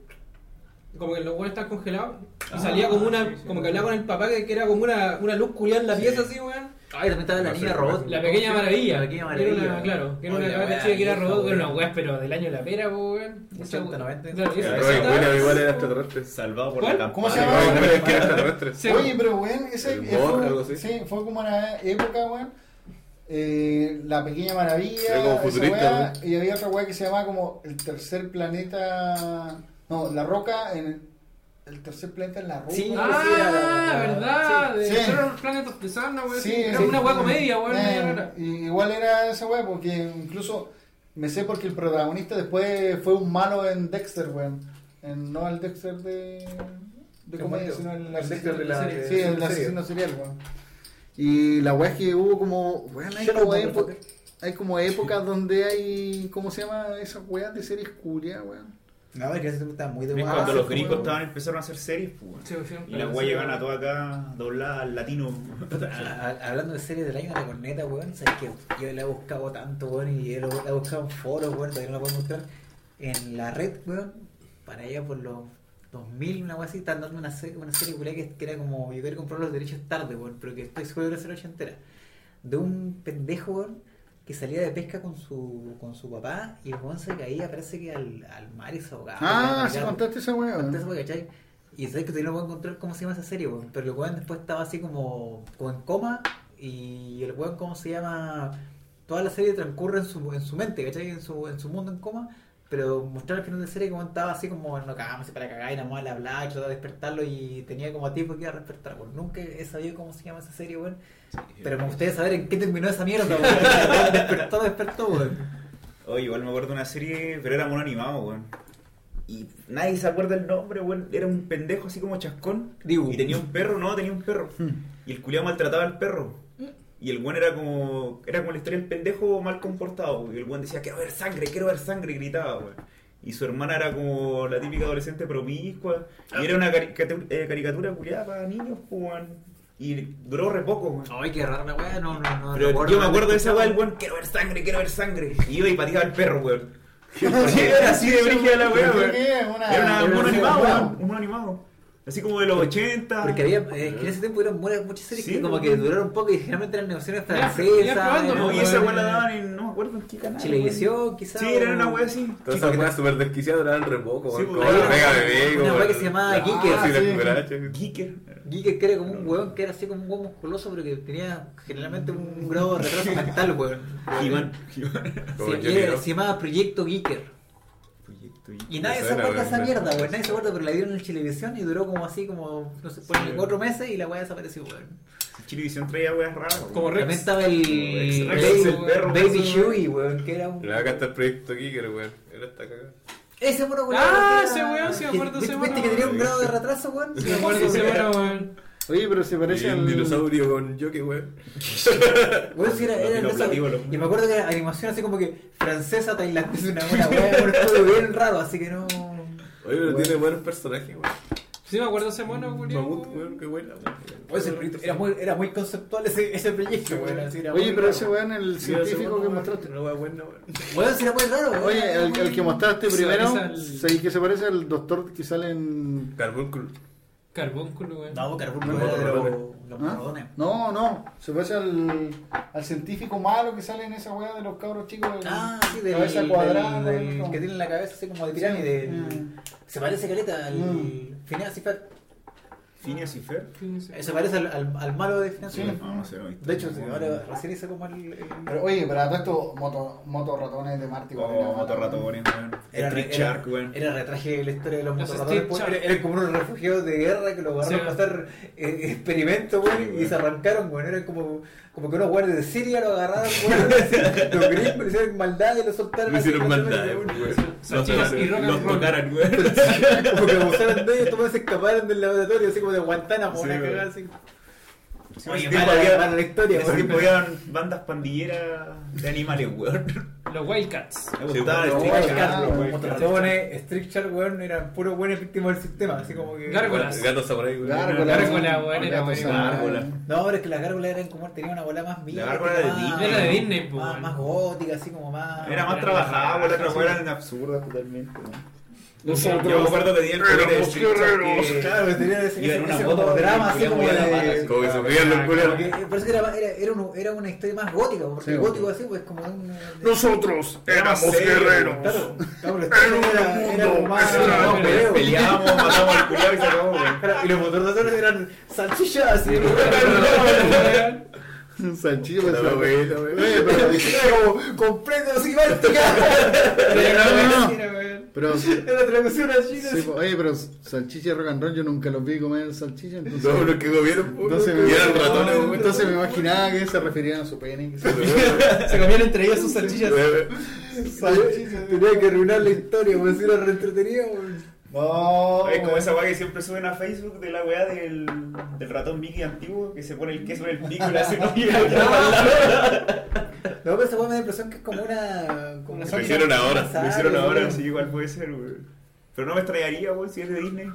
Como que los weones estaban congelados. Y
Ah,
salía como una.
sí, sí,
como
sí.
que hablaba con el papá, que, que era como una, una luz culiada en la pieza, así, weón.
Ay, también estaba la niña robot.
La pequeña maravilla.
La pequeña
Era
maravilla.
una, claro, que era una
Oye,
cabra
wea,
chica que era
hija,
robot, que era una
weón.
wea, pero del año de la pera, pues, weón. Esa
80,
wea-
90.
Claro, esa-
Claro,
esa
Robin
estaba-
Williams igual era extraterrestre.
Salvado por
¿Cuál?
la campana.
¿Cómo se
Ah,
llama?
Robin Williams que era extraterrestre.
Sí,
Oye, pero weón, ese
El
eh,
Borg,
fue,
algo así.
sí, fue como una época, weón. eh, la pequeña maravilla.
Era como
esa weá,
futurista,
y había otra weá que se llamaba como el tercer planeta. No, la roca en. El tercer planeta en la roca.
Sí,
Ah, verdad, de
Sí.
Terror Planet of the Sun, weón.
Sí,
Era
sí.
una wea comedia, weón.
Eh,
media rara.
y Igual era esa weá, porque incluso me sé porque el protagonista después fue un malo en Dexter, weón. En- no el Dexter de. de
El
comedia,
malo.
sino el,
El
asesino
Dexter de la-
serial.
de-
Sí, el
de-
asesino serial, weón. Y la weá es que hubo como. Weón, hay
Sherlock
como,
Motherfucker.
épo- hay como épocas donde hay. ¿Cómo se llama esas weas de series curia, weón?
No, es que ese tiempo estaba muy de
Es
moda.
cuando
Ah,
los
sí,
gringos
weón.
estaban, empezaron a hacer series, pues, weón.
Sí, sí,
Y las
sí.
weas llegan a toda acá dobladas al latino.
Ah, ah, Hablando de series del año de la corneta, weón, sabes que yo la he buscado tanto, weón, y yo la la he buscado en foros, weón, todavía no la puedo buscar. En la red, weón, para allá por los 2000, una weá así, están dando una, se- una serie culiá que, que era como, yo quería comprar los derechos tarde, weón, pero que estoy seguro de ser ochentera. De un pendejo, weón, que salía de pesca con su, con su papá y el weón se caía, parece que al, al mar y se ahogaba. weón,
Ah,
y
sí,
era-
contaste esa weá,
antes,
weón. *laughs*
güey, ¿cachai? Y sabes que todavía no puedo encontrar cómo se llama esa serie, weón. Pero el weón después estaba así como, como en coma. Y el weón, ¿cómo se llama? Toda la serie transcurre en su, en su mente, ¿cachai? En su, en su mundo en coma. Pero mostrar al final de la serie que el weón estaba así como en la cama, así para cagar, y nada más le hablaba, y trataba de despertarlo. Y tenía como tiempo que iba a despertar, weón. Nunca he sabido cómo se llama esa serie, weón. Pero me gustaría saber en qué terminó esa mierda, weón. El weón *laughs* despertó, despertó, weón.
*laughs* Oye, igual me acuerdo de una serie, pero era mono animado, weón. Y nadie se acuerda el nombre, weón. Era un pendejo así como chascón.
Dibu.
Y tenía un perro, no, tenía un perro. Y el culiao maltrataba al perro. Y el buen era como. Era como la historia del pendejo mal comportado. Y el buen decía, quiero ver sangre, quiero ver sangre, y gritaba, weón. Y su hermana era como la típica adolescente promiscua. Y era una cari- catu- eh, caricatura culiada para niños, pues, weón. Y duró re poco, weón.
Ay, qué rara la weá, no, no, no.
Pero
recuerdo
yo me acuerdo de esa weá,
haber
el weón, quiero ver sangre, quiero ver sangre. Y iba y pateaba al perro, weón. Sí, era así de brígida la weá,
Creo
weón.
que es una-
Era una- un mono
una-
animado,
una-
weón. Un mono animado. Así como de los 80.
Porque había, eh, que en ese tiempo eran muchas, muchas series
Sí, pues,
que como
weón.
que duraron poco y generalmente eran negociaciones
Ya, ya
francesas.
probando,
eran
No, y
weón,
esa
eh,
weá la daban en, no me acuerdo en qué canal. weón.
Chilevisión, quizás.
Sí, era una weá así.
Todas esas weas
pues.
súper desquiciadas eran re poco,
Sí,
weón. Como
pues,
la
una-
pega bebé,
una
como
wea que
la-
se llamaba
la-
Geeker.
Ah, sí, la
Sí.
cucaracha.
Geeker.
Geeker que era como un weón que era así como un weón musculoso, pero que tenía generalmente un grado
*laughs*
de retraso mental, weón.
Ah, He-Man.
Como
Se,
Johnny
era-
Depp.
se llamaba Proyecto Geeker.
Proyecto
Y nadie
Esa
se
era,
acuerda de esa
weón.
mierda, weón. Nadie se acuerda, pero la dieron en televisión y duró como así, como, no sé, ponle cuatro meses y la weá desapareció, weón.
Chilevisión traía weas raras. weón.
Como
También
Rex.
estaba el,
Rex,
Baby-
el perro,
Baby
weón.
Chewie, weón, que era un.
Le va a gastar el proyecto Geeker, weón. Era esta cagada.
Ese mono weón.
Ah,
que era-
ese weón, sí me
que-
acuerdo de ese
¿Viste
mono,
que tenía un
weón.
grado de retraso, weón?
Me acuerdo de ese mono, weón.
Oye, pero se parece
Y
al
un dinosaurio con Jockey, weón.
Weón, sí, era, era
Los
de esa-
platíbulos.
Y me acuerdo que era animación así como que francesa, tailandesa, una buena
*laughs*
weón, un juego bien raro, así que no.
Oye, pero tiene buenos personajes, weón.
Sí, me acuerdo de ese mono,
Mamut,
weón.
weón, qué buena, weón.
Oye, ese proyecto- era muy, era muy conceptual ese, ese proyecto, weón. así era
Oye,
muy
pero
raro.
ese weón, el
Sí, era
científico
bueno,
que
weón.
mostraste.
Una wea buena, weón.
Weón, sí era muy raro, weón.
Oye, el, el que mostraste
Se
primero,
parece al-
sí, que se parece al doctor que sale en...
Carbúnculo.
Carbúnculo, weón.
No, Carbón
No,
no era de
no,
los
no.
los
¿Ah?
morodones.
No, no, se parece al, al científico malo que sale en esa weá de los cabros chicos. de
Ah, sí, del,
cabeza
del-
cuadrada.
del
¿no?
que tiene la cabeza así como de pirámide.
Mm.
Se parece caleta al
Mm.
Phineas y Fer.
Phineas y Fer.
Eh, Se parece al, al, al malo de Phineas y
Sí.
Fer.
Ah, No, no sé, no he visto.
De hecho, sí, ahora recién hizo como el. el-
Pero, oye, pero a todo esto, moto, motorratones de Marty. weón,
Oh,
era-
motorratones, weón.
Era,
Street
era-
Shark, weón.
era retraje de la historia de los
Los
motorratones.
Street
pues,
Shark.
Era, era como unos refugiados de guerra que los agarraron
Sí.
para hacer eh, experimentos, güey,
Sí,
y
güey.
se arrancaron, güey. Era como, como que unos guardias de Siria lo
*laughs*
agarraron, güey. los gringos le hicieron maldad y lo soltaron.
Me hicieron
así,
maldad, eh,
güey.
weón.
Salchichas y rock and
Los
roll.
tocaran, weón.
*laughs* Como que abusaron de ellos, todos se escaparon del laboratorio, así como de Guantánamo,
Sí,
una
güey.
cagada así.
Sí,
Oye,
en ese tiempo
mala-
había-
mala la historia,
en ese
weón.
tiempo habían bandas pandilleras de animales, weón.
Los Wildcats.
Me gustaba el
weón,
Street
weón,
Shark,
weón,
weón.
Motorratones, Strict Shark, weón, eran puros buenos víctimas del sistema, así como que...
Gárgolas.
Gato samurai, weón.
Gárgola.
Gárgola, weón, era
Gato
buena.
Gárgola.
Gárgola.
No, pero es que las gárgolas eran como, tenían una bola más mía.
La gárgola era de Disney.
Era de Disney, pues,
Más,
weón.
más gótica, así como más...
Era más
Era
trabajada, weón. La otra
trabajada,
weón eran absurdas totalmente, weón. Yo me
Nosotros.
*laughs*
acuerdo que tenía el poder de Street Shark que-
Claro, tenía ese,
Iba en
ese,
una
ese
moto,
como drama, así
culiao,
como
culiao, la pata,
de...
así.
Como que se rían los
Porque,
culeros.
eh, por eso que era, era, era, uno- era una historia más gótica, porque
Sí,
gótico así, pues como de un... de-
Nosotros
éramos
éramos
guerreros.
guerreros.
Claro, claro, pero este
Era un
era, era como
mundo
más...
extraño.
más peleo.
Peleábamos, matábamos al culiao y se acabó, weón.
Claro, Y los motorratones eran salchichas, así, weón.
Salchillo, pues,
Estaba
weón.
buena, weón.
Oye,
*laughs*
pero dije-
Comprendo, así, *laughs* básicamente.
no, no. Pero, sí,
Era traducción así,
pues, oye, pero salchicha y rock and roll yo nunca los vi comer salchicha, entonces...
No, los que comieron, po,
Entonces,
weón.
me,
Y eran ratones, weón.
entonces me imaginaba que se referían a su pene. que se-
*laughs*
Se comían entre ellos sus salchichas. Tenía que arruinar la historia, porque si era re entretenido, weón.
No.
Es como esa weá que siempre suben a Facebook de la weá del, del ratón Mickey antiguo que se pone el queso en el pico y le hace comida.
No, pero esa weá me da la impresión que es como una. Como
Lo hicieron ahora, lo
Lo hicieron ahora, así igual puede ser, weón. Pero no me extrañaría, weón, si es de Disney.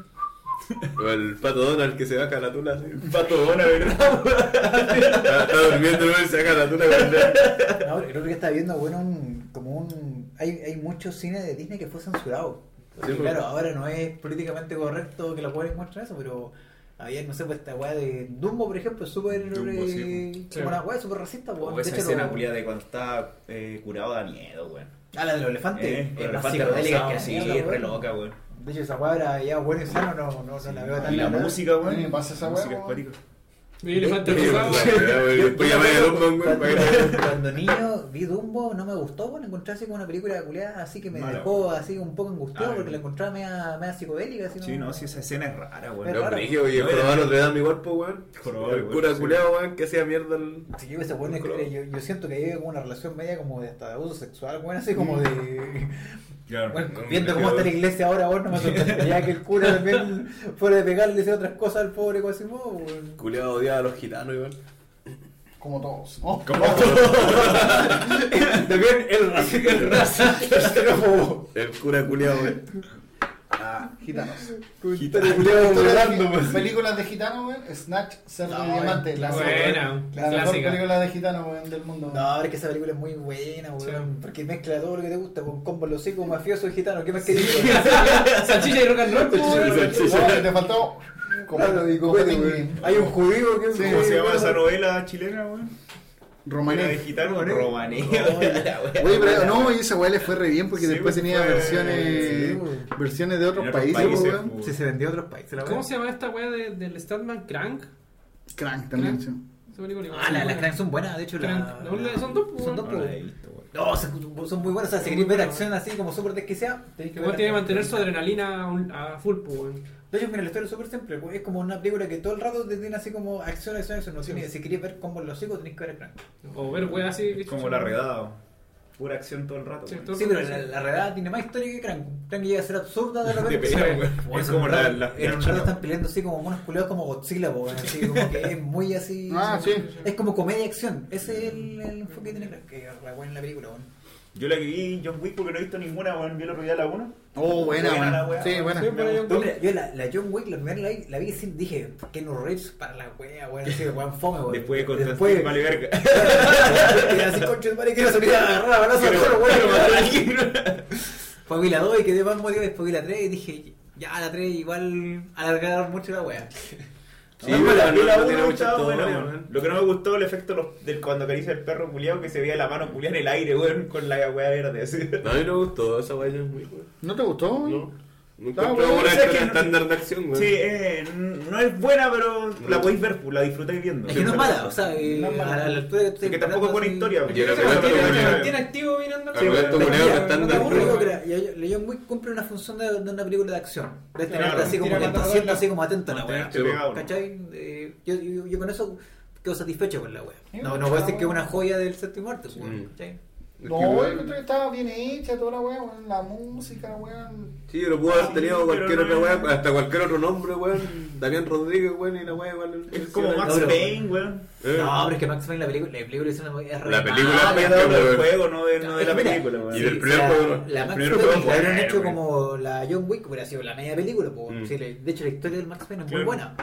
O el pato Donald que se baja la tula así.
Pato Dona, ¿verdad?
Está, está durmiendo, weón, y se baja la tula con
No, el otro que estaba viendo, bueno, un, como un. Hay, hay mucho cine de Disney que fue censurado. Porque,
Sí, pues.
claro, ahora no es políticamente correcto que los jugadores muestren eso, pero había, no sé, pues esta weá de Dumbo, por ejemplo, es súper.
Dumbo, sí,
eh, como una weá súper racista,
pues.
weón.
O
De
Oh, esa
hecho,
escena
lo-
culiada de cuando está eh, curado da miedo, weón.
Ah, la de los elefantes.
Eh,
es
con el
más
elefante
psicodélica
rosado,
que
sí,
mierda,
es re
weón.
loca, weón.
De hecho, esa cuadra ya bueno y sano no, no, no la veo tan
Y la
loca.
música,
A mí me
weón.
pasa esa
La
weá,
música
weón.
acuática.
Mi elefante
Sí,
rosado.
pues, la weá, weón.
Yo-
Después
yo
llamé a
cuando-
Dumbo, weón, para que-
Cuando, *laughs* cuando niño vi Dumbo, no me gustó, bueno, encontré así como una película culiada, así que me
Mala,
dejó así un poco angustiado
Ah,
porque
bien.
la encontraba media, media psicodélica. Así,
Sí, no, sí, esa escena es rara,
Es
weón.
raro.
No, brígido, y el
No,
jorobado
era-
Notre Dame igual, po, weón.
Jorobado,
El
weón,
cura
sí.
culeado, weón, que hacía mierda el...
Sí, yo, ese weón es-
Claro.
yo, yo siento que hay una relación media como de hasta de abuso sexual, bueno, así como
Mm. *laughs*
de.
Claro.
Bueno,
no,
viendo
no,
cómo
no.
está la iglesia ahora, bueno, me sorprendería que el
*laughs*
cura también fuera de pegarle y hacer otras cosas al pobre Cosimo, weón.
Culeado odiaba a los gitanos, igual.
Oh, Como todos. ¿no? *laughs*
Como todo.
También el racismo.
El cura culiado, weón.
Gitanos.
Gitano culiado volando,
Películas de-
pues.
Películas de gitano, weón. Snatch, Cerdo
No,
de Diamante. La,
Buena,
la mejor
clásica.
película de gitano, weón, del mundo.
No, ahora es que esa película es muy buena, weón. Porque mezcla todo lo que te gusta, con combo los hocico, mafioso y gitano. ¿Qué más querés?
*laughs*
weón?
*laughs* Salchicha y rock and roll, po, weón.
No, te faltó. Como,
Claro, y
como
copete,
Tingy.
weón. Hay un judío que es un
¿Cómo se
judío,
llama esa
weón.
novela chilena, weón? Era de
Romané.
gitano
Romané.
romané.
Oye, pero no, y esa weá le fue re bien porque
Sí,
después
pues,
tenía
fue-
versiones
sí, weón.
versiones de otros
En otros
países,
países,
weón.
weón.
Si se vendió a otros países, la
¿Cómo
weón.
se llama esta weá de- del Statman Crank?
Crank también,
Crank.
sí.
Esa película igual
Ah,
es
las
buena.
la cranks son buenas, de hecho. la-
Crank. La una- son dos, pues,
Son dos,
No la he
pues.
visto, weón.
No, son son muy buenas. O sea, si querés ver acción así como súper desquiciada, tenés que
Que vos
ver.
tiene que mantener su adrenalina a, un- a full, po, weón.
De hecho, mira, la historia es súper simple. pues, Es como una película que todo el rato te tiene así como acción, acción, acción. No tiene- si querés ver combo los hocico, tenés que ver el crank.
O ver weá así. que
Es como
chucha.
la redada. weón. Pura acción todo el rato.
Sí,
weón.
todo-
Sí, pero la, la realidad tiene más historia que Crank. Crank llega a ser
*laughs*
absurda de repente.
pelea,
Sí.
weón.
Por
Es
eso
como
en
la-
verdad,
la-
En
la
un rato
china.
están peleando así como unos culeados como Godzilla, po, weón, así como que es muy así.
Ah, sí.
Es como comedia y acción. Ese es el, el enfoque que tiene Crank, que es la buena en la película, weón.
Yo la que vi John Wick porque no he visto ninguna, weón. Vi el otro día la 1.
Oh, buena,
Buena la
buena.
weá,
Sí,
weón.
buena.
Sí, por ahí,
Yo,
weón.
mira, yo la, la John Wick, la primera la vi, la vi y sí dije, ¿por qué no Reeves para la wea, weón? Así, weón, fome, weón.
Después de Constantine
Después-
vale verga.
*laughs* Y así, concha de madre, que la salida agarrada, balazo, solo, weón.
Quiero matar a alguien.
*laughs* Fue vi la 2 y quedé más motivado, después vi la 3 y dije, ya la 3 igual alargaron mucho la wea.
Sí,
No,
pero
la-
no-
la
no
uno
tiene mucha
estaba buena,
historia,
weón.
weón.
Lo que no me gustó el efecto los- del cuando acaricia el perro culiado que se veía la mano culiada en el aire, weón, con la weá verde. así.
No, a mí no me gustó esa guay, es muy buena.
¿No te gustó? güey?
No. Nunca
Ah,
no,
weón,
una
o sea,
historia
que no-
estándar de acción, weón.
Sí, eh, no es buena, pero la podéis ver, pues, la disfrutáis viendo.
Es que no es mala, o sea, eh,
No es mala.
a la a la altura que tú
Es que tampoco es buena historia,
Y era
Se
que
Pero no
mantiene- se
te aburre.
mantiene activo mirando.
Pero
weá.
estos culeros no están
No te
de
aburre,
acuerdo.
weón.
John Wick cumple una función de, de una película de acción. De este
Claro,
rato, así como
tira
que te
matador,
sienta
la-
así como atento a la wea.
Mantenerte pegado, ¿no?
¿Cachai? Eh, yo, yo, yo con eso quedo satisfecho con la wea.
Sí,
No, no
mucho
voy a
la
decir que es
wea.
una joya del séptimo arte, pues,
Mm.
¿cachai?
Es que,
No,
weón,
yo encontré que estaba bien hecha toda la weá, weón. La música, weón.
Sí, lo pudo haber
Sí,
tenido cualquier
pero
otra
no-
weón, hasta cualquier otro nombre, weón. Damián Rodríguez, weón, y la weá igual.
Es como Max
Ahora,
Payne, weón.
Eh.
No, pero es que Max Payne la película, la película es una es re
La película
mala,
Ah,
Ah, me
pero-
dado
pero-
del juego, no de, no de la
Mira,
película, weón.
y
sí,
del primer
o sea,
juego,
La
el
Max
primer
Payne
juego
la hubieran
bueno,
hecho
güey.
como la John Wick, hubiera sido la media película. po.
Mm.
Sí, le- de hecho, la historia del Max Payne es
Claro.
muy buena.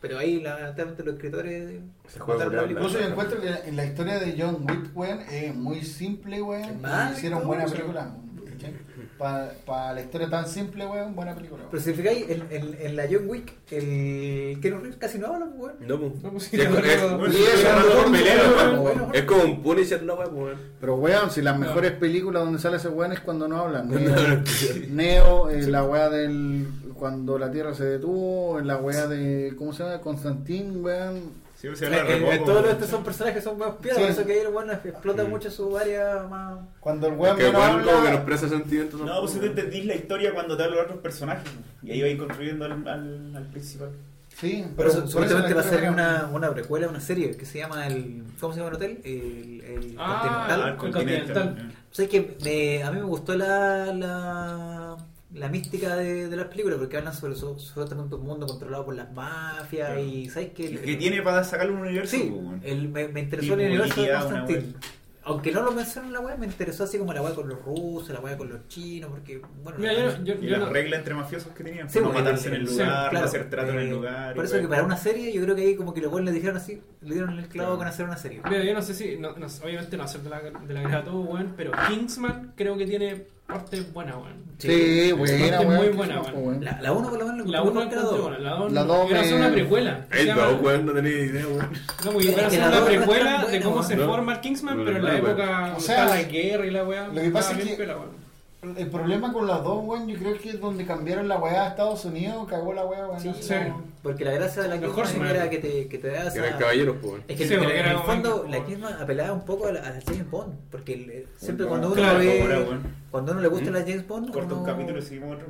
Pero ahí, lamentablemente, los escritores
Se
mataron la
juega
película.
Incluso yo encuentro que en la historia de John Wick, weón, es muy simple, weón.
Mal,
y Hicieron
no,
buena
o sea.
película. Para la historia tan simple, weón, buena película. weón.
Pero si te fijáis, en, en, en la John Wick, el Keanu Reeves casi no habla, po, weón.
No, pues.
No, pues,
Sí, es-
no,
es-
no,
no.
sí, es
Pero
un
no,
mejor
no,
pelea,
no,
weón.
no, bueno.
Es como un Punisher, la
*laughs*
weá, weón.
Pero weón, si las mejores películas donde sale ese weón es cuando no hablan.
No,
Neo,
no.
Neo, eh, la weá del. Cuando la Tierra se detuvo, la weá de. ¿Cómo se llama? Constantín, weón.
Sí, se
En,
habla re
en- en
poco,
Eh, todos
weón.
estos son personajes que son más piedras,
Sí.
por eso que ahí el bueno explota mucho su área más.
Cuando el
Es
weón
que
no
weón como que
habla.
nos presa sentimientos.
No, pues si tú entendís la historia cuando te hablan los otros personajes, y ahí vais construyendo al, al, al principal.
Sí,
Pero su-
por
supuestamente
eso
va a
la
salir
historia-
una, una precuela, una serie que se llama el. ¿Cómo se llama el hotel? El, el Continental.
Ah,
Al continente.
Continental.
¿Sabes que a mí me gustó la, la, la mística de, de las películas porque hablan sobre su- supuestamente un mundo controlado por las mafias
Claro.
y ¿sabes qué?
El que tiene para sacarle un universo,
Sí,
pues, weón.
el, me, me interesó
Y
el universo de
publicidad, una
Constantine.
wea.
Aunque no lo mencionen en la web, me interesó así como la web con los rusos, la web con los chinos, porque bueno...
Mira, yo no- yo-
Y
yo
las
no-
reglas entre mafiosos que tenían,
Sí,
no
porque-
matarse en el
sí,
lugar,
claro,
no hacer trato en
eh,
el lugar.
Por
y
eso que
weón.
para una serie, yo creo que ahí como que los buenos le dijeron así, le dieron el clavo con hacer una serie.
Mira, yo no sé si, no, no- obviamente no hacer de la, de la grada todo, weón, pero Kingsman creo que tiene partes buenas, weón.
Sí, buena,
Es
weón.
muy
qué
buena,
loco,
weón.
weón.
La, la uno por lo menos
La
encontré
1
buen
es
creador.
buena, la 2
La
no.
dos
Quiero hacer
me-
una precuela. que
El
se llama-
dog, weón, no tenía idea, weón.
No, porque iban a
Es que
hacer
la
una
dos no es tan
precuela de
buena,
cómo se
¿no?
forma el Kingsman,
No,
pero en
no,
la
no,
época.
O
O
sea,
sea, la guerra y la weá.
lo que pasa
estaba
es
bien
que-
piola, weón.
El problema con las dos, weón, yo creo que es donde cambiaron la weá a Estados Unidos, cagó la weá, weón.
Sí,
No,
sí.
weón.
Porque la gracia de la
El
Kingsman
Horseman.
era que te, que te da
Que eran
esa...
caballeros, pues, weón.
Es que
Sí,
en,
porque
en
era
el
un-
fondo la Kingsman apelaba un poco a la, a la James Bond, porque el- siempre
Bueno,
cuando uno
claro,
ve,
ahora, bueno.
cuando uno le
¿Mm?
gusta la James Bond,
Corta un
uno-
capítulo y seguimos otro.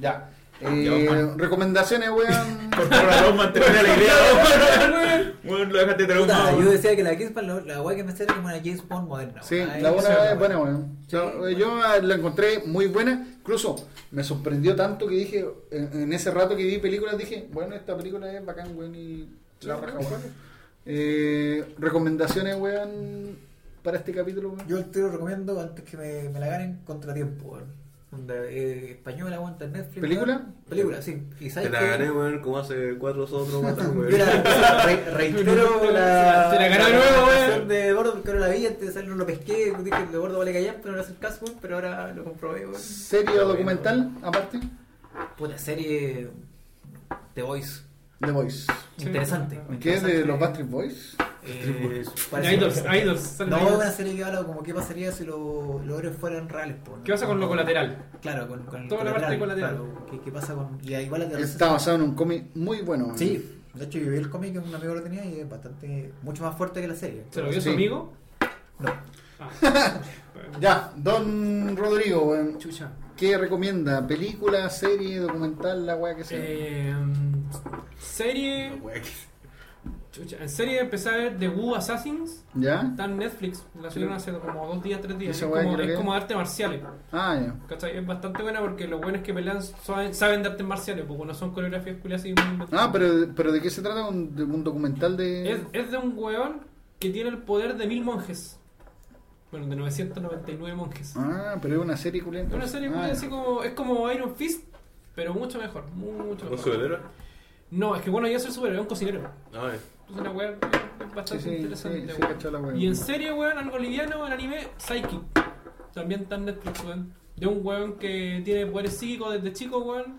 Ya.
Ya,
Eh,
weón.
recomendaciones, weón.
Corta una dos, mantener la idea. weón. Weón, lo dejaste
Puta,
traumado.
yo
weón.
decía que la Kingsman, la, la guay que me sale como una James Bond moderna.
Sí,
weón. Ay,
la
esa
buena es
weá.
buena, weón.
Sí,
Yo-
bueno.
Yo la encontré muy buena, incluso me sorprendió tanto que dije, en, en ese rato que vi películas, dije, bueno, esta película es bacán, weón, y la raja, weón. Eh, recomendaciones, weón, para este capítulo, weón.
Yo el tiro recomiendo antes que me, me la ganen Contratiempo, weón. Onda, eh, española, aguanta Netflix.
¿Película?
weón. Película, sí. Y
Te
sabes
la
qué?
gané, weón, como hace
*laughs*
cuatro otros matas,
Yo la re- reitero la.
*laughs* Se la ganó de nuevo, weón.
recomendación de gordo, porque ahora la vi, antes de salir no lo pesqué, dije de gordo vale callar, pero no hace el caso, weón, pero ahora lo comprobé, weón.
Serie o documental, aparte.
Puta serie The Voice.
The Voice.
Sí.
Interesante.
¿Qué es
interesante.
de los Backstreet Boys?
*laughs*
Eh,
De
parece-
Idols, Idols. salen
No,
Idols.
una serie que habla como qué pasaría si lo- los héroes fueran reales. po, ¿no?
¿Qué pasa con lo colateral?
Claro, con, con el
Toda la parte colateral.
claro. ¿Qué, qué pasa con.? Y ahí va la
Está basado en un cómic muy bueno. weón.
Sí, de hecho yo vi el cómic, un amigo lo tenía y es bastante. mucho más fuerte que la serie.
¿Se lo
Sí.
vio su amigo?
No.
Ah,
*laughs* Ya, don Rodrigo, weón,
chucha.
¿qué recomienda? ¿Película, serie, documental, la weá que sea?
Eh, serie. Chucha. En serie empecé a ver The Wu Assassins.
¿Ya?
Está en Netflix. La subieron hace como dos días, tres días.
Esa
Es
weá
como,
creo
es
que-
como arte marciales.
Ah, ya.
¿Cachai? Es bastante buena porque los buenos que pelean saben, saben de artes marciales, porque no son coreografías culias así. muy inventadas.
Ah, pero, pero ¿de qué se trata? ¿Un, de un documental de...?
Es, es de un weón que tiene el poder de mil monjes. Bueno, de 999 monjes.
Ah, pero es una serie Ah, culiante.
Es una serie culia así como. Es como Iron Fist, pero mucho mejor. Mucho
¿Con
mejor.
su velero?
No, es que bueno, yo soy superhéroe, un cocinero.
Ah, eh.
Es una weá es bastante
Sí, sí,
interesante.
sí, sí,
weón.
cacho la weá.
y en serie, weón, algo liviano, en anime, Psyche. También está en Netflix, weón. De un weón que tiene poderes psíquicos desde chico, weón.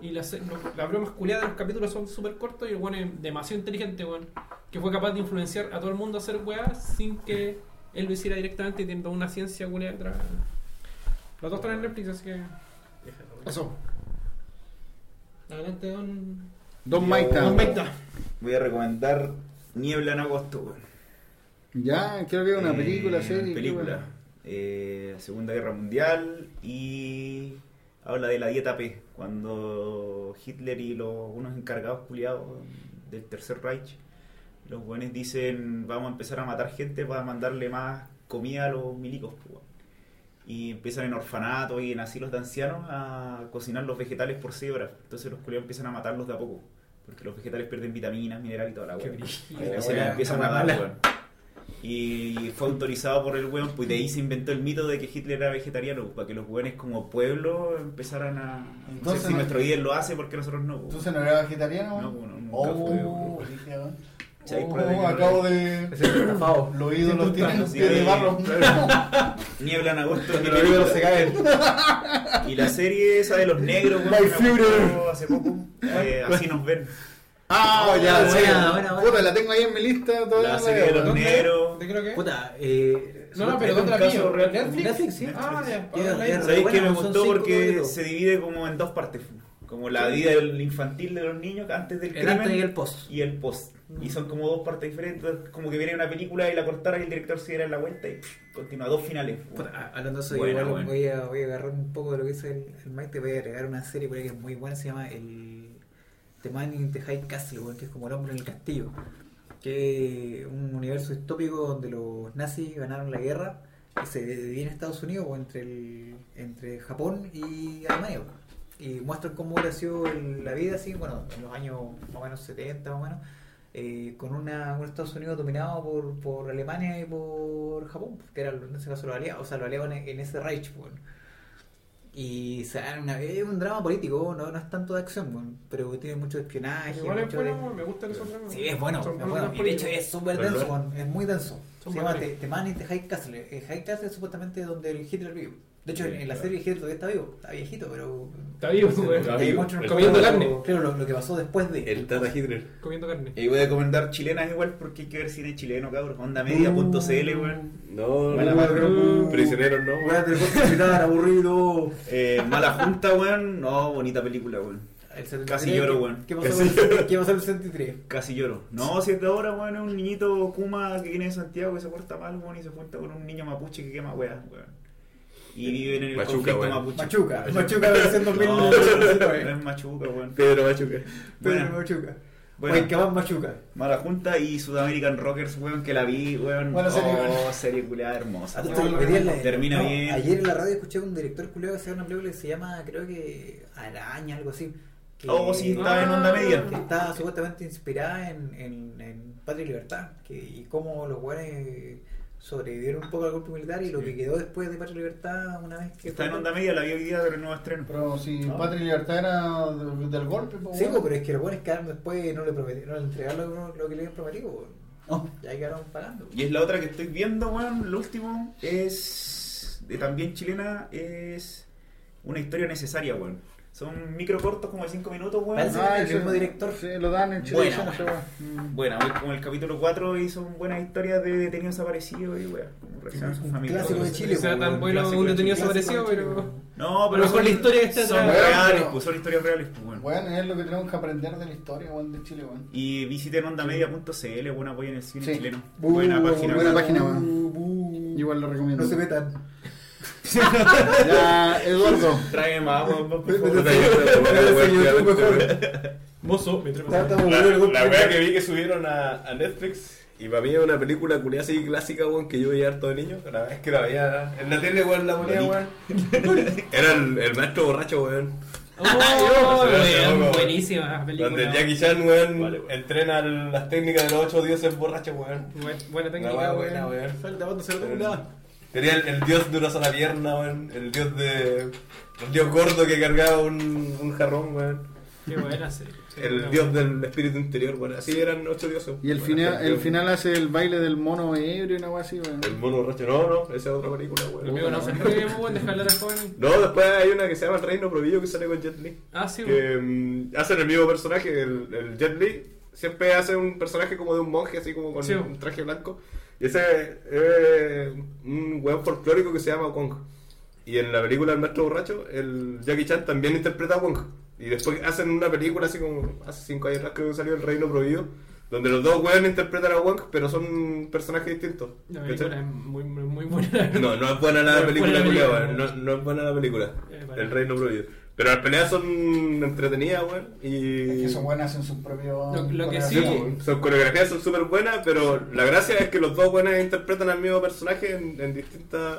Y las, los- las bromas culiadas de los capítulos son súper cortos y el weón es demasiado inteligente, weón. Que fue capaz de influenciar a todo el mundo a hacer weas sin que él lo hiciera directamente y teniendo una ciencia culiada detrás. Los dos están en Netflix, así que. Eso. Adelante, don.
Don
Yo-
Maita.
Don Mecta.
Voy a recomendar Niebla en agosto, weón.
Ya, creo que es una
Eh,
película, serie. qué
Película.
weá.
Eh, Segunda Guerra Mundial y habla de la dieta P, cuando Hitler y los, unos encargados culiados del Tercer Reich, los buenos dicen vamos a empezar a matar gente para mandarle más comida a los milicos. pues, weón". Y empiezan en orfanatos y en asilos de ancianos a cocinar los vegetales por cebra. Entonces los culiados empiezan a matarlos de a poco. Porque los vegetales pierden vitaminas, minerales y toda la
Qué
weá.
brígido.
Y la escena empieza a nadar, weón. Y fue autorizado por el weón, pues de ahí se inventó el mito de que Hitler era vegetariano, pues, para que los weones como pueblo empezaran a... a- no sé
Entonces,
si nuestro líder lo hace, porque nosotros no? pues.
¿Entonces no era vegetariano? weón?
No, pues, no, nunca
Oh,
fue,
dije, weón.
Sí, hay
Oh,
pruebas de que no
acabo
era.
de...
Estafado.
Los ídolos tienen
Sí,
pie de
*laughs*
barro.
Niebla en agosto.
Cuando
mi
los ídolos
película.
se caen.
Y la serie esa de los negros, weón,
My
que me gustó
Führer.
hace poco, eh, así nos ven.
Ah, ya,
Buena,
sí.
buena, buena.
Puta, la tengo ahí en mi lista todavía.
La
no
serie de
veo,
los
weón.
negros.
¿Te creo que?
Puta, eh.
No, no, pero
Es un
¿dónde la
caso
pillo?
real.
¿Netflix?
Netflix, sí.
Ah, ya.
Ya,
online.
ya,
¿Sabéis
Bueno,
que me
son
gustó?
cinco
Porque
capítulos.
se divide como en dos partes. Como la vida del infantil de los niños antes del
El
crimen.
antes y el post.
y el post. Y son como dos partes diferentes. entonces, Como que viene una película y la cortara y el director se diera la vuelta y pff, continúa. Dos finales.
Puta, a- hablando de eso,
Buena,
igual
buena.
Voy, a, voy a agarrar un poco de lo que dice el, el Mike. Te voy a agregar una serie por ahí que es muy buena. Se llama El The Man in the High Castle, weón, que es como el hombre en el castillo. Que es un universo distópico donde los nazis ganaron la guerra y se divide Estados Unidos o entre, el, entre Japón y Alemania. weón. Y muestran cómo hubiera sido el- la vida así, bueno, en los años más o menos 70, más o menos eh, con una, un Estados Unidos dominado por, por Alemania y por Japón, que eran en ese caso los aliados, o sea, los aliados en, en ese Reich, weón. Y se dan una- es un drama político, no, no es tanto de acción, weón, pero tiene mucho espionaje.
Igual es
mucho
bueno,
de-
me gusta que son dramas.
Sí, es bueno,
Son
es
buenos
bueno. Y de hecho
políticos.
es súper
Pero
denso,
no
weón, es muy denso.
Son
Se llama
buenos.
The, The Man in the High Castle. El High Castle es supuestamente donde el Hitler vive. De hecho,
Sí,
en, en la
claro.
serie Hitler todavía está vivo, está viejito, pero...
Está vivo, weón.
Está
te
vivo,
muestran
el-
cómo-
comiendo carne.
Claro, lo, lo que pasó después de...
El Tata Hitler.
Comiendo carne.
Y voy a recomendar chilenas igual porque hay que ver cine chileno, cabrón. Onda media.cl, weón.
No,
Buena
no,
madre.
no, prisioneros no.
Weá, te puedes citar, aburrido.
Eh, Mala Junta, weón. No, bonita película, weón.
El 73,
Casi lloro,
¿qué-
weón.
¿Qué pasó
Casi
con el- *laughs* qué pasó con el 73?
Casi lloro. No, si es de ahora, weón, es un niñito Kuma que viene de Santiago que se porta mal, weón, y se junta con un niño mapuche que quema weas, weón. Y viven en el
Machuca,
conflicto
weón.
mapuche.
Machuca, Machuca versión
No,
2000.
no es machuca, weón.
Pedro Machuca.
Pero
Bueno,
Machuca.
bueno.
Oye, que va Machuca.
Mala Junta y Sudamerican Rockers, weón, que la vi, weón.
Buena serie,
oh, serie culiada hermosa.
Hasta
weón.
hoy día en la-
Ah, Termina
no,
bien.
Ayer en la radio escuché a un director culiado que hacía una película que se llama, creo que Araña, algo así. que
Oh, sí, está en onda mediante.
está supuestamente inspirada en, en, en Patria y Libertad que, y cómo los guanes sobrevivieron un poco al golpe militar y lo que quedó después de Patria y Libertad una vez que
Está en
fue-
onda media, la vi hoy día del nuevo estreno.
Pero si Patria y Libertad era de- del golpe, pues,
Sí,
weón.
pues, pero es que los guanes quedaron después y no le, prometi- no le entregaron lo, lo que le habían prometido. pues. Ya quedaron pagando.
Y es la otra que estoy viendo, weón. Lo último es. de también chilena, es. Una historia necesaria, weón. Son micro cortos como de 5 minutos, weón.
Parece-
Ah,
el
sí,
mismo director.
Sí, lo dan en
Buena,
Chile.
weón.
Mm.
Bueno, hoy como el capítulo 4 y son buenas historias de detenidos desaparecidos y weón. Como regresan a sus familias.
clásico de Chile,
O sea,
pues,
tan
weón.
bueno
clásico
un
de
detenido
Chile.
desaparecido, pero.
No,
A lo
pero
mejor
son,
la historia que está
son
atrás.
reales,
Pero-
pues, son historias reales, pues, weón.
Bueno, es lo que tenemos que aprender de la historia, weón, de Chile, weón.
Y visiten ondamedia.cl, buen apoyo en el cine
Sí.
chileno.
Bu-
buena página.
buena
weón.
página, weón. Igual lo recomiendo.
No se metan.
*laughs* Ya, Eduardo.
Trae más, weón, por favor.
Mozo, mientras
La wea que vi que subieron a, a Netflix. Y para mí es una película culiada así clásica, weón, que yo veía harto de niño. La vez que la veía en la tele, weón, la ponía, weón. Era el, el maestro borracho, weón.
Oh,
Se ve hace
weón,
poco.
buenísima película.
Donde Jackie Chan, weón, entrena las técnicas de los ocho dioses borrachos, weón.
Bu- Buena
Una wea
técnica,
buena,
weón.
weón.
Falta cuando se lo
Pero-
tomen nada.
Tenía el, el dios de una sola pierna, weón. El dios de. El dios gordo que cargaba un, un jarrón, weón.
Qué buena serie. Sí,
El
una
dios
buena.
del espíritu interior, weón. Así eran ocho dioses.
Y el
Bueno,
final, el
dios-
final hace el baile del mono ebrio y una wea así, weón.
El mono borracho. No, no, esa es otra película,
Lo mío
weón.
no se puede, weón, dejar hablar a jóvenes.
No, después hay una que se llama El Reino Prohibido que sale con Jet Li.
Ah, sí, weón.
Que mm, hacen el mismo personaje, el, el Jet Li. Siempre hace un personaje como de un monje, así como con
Sí.
un traje blanco. Y ese es eh, un weón folclórico que se llama Wong. Y en la película El Maestro Borracho, el Jackie Chan también interpreta a Wong. Y después hacen una película así como hace cinco años atrás que salió El Reino Prohibido, donde los dos weones interpretan a Wong, pero son personajes distintos.
La
¿cachai?
película es muy, muy, muy buena.
No, no es buena
No
la
es buena
película,
la película,
culiao,
no.
No, no es buena la película.
Eh, vale.
El Reino Prohibido. Pero las peleas son entretenidas, weón. Y.
Es que son buenas en sus propios.
Lo- lo que sí-
Sí, pues, Sus coreografías son súper buenas, pero la gracia es que los dos buenos interpretan al mismo personaje en, en distintas.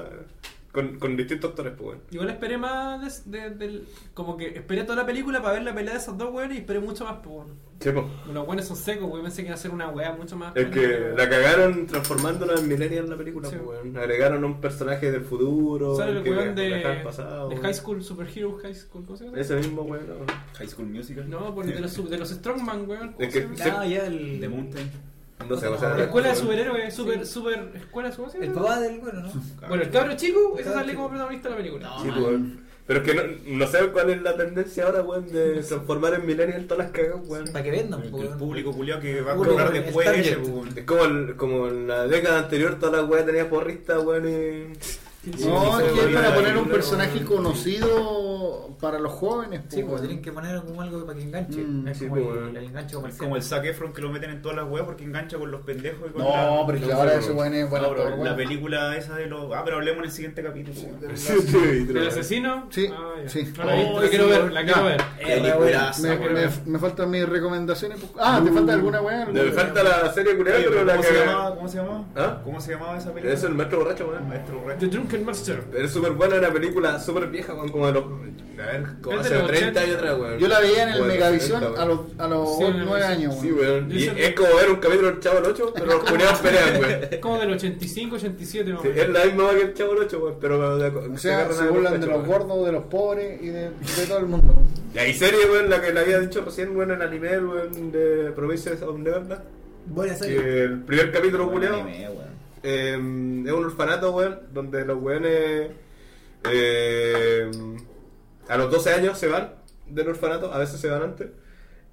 Con, con distintos actores, pues, weón.
Igual esperé más de- de- del. Como que esperé toda la película para ver la pelea de esos dos weones y esperé mucho más, pues, weón.
Sí, pues.
Los weones son secos, weón. Pensé que iba a ser una weá mucho más.
Es que la cagaron transformándola en Millennial la película,
Sí.
pues, weón. Agregaron un personaje del futuro.
Sale el
que
weón de,
viaja al pasado,
de
weón.
High School Superhero High School, ¿cómo se llama?
Ese mismo, weón. ¿no?
High School Musical.
No, por, de, los, sub- de los Strongman, weón. ¿cómo
Es que- Ah,
se llama?
Ah,
Sí.
ya el.
The Mountain.
No sé, o sea,
La escuela de superhéroes, super, super escuela de superhéroes.
El papá del bueno, ¿no?
Bueno, el cabro chico, ese
Cabro
sale
chico.
como protagonista de la película.
Sí, pues, weón. Pero es que no, no sé cuál es la tendencia ahora, weón, de transformar en millennial todas las cagas, weón.
Para que vendan,
El,
pues,
el
weón.
público culiao que va a
Público,
cobrar
el
después de ese,
target.
pues, weón.
Es como, el- como en la década anterior todas las weas tenían porrista, weón, y...
No,
Sí,
es que es
sí,
para
sí,
poner
sí, *laughs*
un
sí,
personaje
sí.
conocido para los jóvenes,
Sí, pues
weón.
tienen que poner como algo para que enganche.
Mm,
es
sí,
como
pues,
el, el enganche
Es
comercial.
como el Zac Efron que lo meten en todas las weas porque engancha con los pendejos y con
No, pero es que ahora
No,
ese weón es bueno.
No, pero
actor,
la
weón.
película esa de los. Ah, pero hablemos en el siguiente capítulo. weón.
¿El asesino?
Sí,
Ah, ya.
sí.
No la he visto,
Oh,
la
sí,
quiero ver,
weón.
la quiero
Ya.
ver.
Eh,
Peliculaza,
Ah,
Me,
weón.
me- me faltan mis recomendaciones. pues. Ah, ¿te falta alguna weá?
Uh, Me falta la serie culiada,
Oye,
pero
pero
la
¿Cómo se
cagada.
llamaba? ¿Cómo se llamaba?
¿Ah?
¿Cómo se llamaba esa película?
Es el maestro borracho, weón.
Maestro Rex.
The Drunken Master.
Pero es súper buena, una película súper vieja, weón, como de los... A ver, como
Es de
hace
los
30
80.
años atrás, weón.
Yo la veía en el
Como de los
Megavisión
70,
a
weón.
los, a los
Sí, en el
9 años,
Sí,
weón.
weón. Y
Yo sé-
es como ver un capítulo del Chavo del 8, pero
*laughs*
los culiados pelean, weón.
Como del 85, 87, más o
Sí,
menos.
es la misma que el Chavo del 8, weón, pero... de-
O
se
sea,
agarran a
se
los
burlan de
pechos,
los
weón.
gordos, de los pobres y de, de todo el mundo.
Y hay serie, weón, la que le había dicho recién, weón, en anime, weón, de Provinces of Neverland.
Buena serie.
Que el primer capítulo, culiao,
Anime, weón.
eh, es un orfanato, weón, donde los weones eh, a los 12 años se van del orfanato, a veces se van antes.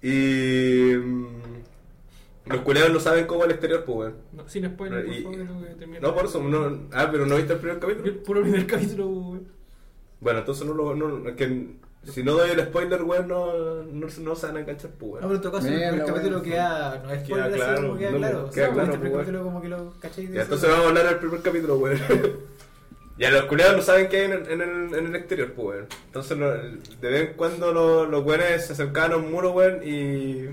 Y mm, los culeados no saben cómo el exterior, pues, weón.
No, sin spoiler, por
Y-
favor, creo que termina.
No, por eso, no, ah, pero no viste el primer
Vi
capítulo.
el Puro primer capítulo, weón.
Bueno, entonces no lo. No, es que, si no doy el spoiler, weón, no, no, no se van a enganchar, pues,
No,
weón.
pero en todo caso,
Mira,
el
la
primer capítulo
weá.
queda. No es
Queda
spoiler,
claro,
así como queda
no,
claro.
queda
O sea,
claro,
el primer
pues,
capítulo como que lo cacháis de eso.
Ya, entonces vamos a hablar del primer capítulo, weón. *laughs* ya, los culeados no saben qué hay en el, en el, en el exterior, pues, weón. Entonces, lo- el- de vez en cuando lo- los weones se acercaban a un muro, weón, y,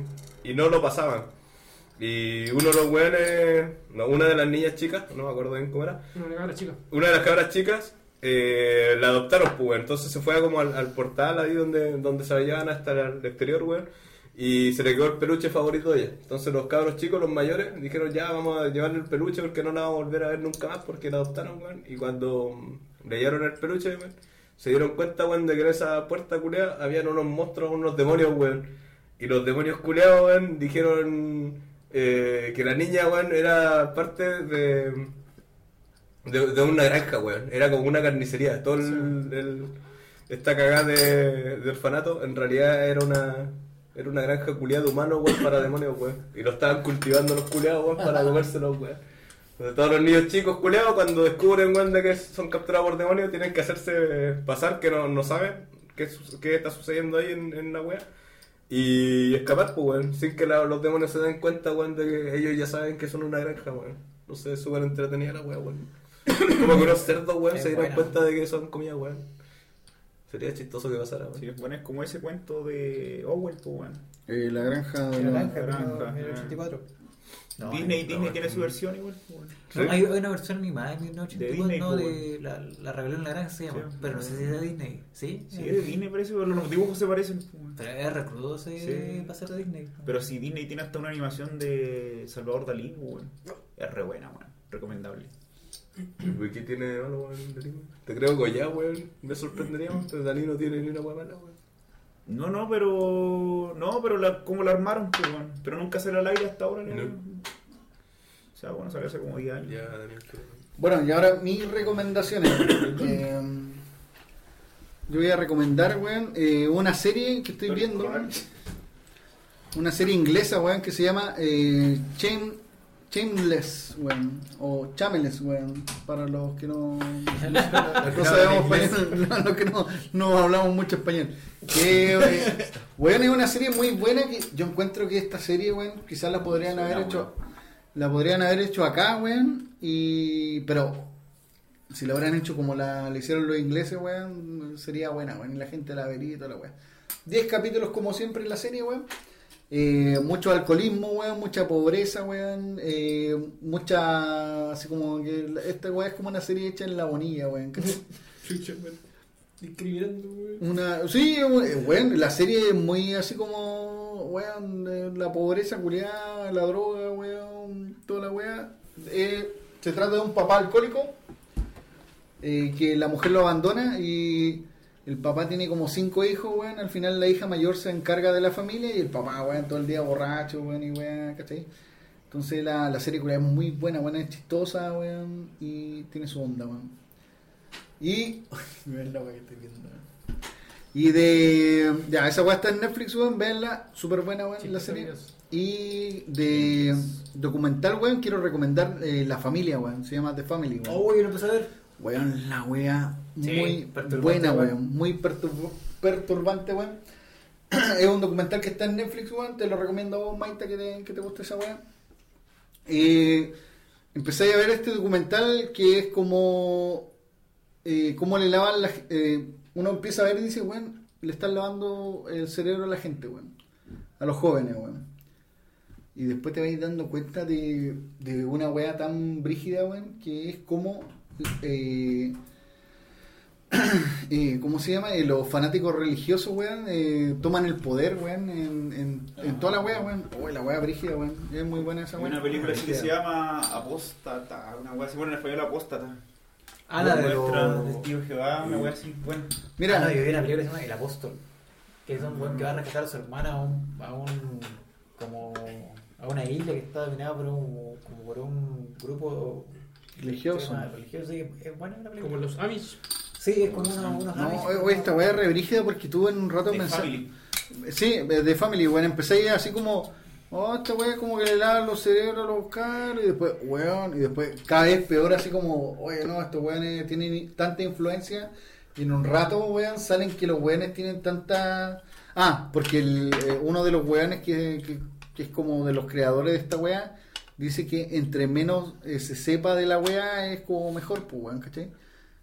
y no lo pasaban. Y uno de los weones, no, una de las niñas chicas, no me acuerdo bien cómo era,
No, la cabra chica.
una de las cabras chicas eh, la adoptaron, pues, weón. Entonces se fue a como al, al portal ahí donde, donde se la llevan hasta el exterior, weón. Y se le quedó el peluche favorito de ella. Entonces los cabros chicos, los mayores, dijeron ya vamos a llevarle el peluche porque no la vamos a volver a ver nunca más porque la adoptaron, weón. Y cuando mm, le llevaron el peluche, weón, se dieron cuenta, weón, de que en esa puerta culeada habían unos monstruos, unos demonios, weón. Y los demonios culeados, weón, dijeron eh, que la niña, weón, era parte de... De, de una granja, weón. Era como una carnicería. Todo el, el- esta cagada de, de orfanato en realidad era una era una granja culiada de humanos, weón, para demonios, weón. Y lo estaban cultivando los culiados, weón, para comérselos, weón. Entonces, todos los niños chicos culiados, cuando descubren, weón, de que son capturados por demonios, tienen que hacerse eh, pasar que no, no saben qué, su- qué está sucediendo ahí en, en la weá. Y escapar, pues, weón. Sin que la- los demonios se den cuenta, weón, de que ellos ya saben que son una granja, weón. No sé, es súper entretenida la weá, weón. Como que unos cerdos, weón,
Es
se dieron
buena.
cuenta de que son comida, weón. Sería chistoso que pasara, weón.
Sí, bueno, es como ese cuento de Owen, pues, weón.
Eh, la granja de
La
los-
granja,
granja,
pero 1984. No,
Disney,
no,
Disney
no.
tiene su versión igual, pues, weón.
No,
¿Sí?
hay hay una versión animada de 1984,
De
no,
Disney, pues,
de la, la Rebelión en la Granja se llama,
Sí.
pero no sé si es de Disney, ¿sí?
Sí, es de Disney parece, pero los dibujos se parecen. pues, weón.
Pero es recrudo ese
Sí.
para ser de Disney.
Pero si Disney tiene hasta una animación de Salvador Dalí, pues, weón. Es re buena, weón. Recomendable.
Güey, ¿Qué tiene de malo, weón? Dalí, weón? Te creo Goya, weón. Me sorprendería, weón. Pero Dalí no tiene ni una weá mala, weón.
No, no, pero. No, pero la, como la armaron, pues, weón. Pero nunca se al aire hasta ahora,
No.
¿no? O sea, bueno, salió hace como 10 años.
Ya, Daniel. creo.
Bueno, y ahora mis recomendaciones. Eh, yo voy a recomendar, weón, eh, una serie que estoy viendo. weón. Una serie inglesa, weón, que se llama eh, Shame- Shameless, weón. O Chameless, weón. Para los que no, no sabemos español. *laughs* no, los que no, no hablamos mucho español. Que, eh, weón, es una serie muy buena que yo encuentro que esta serie, weón, quizás la podrían haber
Suena,
hecho...
weón.
La podrían haber hecho acá, weón. Y. Pero. Si la hubieran hecho como la, la hicieron los ingleses, weón. Sería buena, weón. Y la gente la vería y toda la weón. Diez capítulos, como siempre, en la serie, weón. Eh, mucho alcoholismo, weón. Mucha pobreza, weón. eh, mucha. Así como que. la- Esta weón es como una serie hecha en la bonilla, weón. ¿cachai?
Chucha, weón. Discriminando, weón.
Una, sí, eh, weón, la serie es muy así como, weón, eh, la pobreza culiada, la droga, weón, toda la weá. Eh, se trata de un papá alcohólico eh, que la mujer lo abandona y el papá tiene como cinco hijos, weón. Al final la hija mayor se encarga de la familia y el papá, weón, todo el día borracho, weón, y weón, ¿cachai? Entonces la, la serie culiada es muy buena, weón, es chistosa, weón, y tiene su onda, weón. Y... *laughs* Miren la weá que estoy viendo, weón. Y de. Ya, esa weá está en Netflix, weón. Veanla, súper buena, weón, la serie. Y de documental, weón, quiero recomendar eh, La Familia, weón. Se llama The Family, weón.
Oh, yo lo empecé a ver.
Weón, la wea
Sí,
muy
perturbante,
buena,
weón.
weón. Muy perturb- perturbante, weón. *clears throat* es un documental que está en Netflix, weón. Te lo recomiendo a vos, Maita, que te, que te guste esa weá. Eh, empecé a ver este documental que es como. eh, cómo le lavan la. eh, uno empieza a ver y dice, weón, le están lavando el cerebro a la gente, weón. A los jóvenes, weón. Y después te vais dando cuenta de, de una wea tan brígida, weón, que es como, eh, *clears throat* eh, ¿cómo se llama? Eh, los fanáticos religiosos, weón, eh, toman el poder, weón, en, en, en toda la wea, weón. Uy, la wea brígida, weón. Es muy buena esa
Hay
wea.
una película así que se
Brígida.
llama Apóstata, una weá así, bueno, en español Apóstata.
Ah, la de
Muestra
los...
testigo de Jehová, una weá así, bueno.
Mira,
Ah, no, yo vi una película que se llama El Apóstol, que es un buen que va a rescatar a su hermana a un, a un- como a una isla que está dominada por un como por un grupo
Religioso.
se llama religioso, sí, es buena la
Como
película.
los Amish.
Sí, es como una, unos
no,
amish.
oye, esta wea es re brígida porque tú en un rato
The
pensás-
Family.
Sí, eh, de Family, weón. Empecé así como, oh, esta weón como que le lavan los cerebros a los caros. Y después, weón, y después cada vez peor, así como, oye, no, estos weones tienen tanta influencia. Y en un rato, weón, salen que los weones tienen tanta. Ah, porque el, eh, uno de los weones que, que, que es como de los creadores de esta wea, dice que entre menos eh, se sepa de la wea es como mejor, pues, weón, ¿cachai?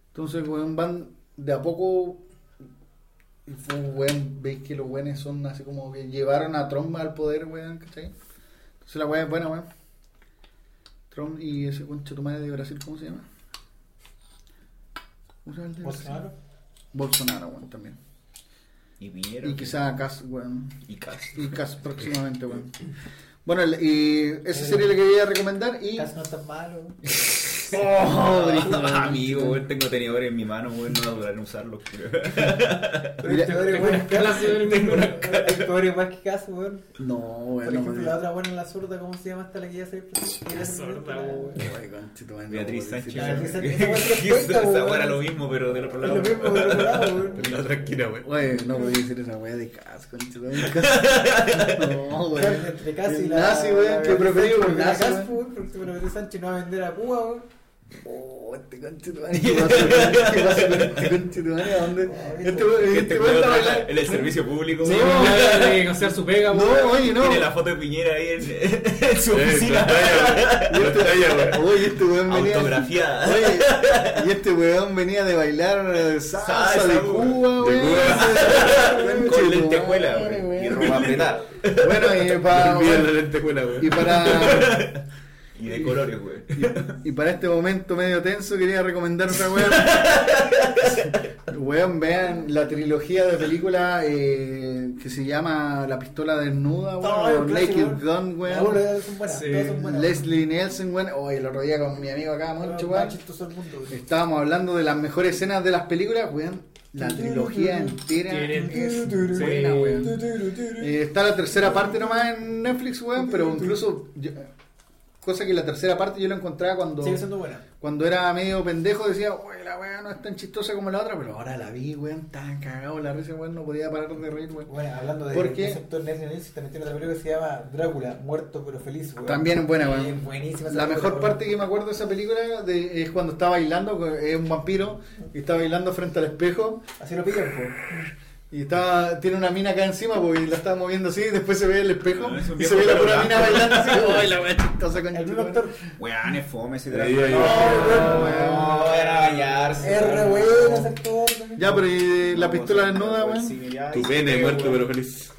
Entonces, weón, van de a poco y fue un buen, veis que los buenos son así como que llevaron a Trump al poder, weón, ¿cachai? Entonces la weá es buena, weón. Trump y ese concha tu madre de Brasil, ¿cómo se llama? ¿Cómo se llama el de-
Bolsonaro.
Bolsonaro, weón, también.
Y Piñera.
Y quizá Cas, weón.
Y Cast.
Y Cas próximamente, weón. Bueno, el- y esa serie la quería recomendar y.
Caso no tan malo.
*laughs*
*laughs*
Oh,
Amigo, weón, tengo tenedores en mi mano, weón, no va a durar en usarlo.
Mira,
este Tengo una cara. Actores Este más que caso, weón.
No,
Por
weón, no
ejemplo,
me
la otra buena, la zurda, ¿cómo se llama esta la que ya se Era
sorda, weón.
Ay, conchito, weón, no
Beatriz
puedo decir
Sánchez. *laughs*
nada.
weón.
Beatriz Sánchez, esa weón
Que
cuenta,
Esa
weón.
weón era lo mismo, pero del otro
Es lo
lado.
mismo, pero por
*laughs*
lado, weón.
La otra esquina,
*laughs*
weón.
Güey, no podía decir esa weá de Cas, conchito. No, güey.
Entre Cas y
El
la.
Nazi, weón, que preferido por
la
Nazi.
Cas,
weón.
weón. Porque Beatriz Sánchez no va a vender a Cuba, weón.
Oh, este conchetumare, ¿qué pasa con- qué pasa con este conchetumare? ¿A dónde? Este güey-
Este
este güey
weón
está
trabaja
bailando.
En el servicio público,
Sí,
weón.
weón.
*laughs*
Tiene que negociar su pega,
No,
weón.
oye, no.
Tiene la foto de Piñera ahí en, *laughs* en su
Eh,
oficina.
pantalla,
Y
pantalla,
este-
güey.
Oye, este weón venía. *laughs*
*laughs* Autografiada.
Oye, y este weón venía de bailar eh, salsa
Salsa,
de
weón.
Cuba,
De
weón.
Con
Conchetumare,
lentejuela, weón.
*laughs*
Y ropa apretada.
Bueno, y para,
Olvida la lentejuela, güey.
y para
Y de colores, weón.
Y para este momento medio tenso quería recomendar otra weón. weón, vean la trilogía de película eh, que se llama La pistola desnuda,
Ay,
weón, o
un
Naked
clásico,
Gun,
La
weón.
bola son buenas,
Sí.
todas son buenas.
Leslie Nielsen, weón. Oye, el otro día con mi amigo acá,
Weón,
Moncho,
más
weón.
chistoso del mundo, weón.
Estábamos hablando de las mejores escenas de las películas, weón. La trilogía entera
Tiene-
es
Sí.
buena, weón. Eh, está la tercera parte nomás en Netflix, weón, pero incluso... yo- cosa que la tercera parte yo la encontraba cuando...
Sigue siendo buena.
Cuando era medio pendejo decía, uy, la weá no es tan chistosa como la otra, pero ahora la vi, weón, tan cagado la risa, weón, no podía parar de reír, weón.
Bueno, hablando de
¿Por qué?
ese actor Leslie Nielsen, también tiene otra película que se llama Drácula, muerto pero feliz. weón.
También es buena,
Eh,
weón.
buenísima esa
La
película,
mejor
weón.
parte que me acuerdo de esa película de- es cuando está bailando, es un vampiro, y está bailando frente al espejo,
Así lo pillan, pues.
y está, tiene una mina acá encima, porque la está moviendo así, y después se ve el espejo,
Ah, es un
y se
viejo
ve la
pelo
pura
blanco.
mina bailando así, uy, la weá chistosa,
El
conchito,
mismo
weón.
actor.
Weón, es fome ese
Ahí, ahí,
No,
weón.
weón, era bañarse.
Es re bueno ese actor. weón.
Ya, pero ¿y Eh, la pistola
pues,
desnuda, weón?
Tu pene muerto, pero feliz.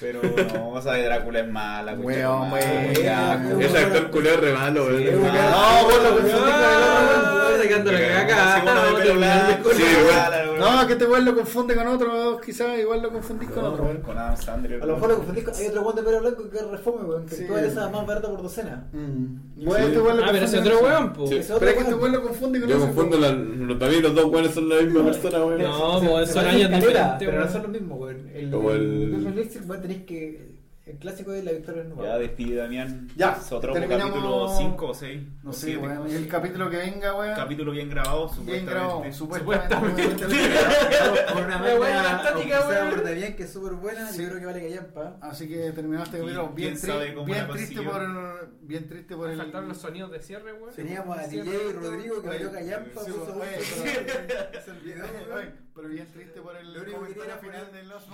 Pero no, o sea, de Drácula es mala,
Weón,
conchetumare,
weón.
ya,
Weón.
Ese actor culero es re malo, güey.
Sí, weón.
No, vos lo confundís con el otro, weón.
Ah, sacando la cagada.
Sí, uno de pelo blanco,
Sí,
weón.
weón.
No, que este weón lo confunde con otro, quizás igual lo confundís con otro. weón.
Con Adam Sandler.
A lo mejor lo confundís con. Hay otro guante de pelo blanco que es refome, weón. Que
Sí.
actúa en esa más barata por docena.
Mm. Bueno, este weón lo
Ah, pero
confunde
ese
con
otro
ese.
weón, po.
Sí.
Ese
Pero
otro
es que este
weón.
weón lo confunde con
Yo
ese,
confundo
weón.
la, los, para mí los dos güeyes son la misma persona, güey.
No,
Se-
po,
se
son
parecen
años
caleta,
diferentes,
Pero no
weón.
son los mismos, weón. El
Como el-
Leslie Nielsen, weón, tenés que. El clásico de la victoria nueva.
Ya despide Damián.
Ya,
Es otro
terminamos.
capítulo 5 o 6.
No sé, weón. El capítulo que venga, weón.
Capítulo bien grabado,
bien
supuestamente.
grabado.
Supuestamente.
*laughs*
Con *laughs* una
La weá
máquina
estática,
auspiciada
weón.
por Davián, que es súper buena.
Sí.
Yo creo que vale callampa.
Así que terminó este
Y
capítulo bien,
quién sabe
tri-
cómo
bien
la
triste
consiguió.
por bien triste por el
Faltaron los sonidos de cierre, weón.
Teníamos a
Cierre.
DJ Rodrigo que valió callampa.
Sí,
puso-
oye,
*laughs* Se olvidó,
Oye,
weón.
pero bien triste por el
Lo único que
comentario
quería
final
poner-
del oso.